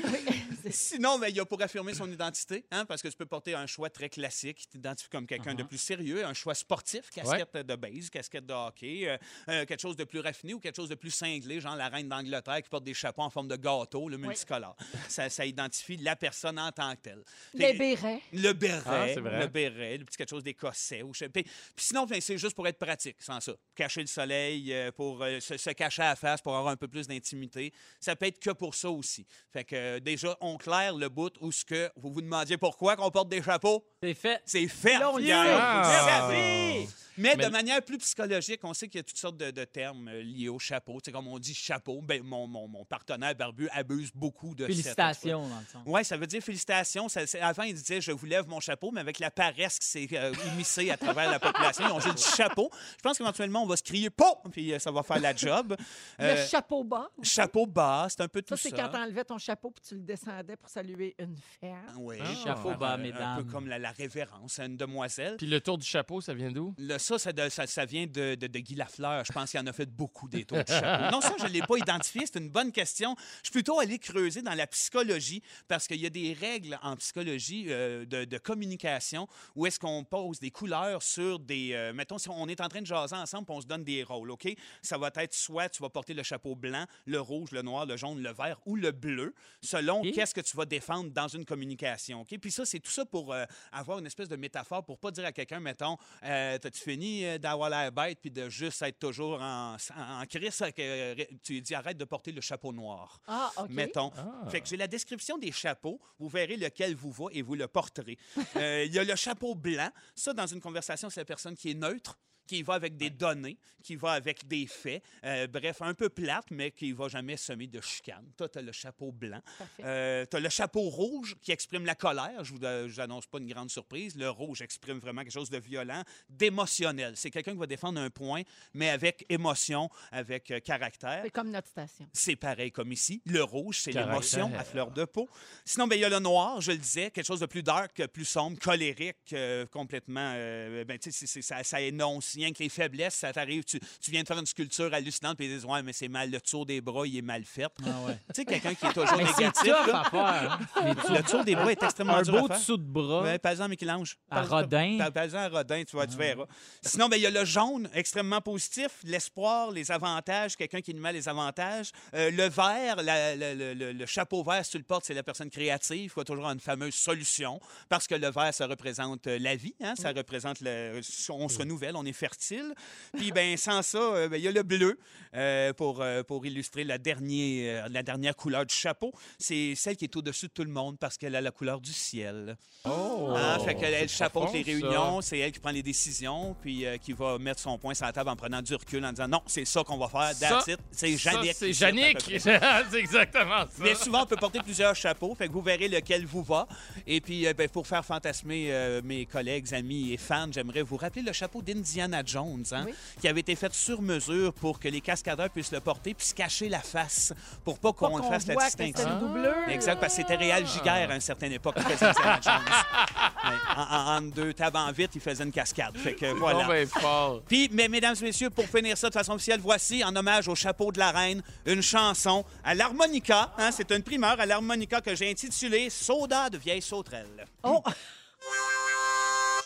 [SPEAKER 4] Sinon, ben, il y a pour affirmer son identité, hein, parce que tu peux porter un choix très classique qui t'identifie comme quelqu'un de plus sérieux, un choix sportif, casquette de base, casquette de hockey, euh, euh, quelque chose de plus raffiné ou quelque chose de plus cinglé, genre la reine d'Angleterre qui porte des chapeaux en forme de gâteau, le multicolore. Ça, ça identifie la personne en tant que telle. Fait
[SPEAKER 1] les
[SPEAKER 4] que-
[SPEAKER 1] bérets.
[SPEAKER 4] le
[SPEAKER 2] Ah,
[SPEAKER 4] béret,
[SPEAKER 2] c'est vrai.
[SPEAKER 4] le béret, le petit quelque chose d'écossais. Ou je... sais- puis, puis sinon, ben, c'est juste pour être pratique, sans ça. Cacher le soleil, euh, pour euh, se, se cacher à la face, pour avoir un peu plus d'intimité. Ça peut être que pour ça aussi. Fait que euh, déjà, on claire le bout où ce que vous vous demandiez pourquoi qu'on porte des chapeaux,
[SPEAKER 3] C'est fait.
[SPEAKER 4] c'est fait.
[SPEAKER 1] Là, on le
[SPEAKER 4] Pierre.
[SPEAKER 1] sait.
[SPEAKER 4] Vous le
[SPEAKER 2] Ah.
[SPEAKER 4] savez. Mais,
[SPEAKER 2] Mais-
[SPEAKER 4] de manière plus psychologique, on sait qu'il y a toutes sortes de, de termes euh, liés au chapeau. Tu sais, comme on dit chapeau, ben, mon, mon- mon partenaire barbu abuse beaucoup de cette
[SPEAKER 3] Félicitations, dans le sens.
[SPEAKER 4] oui, ça veut dire félicitations. Ça- c'est- avant, ils disaient je vous lève mon chapeau, mais avec la paresse qui s'est euh, immiscée à travers la population, ils ont juste dit chapeau. Je pense qu'éventuellement, on va se crier pop, puis euh, ça va faire la job.
[SPEAKER 1] Le
[SPEAKER 4] Euh,
[SPEAKER 1] chapeau bas.
[SPEAKER 4] chapeau bas, c'est un peu
[SPEAKER 1] Ça,
[SPEAKER 4] tout ça.
[SPEAKER 1] c'est quand t'enlevais ton chapeau puis tu le descendais pour saluer une ferme.
[SPEAKER 4] Oui.
[SPEAKER 2] Ah.
[SPEAKER 3] Chapeau
[SPEAKER 4] Un-
[SPEAKER 3] bas,
[SPEAKER 4] un- Un
[SPEAKER 3] mesdames.
[SPEAKER 4] peu comme la, la révérence à une demoiselle.
[SPEAKER 2] Puis le tour du chapeau, ça vient d'où?
[SPEAKER 4] Le, ça, ça, de- ça- ça vient de, de- de Guy Lafleur. Je pense qu'il en a fait beaucoup des taux de chapeau. Non, ça, je ne l'ai pas identifié. C'est une bonne question. Je suis plutôt allé creuser dans la psychologie parce qu'il y a des règles en psychologie euh, de, de communication où est-ce qu'on pose des couleurs sur des... euh, mettons, si on est en train de jaser ensemble, puis on se donne des rôles, OK? Ça va être soit tu vas porter le chapeau blanc, le rouge, le noir, le jaune, le vert ou le bleu, selon
[SPEAKER 3] Et?
[SPEAKER 4] qu'est-ce que tu vas défendre dans une communication, OK? Puis ça, c'est tout ça pour euh, avoir une espèce de métaphore pour pas dire à quelqu'un, mettons, euh, t'as-tu fini euh, d'avoir la bête puis de juste être toujours en, en, en crise? euh, que- euh, tu lui dis, arrête de porter le chapeau noir
[SPEAKER 1] Ah, OK.
[SPEAKER 4] mettons.
[SPEAKER 2] Ah.
[SPEAKER 4] Fait que j'ai la description des chapeaux. Vous verrez lequel vous va et vous le porterez. Euh, Il y a le chapeau blanc. Ça, dans une conversation, c'est la personne qui est neutre qui va avec des données, qui va avec des faits, Euh, bref, un peu plate, mais qui va jamais semer de chicane. Toi, tu as le chapeau blanc.
[SPEAKER 1] Parfait.
[SPEAKER 4] Euh, tu as le chapeau rouge qui exprime la colère. Je vous euh, je vous annonce pas une grande surprise. Le rouge exprime vraiment quelque chose de violent, d'émotionnel. C'est quelqu'un qui va défendre un point, mais avec émotion, avec euh, caractère.
[SPEAKER 1] C'est comme notre station.
[SPEAKER 4] C'est pareil comme ici. Le rouge, c'est
[SPEAKER 2] Caractère.
[SPEAKER 4] l'émotion à fleur de peau. Sinon, ben, il y a le noir, je le disais, quelque chose de plus dark, plus sombre, colérique, euh, complètement. euh, ben, tu sais, c'est- c'est- ça, ça énonce rien que les faiblesses. Ça t'arrive, tu, tu viens de faire une sculpture hallucinante, puis ils disent Ouais, mais c'est mal, le tour des bras, il est mal fait.
[SPEAKER 3] Ah ouais.
[SPEAKER 4] Tu sais, quelqu'un qui est toujours
[SPEAKER 3] Mais c'est
[SPEAKER 4] négatif.
[SPEAKER 3] tough
[SPEAKER 4] là,
[SPEAKER 3] à faire. hein.
[SPEAKER 4] le tour des bras est extrêmement
[SPEAKER 3] Un
[SPEAKER 4] dur à
[SPEAKER 3] beau
[SPEAKER 4] faire.
[SPEAKER 3] dessous de bras.
[SPEAKER 4] Ouais, par exemple, Michel-Ange.
[SPEAKER 3] À Rodin.
[SPEAKER 4] Par, par exemple, à Rodin, tu, vois, tu verras. Sinon, ben, il y a le jaune, extrêmement positif, l'espoir, les avantages, quelqu'un qui nous met les avantages. Euh, le vert, la- la- le, le- le chapeau vert, si tu le portes, c'est la personne créative. Il faut toujours avoir une fameuse solution parce que le vert, ça représente euh, la vie, hein, ça représente, le, on se renouvelle, on est fertile. Puis, ben, sans ça, euh, ben, il y a le bleu, euh, pour, euh, pour illustrer la, dernière, euh, la dernière couleur du chapeau. C'est celle qui est au-dessus de tout le monde parce qu'elle a la couleur du ciel.
[SPEAKER 2] Oh!
[SPEAKER 4] Hein, fait
[SPEAKER 2] C'est
[SPEAKER 4] qu'elle chapeaute les
[SPEAKER 2] profond, ça.
[SPEAKER 4] réunions, c'est elle qui prend les décisions, puis euh, qui va mettre son point sur la table en prenant du recul, en disant non, c'est ça qu'on va faire, that's
[SPEAKER 2] Ça,
[SPEAKER 4] it. C'est
[SPEAKER 2] ça,
[SPEAKER 4] Jannick.
[SPEAKER 2] C'est
[SPEAKER 4] qui fait à
[SPEAKER 2] Jannick!
[SPEAKER 4] peu près.
[SPEAKER 2] c'est exactement ça.
[SPEAKER 4] Mais souvent, on peut porter plusieurs chapeaux, fait que vous verrez lequel vous va. Et puis, euh, ben, pour faire fantasmer euh, mes collègues, amis et fans, j'aimerais vous rappeler le chapeau d'Indiana Jones, hein, qui avait été fait sur mesure pour que les cascadeurs puissent le porter puis se cacher la face pour pas
[SPEAKER 1] Pas
[SPEAKER 4] qu'on
[SPEAKER 1] qu'on
[SPEAKER 4] fasse la
[SPEAKER 1] voit que c'est
[SPEAKER 4] distinction.
[SPEAKER 1] une doubleur.
[SPEAKER 4] Exact, parce que c'était
[SPEAKER 2] Ah.
[SPEAKER 4] Réal Giguère à une certaine époque qui faisait Indiana Jones. Ouais, en, en- en deux tables en vite, il faisait une cascade. Fait que voilà.
[SPEAKER 2] Oh, ben, fort.
[SPEAKER 4] Puis, mais, mesdames et messieurs, pour finir ça de façon officielle, voici, en hommage au chapeau de la reine, une chanson à l'harmonica. hein, c'est une primeur à l'harmonica que j'ai intitulée Soda de vieille sauterelle. Hmm.
[SPEAKER 1] Oh!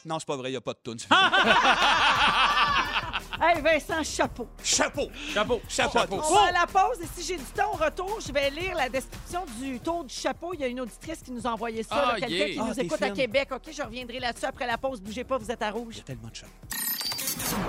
[SPEAKER 4] Non, c'est pas vrai, il n'y a pas de tune.
[SPEAKER 1] Hey, Vincent, chapeau.
[SPEAKER 4] chapeau!
[SPEAKER 3] Chapeau.
[SPEAKER 4] Chapeau! à
[SPEAKER 2] Chapeau.
[SPEAKER 4] tous.
[SPEAKER 1] On va à la pause et si j'ai du temps au retour, je vais lire la description du tour du chapeau. Il y a une auditrice qui nous a envoyé ça,
[SPEAKER 2] Ah,
[SPEAKER 1] là, quelqu'un
[SPEAKER 2] yeah.
[SPEAKER 1] qui
[SPEAKER 4] Ah,
[SPEAKER 1] nous
[SPEAKER 4] t'es
[SPEAKER 1] écoute à
[SPEAKER 4] fine.
[SPEAKER 1] Québec. OK, je reviendrai là-dessus après la pause. Bougez pas, vous êtes à rouge.
[SPEAKER 4] Il y a tellement de chapeaux.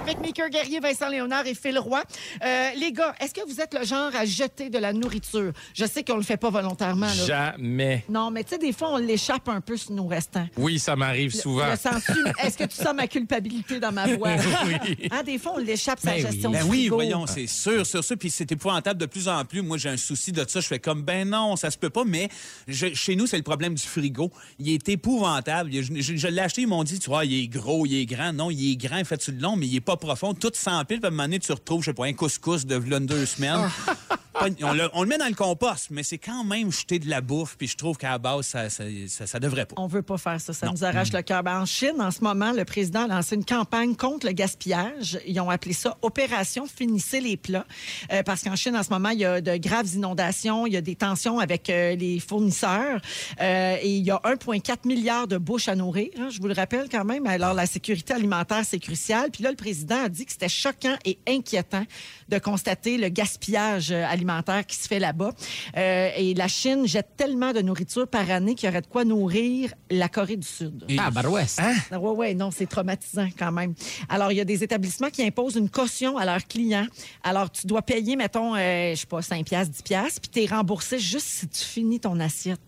[SPEAKER 1] Beatmaker Guerrier, Vincent Léonard et Phil Roy. Euh, les gars, est-ce que vous êtes le genre à jeter de la nourriture? Je sais qu'on le fait pas volontairement. là.
[SPEAKER 2] Jamais.
[SPEAKER 1] Non, mais tu sais, des fois, on l'échappe un peu sur nos restants.
[SPEAKER 2] Oui, ça m'arrive souvent.
[SPEAKER 1] Je sens Est-ce que tu sens ma culpabilité dans ma voix?
[SPEAKER 2] Oui.
[SPEAKER 1] Hein, des fois, on l'échappe sa
[SPEAKER 2] Ben oui.
[SPEAKER 1] gestion
[SPEAKER 4] Ben
[SPEAKER 1] du
[SPEAKER 4] oui,
[SPEAKER 1] frigo. Ah.
[SPEAKER 4] voyons, c'est sûr, sûr, sûr. Puis c'est épouvantable de plus en plus. Moi, j'ai un souci de ça. Je fais comme, ben non, ça se peut pas. Mais je- chez nous, c'est le problème du frigo. Il est épouvantable. Je, je- je l'ai acheté, ils m'ont dit, tu vois, il est gros, il est grand. Non, il est grand, fait tu le long, mais il est pas profond. Tout s'empile. Puis à un moment donné, tu retrouves, je sais pas, un couscous de v'là deux semaines.
[SPEAKER 1] Ah.
[SPEAKER 4] Pas- on, le, on le met dans le compost, mais c'est quand même jeter de la bouffe. Puis je trouve qu'à la base, ça, ça, ça- ça devrait pas.
[SPEAKER 1] On veut pas faire ça, ça nous arrache le cœur. Ben, en Chine, en ce moment, le président a lancé une campagne contre le gaspillage. Ils ont appelé ça Opération Finissez les plats. Euh, parce qu'en Chine, en ce moment, il y a de graves inondations, il y a des tensions avec euh, les fournisseurs. Euh, et il y a 1,4 milliard de bouches à nourrir, hein, je vous le rappelle quand même. Alors, la sécurité alimentaire, c'est crucial. Puis là, le président a dit que c'était choquant et inquiétant de constater le gaspillage euh, alimentaire qui se fait là-bas. Euh, et la Chine jette tellement de nourriture par année qu'il y aurait de quoi nourrir la Corée du Sud.
[SPEAKER 3] Ah,
[SPEAKER 1] Oui, oui, non, c'est traumatisant quand même. Alors, il y a des établissements qui imposent une caution à leurs clients. Alors, tu dois payer, mettons, euh, je sais pas, 5 piastres, 10 piastres, puis t'es remboursé juste si tu finis ton assiette.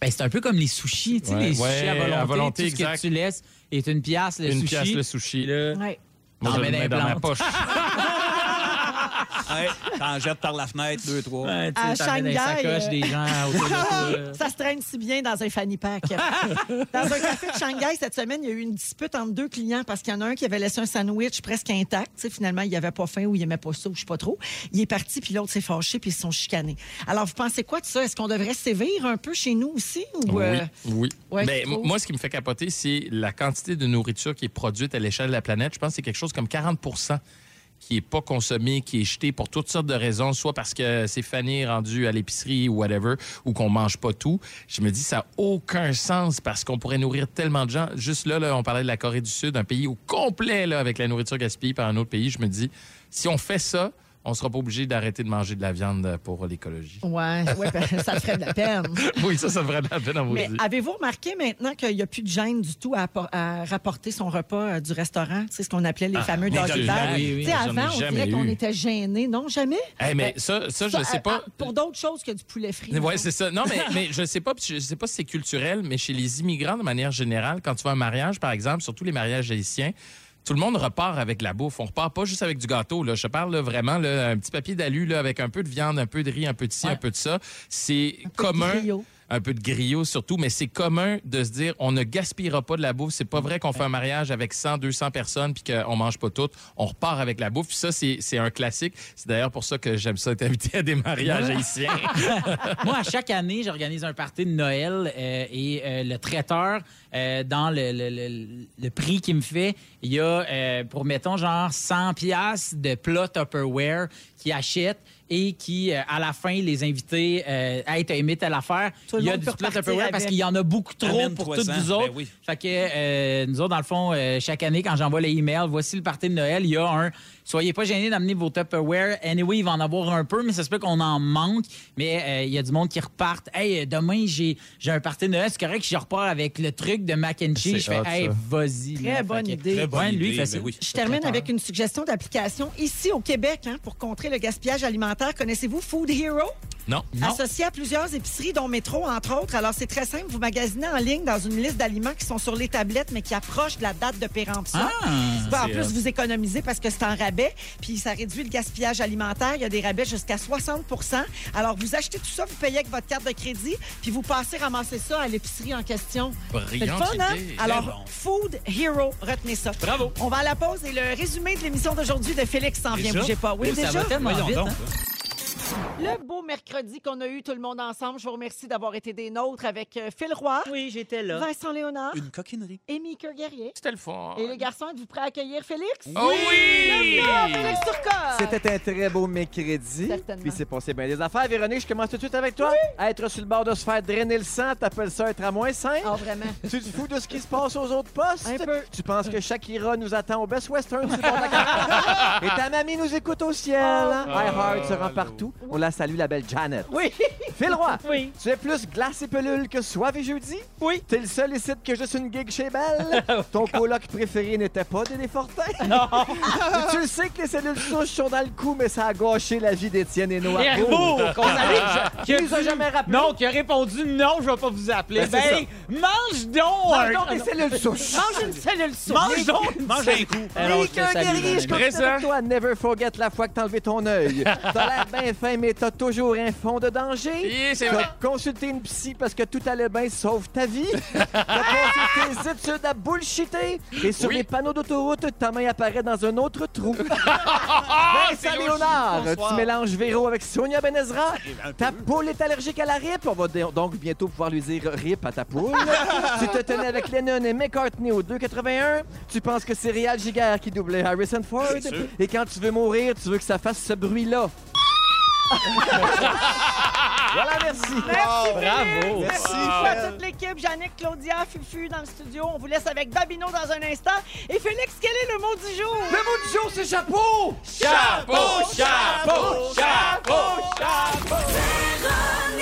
[SPEAKER 3] Ben, c'est un peu comme les sushis, tu sais,
[SPEAKER 2] Ouais,
[SPEAKER 3] les sushis
[SPEAKER 2] ouais,
[SPEAKER 3] à volonté.
[SPEAKER 2] à volonté,
[SPEAKER 3] tout ce que
[SPEAKER 2] exact.
[SPEAKER 3] tu laisses est une pièce le
[SPEAKER 2] Une
[SPEAKER 3] sushi.
[SPEAKER 2] pièce le sushi.
[SPEAKER 3] Là,
[SPEAKER 1] Ouais.
[SPEAKER 2] Moi,
[SPEAKER 3] Non,
[SPEAKER 2] je
[SPEAKER 3] mais
[SPEAKER 2] le mets dans ma
[SPEAKER 3] d'implante.
[SPEAKER 2] poche.
[SPEAKER 4] Hein? Ouais, T'en jettes par la fenêtre, deux, trois.
[SPEAKER 3] Ouais, tu
[SPEAKER 1] À
[SPEAKER 3] sais, t'emmènes dans les
[SPEAKER 1] Shanghai,
[SPEAKER 3] sacoches
[SPEAKER 1] euh,
[SPEAKER 3] des gens autour de toi.
[SPEAKER 1] Ça se traîne si bien dans un fanny pack. dans un café de Shanghai, cette semaine, il y a eu une dispute entre deux clients parce qu'il y en a un qui avait laissé un sandwich presque intact. Tu sais, finalement, il avait pas faim ou il aimait pas ça ou je sais pas trop. Il est parti, puis l'autre s'est fâché, puis ils se sont chicanés. Alors, vous pensez quoi de ça? Est-ce qu'on devrait sévir un peu chez nous aussi? Ou, euh,
[SPEAKER 2] Oui, oui.
[SPEAKER 1] ouais,
[SPEAKER 2] Ben,
[SPEAKER 1] je
[SPEAKER 2] m-
[SPEAKER 1] trouve.
[SPEAKER 2] moi, ce qui me fait capoter, c'est la quantité de nourriture qui est produite à l'échelle de la planète. Je pense que c'est quelque chose comme 40 qui n'est pas consommé, qui est jeté pour toutes sortes de raisons, soit parce que c'est fané rendu à l'épicerie ou whatever, ou qu'on mange pas tout. Je me dis, ça n'a aucun sens parce qu'on pourrait nourrir tellement de gens. Juste là, là, on parlait de la Corée du Sud, un pays au complet là, avec la nourriture gaspillée par un autre pays. Je me dis, si on fait ça, on sera pas obligé d'arrêter de manger de la viande pour l'écologie.
[SPEAKER 1] Ouais, ouais, ben, ça ferait de la peine.
[SPEAKER 2] Oui, ça, ça ferait de la peine à vous
[SPEAKER 1] Mais
[SPEAKER 2] dire.
[SPEAKER 1] avez-vous remarqué maintenant qu'il n'y a plus de gêne du tout à, appor- à rapporter son repas euh, du restaurant? C'est ce qu'on appelait les fameux
[SPEAKER 2] mon
[SPEAKER 1] dog
[SPEAKER 2] Dieu,
[SPEAKER 1] bags.
[SPEAKER 2] oui, oui,
[SPEAKER 1] Tu sais,
[SPEAKER 2] Ah, j'en ai
[SPEAKER 1] avant, on
[SPEAKER 2] jamais
[SPEAKER 1] dirait qu'on
[SPEAKER 2] eu.
[SPEAKER 1] était gêné. Non, jamais?
[SPEAKER 2] Eh, mais ça, ça, je
[SPEAKER 1] Ça,
[SPEAKER 2] sais
[SPEAKER 1] à-
[SPEAKER 2] pas.
[SPEAKER 1] à- pour d'autres choses que du poulet frit.
[SPEAKER 2] Ouais,
[SPEAKER 1] mettons.
[SPEAKER 2] c'est ça. Non, mais, mais je sais pas, puis je sais pas si c'est culturel, mais chez les immigrants, de manière générale, quand tu vas à un mariage, par exemple, surtout les mariages haïtiens, tout le monde repart avec la bouffe. On repart pas juste avec du gâteau. Là. Je parle là, vraiment là, un petit papier d'alu là, avec un peu de viande, un peu de riz, un peu de ci, un peu de ça. C'est
[SPEAKER 1] peu de
[SPEAKER 2] commun.
[SPEAKER 1] griot.
[SPEAKER 2] un peu de griot surtout, mais c'est commun de se dire on ne gaspillera pas de la bouffe. C'est pas vrai qu'on fait un mariage avec 100, 200 personnes puis qu'on mange pas toutes. On repart avec la bouffe. Puis ça, c'est c'est un classique. C'est d'ailleurs pour ça que j'aime ça être invité à des mariages haïtiens.
[SPEAKER 3] Moi, à chaque année, j'organise un party de Noël euh, et euh, le traiteur, euh, dans le, le- le- le prix qu'il me fait, il y a, euh, pour mettons, genre 100 piastres de plats Tupperware qu'il achète et qui, euh, à la fin, les invités, euh, hey, t'as aimé telle affaire.
[SPEAKER 1] Tout le
[SPEAKER 3] Il y a
[SPEAKER 1] monde
[SPEAKER 3] du
[SPEAKER 1] peut
[SPEAKER 3] plat
[SPEAKER 1] repartir
[SPEAKER 3] Tupperware parce
[SPEAKER 1] avec.
[SPEAKER 3] qu'il y en a beaucoup trop
[SPEAKER 4] Amène
[SPEAKER 3] pour
[SPEAKER 4] toi
[SPEAKER 3] toutes
[SPEAKER 4] ça.
[SPEAKER 3] vous autres.
[SPEAKER 4] Ben oui.
[SPEAKER 3] Fait que euh, nous autres, dans le fond, euh, chaque année, quand j'envoie les emails, voici le party de Noël, il y a un. Soyez pas gênés d'amener vos Tupperware. Anyway, il va en avoir un peu, mais ça se peut qu'on en manque. Mais euh, il y a du monde qui repart. Hey, euh, demain, j'ai j'ai un party de Noël. C'est correct que je repars avec le truc de mac and cheese. Je
[SPEAKER 2] C'est
[SPEAKER 3] fais,
[SPEAKER 2] hot,
[SPEAKER 3] hey,
[SPEAKER 2] ça.
[SPEAKER 3] vas-y.
[SPEAKER 1] Très
[SPEAKER 3] là. Fait
[SPEAKER 1] bonne
[SPEAKER 3] que-
[SPEAKER 1] idée.
[SPEAKER 4] Très bonne
[SPEAKER 3] Ouais, lui,
[SPEAKER 4] idée,
[SPEAKER 3] facile.
[SPEAKER 4] ben oui.
[SPEAKER 1] Je termine avec une suggestion d'application ici au Québec hein, pour contrer le gaspillage alimentaire. Connaissez-vous Food Hero?
[SPEAKER 2] Non.
[SPEAKER 1] Associé à plusieurs épiceries, dont Métro, entre autres. Alors, c'est très simple. Vous magasinez en ligne dans une liste d'aliments qui sont sur les tablettes, mais qui approchent de la date de péremption.
[SPEAKER 2] Ah!
[SPEAKER 3] Ah!
[SPEAKER 1] Puis, en
[SPEAKER 2] c'est
[SPEAKER 1] plus,
[SPEAKER 2] hot.
[SPEAKER 1] vous économisez parce que c'est en rabais, puis ça réduit le gaspillage alimentaire. Il y a des rabais jusqu'à 60 Alors, vous achetez tout ça, vous payez avec votre carte de crédit, puis vous passez ramasser ça à l'épicerie en question. C'est le
[SPEAKER 2] Brillante
[SPEAKER 1] fun, hein?
[SPEAKER 2] idée.
[SPEAKER 1] Alors,
[SPEAKER 4] Très bon.
[SPEAKER 1] Food Hero, retenez ça.
[SPEAKER 2] Bravo.
[SPEAKER 1] On va à la pause et le résumé de l'émission d'aujourd'hui de Félix s'en vient.
[SPEAKER 4] Déjà?
[SPEAKER 1] Bougez pas. Oui,
[SPEAKER 3] Ça
[SPEAKER 1] déjà.
[SPEAKER 3] va tellement
[SPEAKER 4] Voyons
[SPEAKER 3] vite,
[SPEAKER 4] donc.
[SPEAKER 3] hein.
[SPEAKER 1] Le beau mercredi qu'on a eu tout le monde ensemble. Je vous remercie d'avoir été des nôtres avec euh, Phil Roy,
[SPEAKER 3] Oui, j'étais là.
[SPEAKER 1] Vincent Léonard,
[SPEAKER 4] Une coquinerie.
[SPEAKER 1] Amy Guerrier.
[SPEAKER 2] C'était le fun.
[SPEAKER 1] Et les garçons, êtes-vous prêts à accueillir Félix?
[SPEAKER 2] Oh oui!
[SPEAKER 1] Ah, Félix Turcotte!
[SPEAKER 5] C'était un très beau mercredi.
[SPEAKER 1] Certainement.
[SPEAKER 5] Puis c'est passé bien des affaires. Véronique, je commence tout de suite avec toi. Être sur le bord de se faire drainer le sang, t'appelles ça être à moins 5.
[SPEAKER 1] Ah, vraiment.
[SPEAKER 5] Tu te fous de ce qui se passe aux autres postes?
[SPEAKER 1] Un peu.
[SPEAKER 5] Tu penses que Shakira nous attend au Best Western sur le bord de la carte? Et ta mamie nous écoute au ciel. hein?
[SPEAKER 2] Ah.
[SPEAKER 5] I Heart se rend
[SPEAKER 2] Allô.
[SPEAKER 5] partout. On la salue, la belle Janet.
[SPEAKER 1] Oh. Oui.
[SPEAKER 5] Phil Roy,
[SPEAKER 1] Oui.
[SPEAKER 5] tu es plus glace et pelule que soif et jeudi?
[SPEAKER 1] Oui.
[SPEAKER 5] T'es le seul ici que juste une gig chez Belle? Ton coloc préféré n'était pas Dédé Fortin? Non! tu le sais que les cellules souches sont dans le coup, mais ça a gâché la vie d'Étienne et Noah.
[SPEAKER 3] Herbeau, qu'on a- qui a
[SPEAKER 5] Tu nous as
[SPEAKER 3] dit-
[SPEAKER 5] jamais rappelé.
[SPEAKER 3] Non, qui a répondu non, je vais pas vous appeler.
[SPEAKER 5] Ben, c'est
[SPEAKER 3] Ben, mange donc! un-
[SPEAKER 5] Pardon, les cellules souches!
[SPEAKER 1] Mange une cellule soupe.
[SPEAKER 3] Mange donc! une-
[SPEAKER 4] Mange un coup.
[SPEAKER 3] Alors,
[SPEAKER 5] Nick,
[SPEAKER 3] je te
[SPEAKER 5] un
[SPEAKER 3] salue,
[SPEAKER 5] guerrier,
[SPEAKER 3] mon
[SPEAKER 5] je
[SPEAKER 3] ami.
[SPEAKER 5] compte
[SPEAKER 2] Présent.
[SPEAKER 5] avec toi. Never forget la fois que t'as enlevé ton œil. T'as l'air bien fin, mais t'as toujours un fond de danger.
[SPEAKER 2] Oui, c'est vrai.
[SPEAKER 5] T'as consulté une psy parce que tout allait bien sauf ta vie. T'as consulté les études à bullshiter. Et sur
[SPEAKER 2] Oui.
[SPEAKER 5] les panneaux d'autoroute, ta main apparaît dans un autre trou.
[SPEAKER 2] c'est
[SPEAKER 5] Vincent
[SPEAKER 2] louche.
[SPEAKER 5] Léonard,
[SPEAKER 4] Bonsoir.
[SPEAKER 5] tu mélanges Véro avec Sonia Benezra.
[SPEAKER 4] Un peu.
[SPEAKER 5] Ta poule est allergique à la rip. On va dé- donc bientôt pouvoir lui dire rip à ta poule. tu te tenais avec Lennon et McCartney au 2,81. Tu penses que c'est Réal Giguère qui doublait Harrison Ford.
[SPEAKER 4] C'est sûr.
[SPEAKER 5] Et quand tu veux mourir, tu veux que ça fasse ce bruit-là. voilà, merci.
[SPEAKER 3] Bravo!
[SPEAKER 4] Merci.
[SPEAKER 1] Merci à toute l'équipe, Yannick, Claudia, Fufu dans le studio. On vous laisse avec Babino dans un instant. Et Félix, quel est le mot du jour?
[SPEAKER 5] Le mot du jour, c'est chapeau!
[SPEAKER 2] Chapeau, chapeau, chapeau, chapeau.
[SPEAKER 6] Véronique.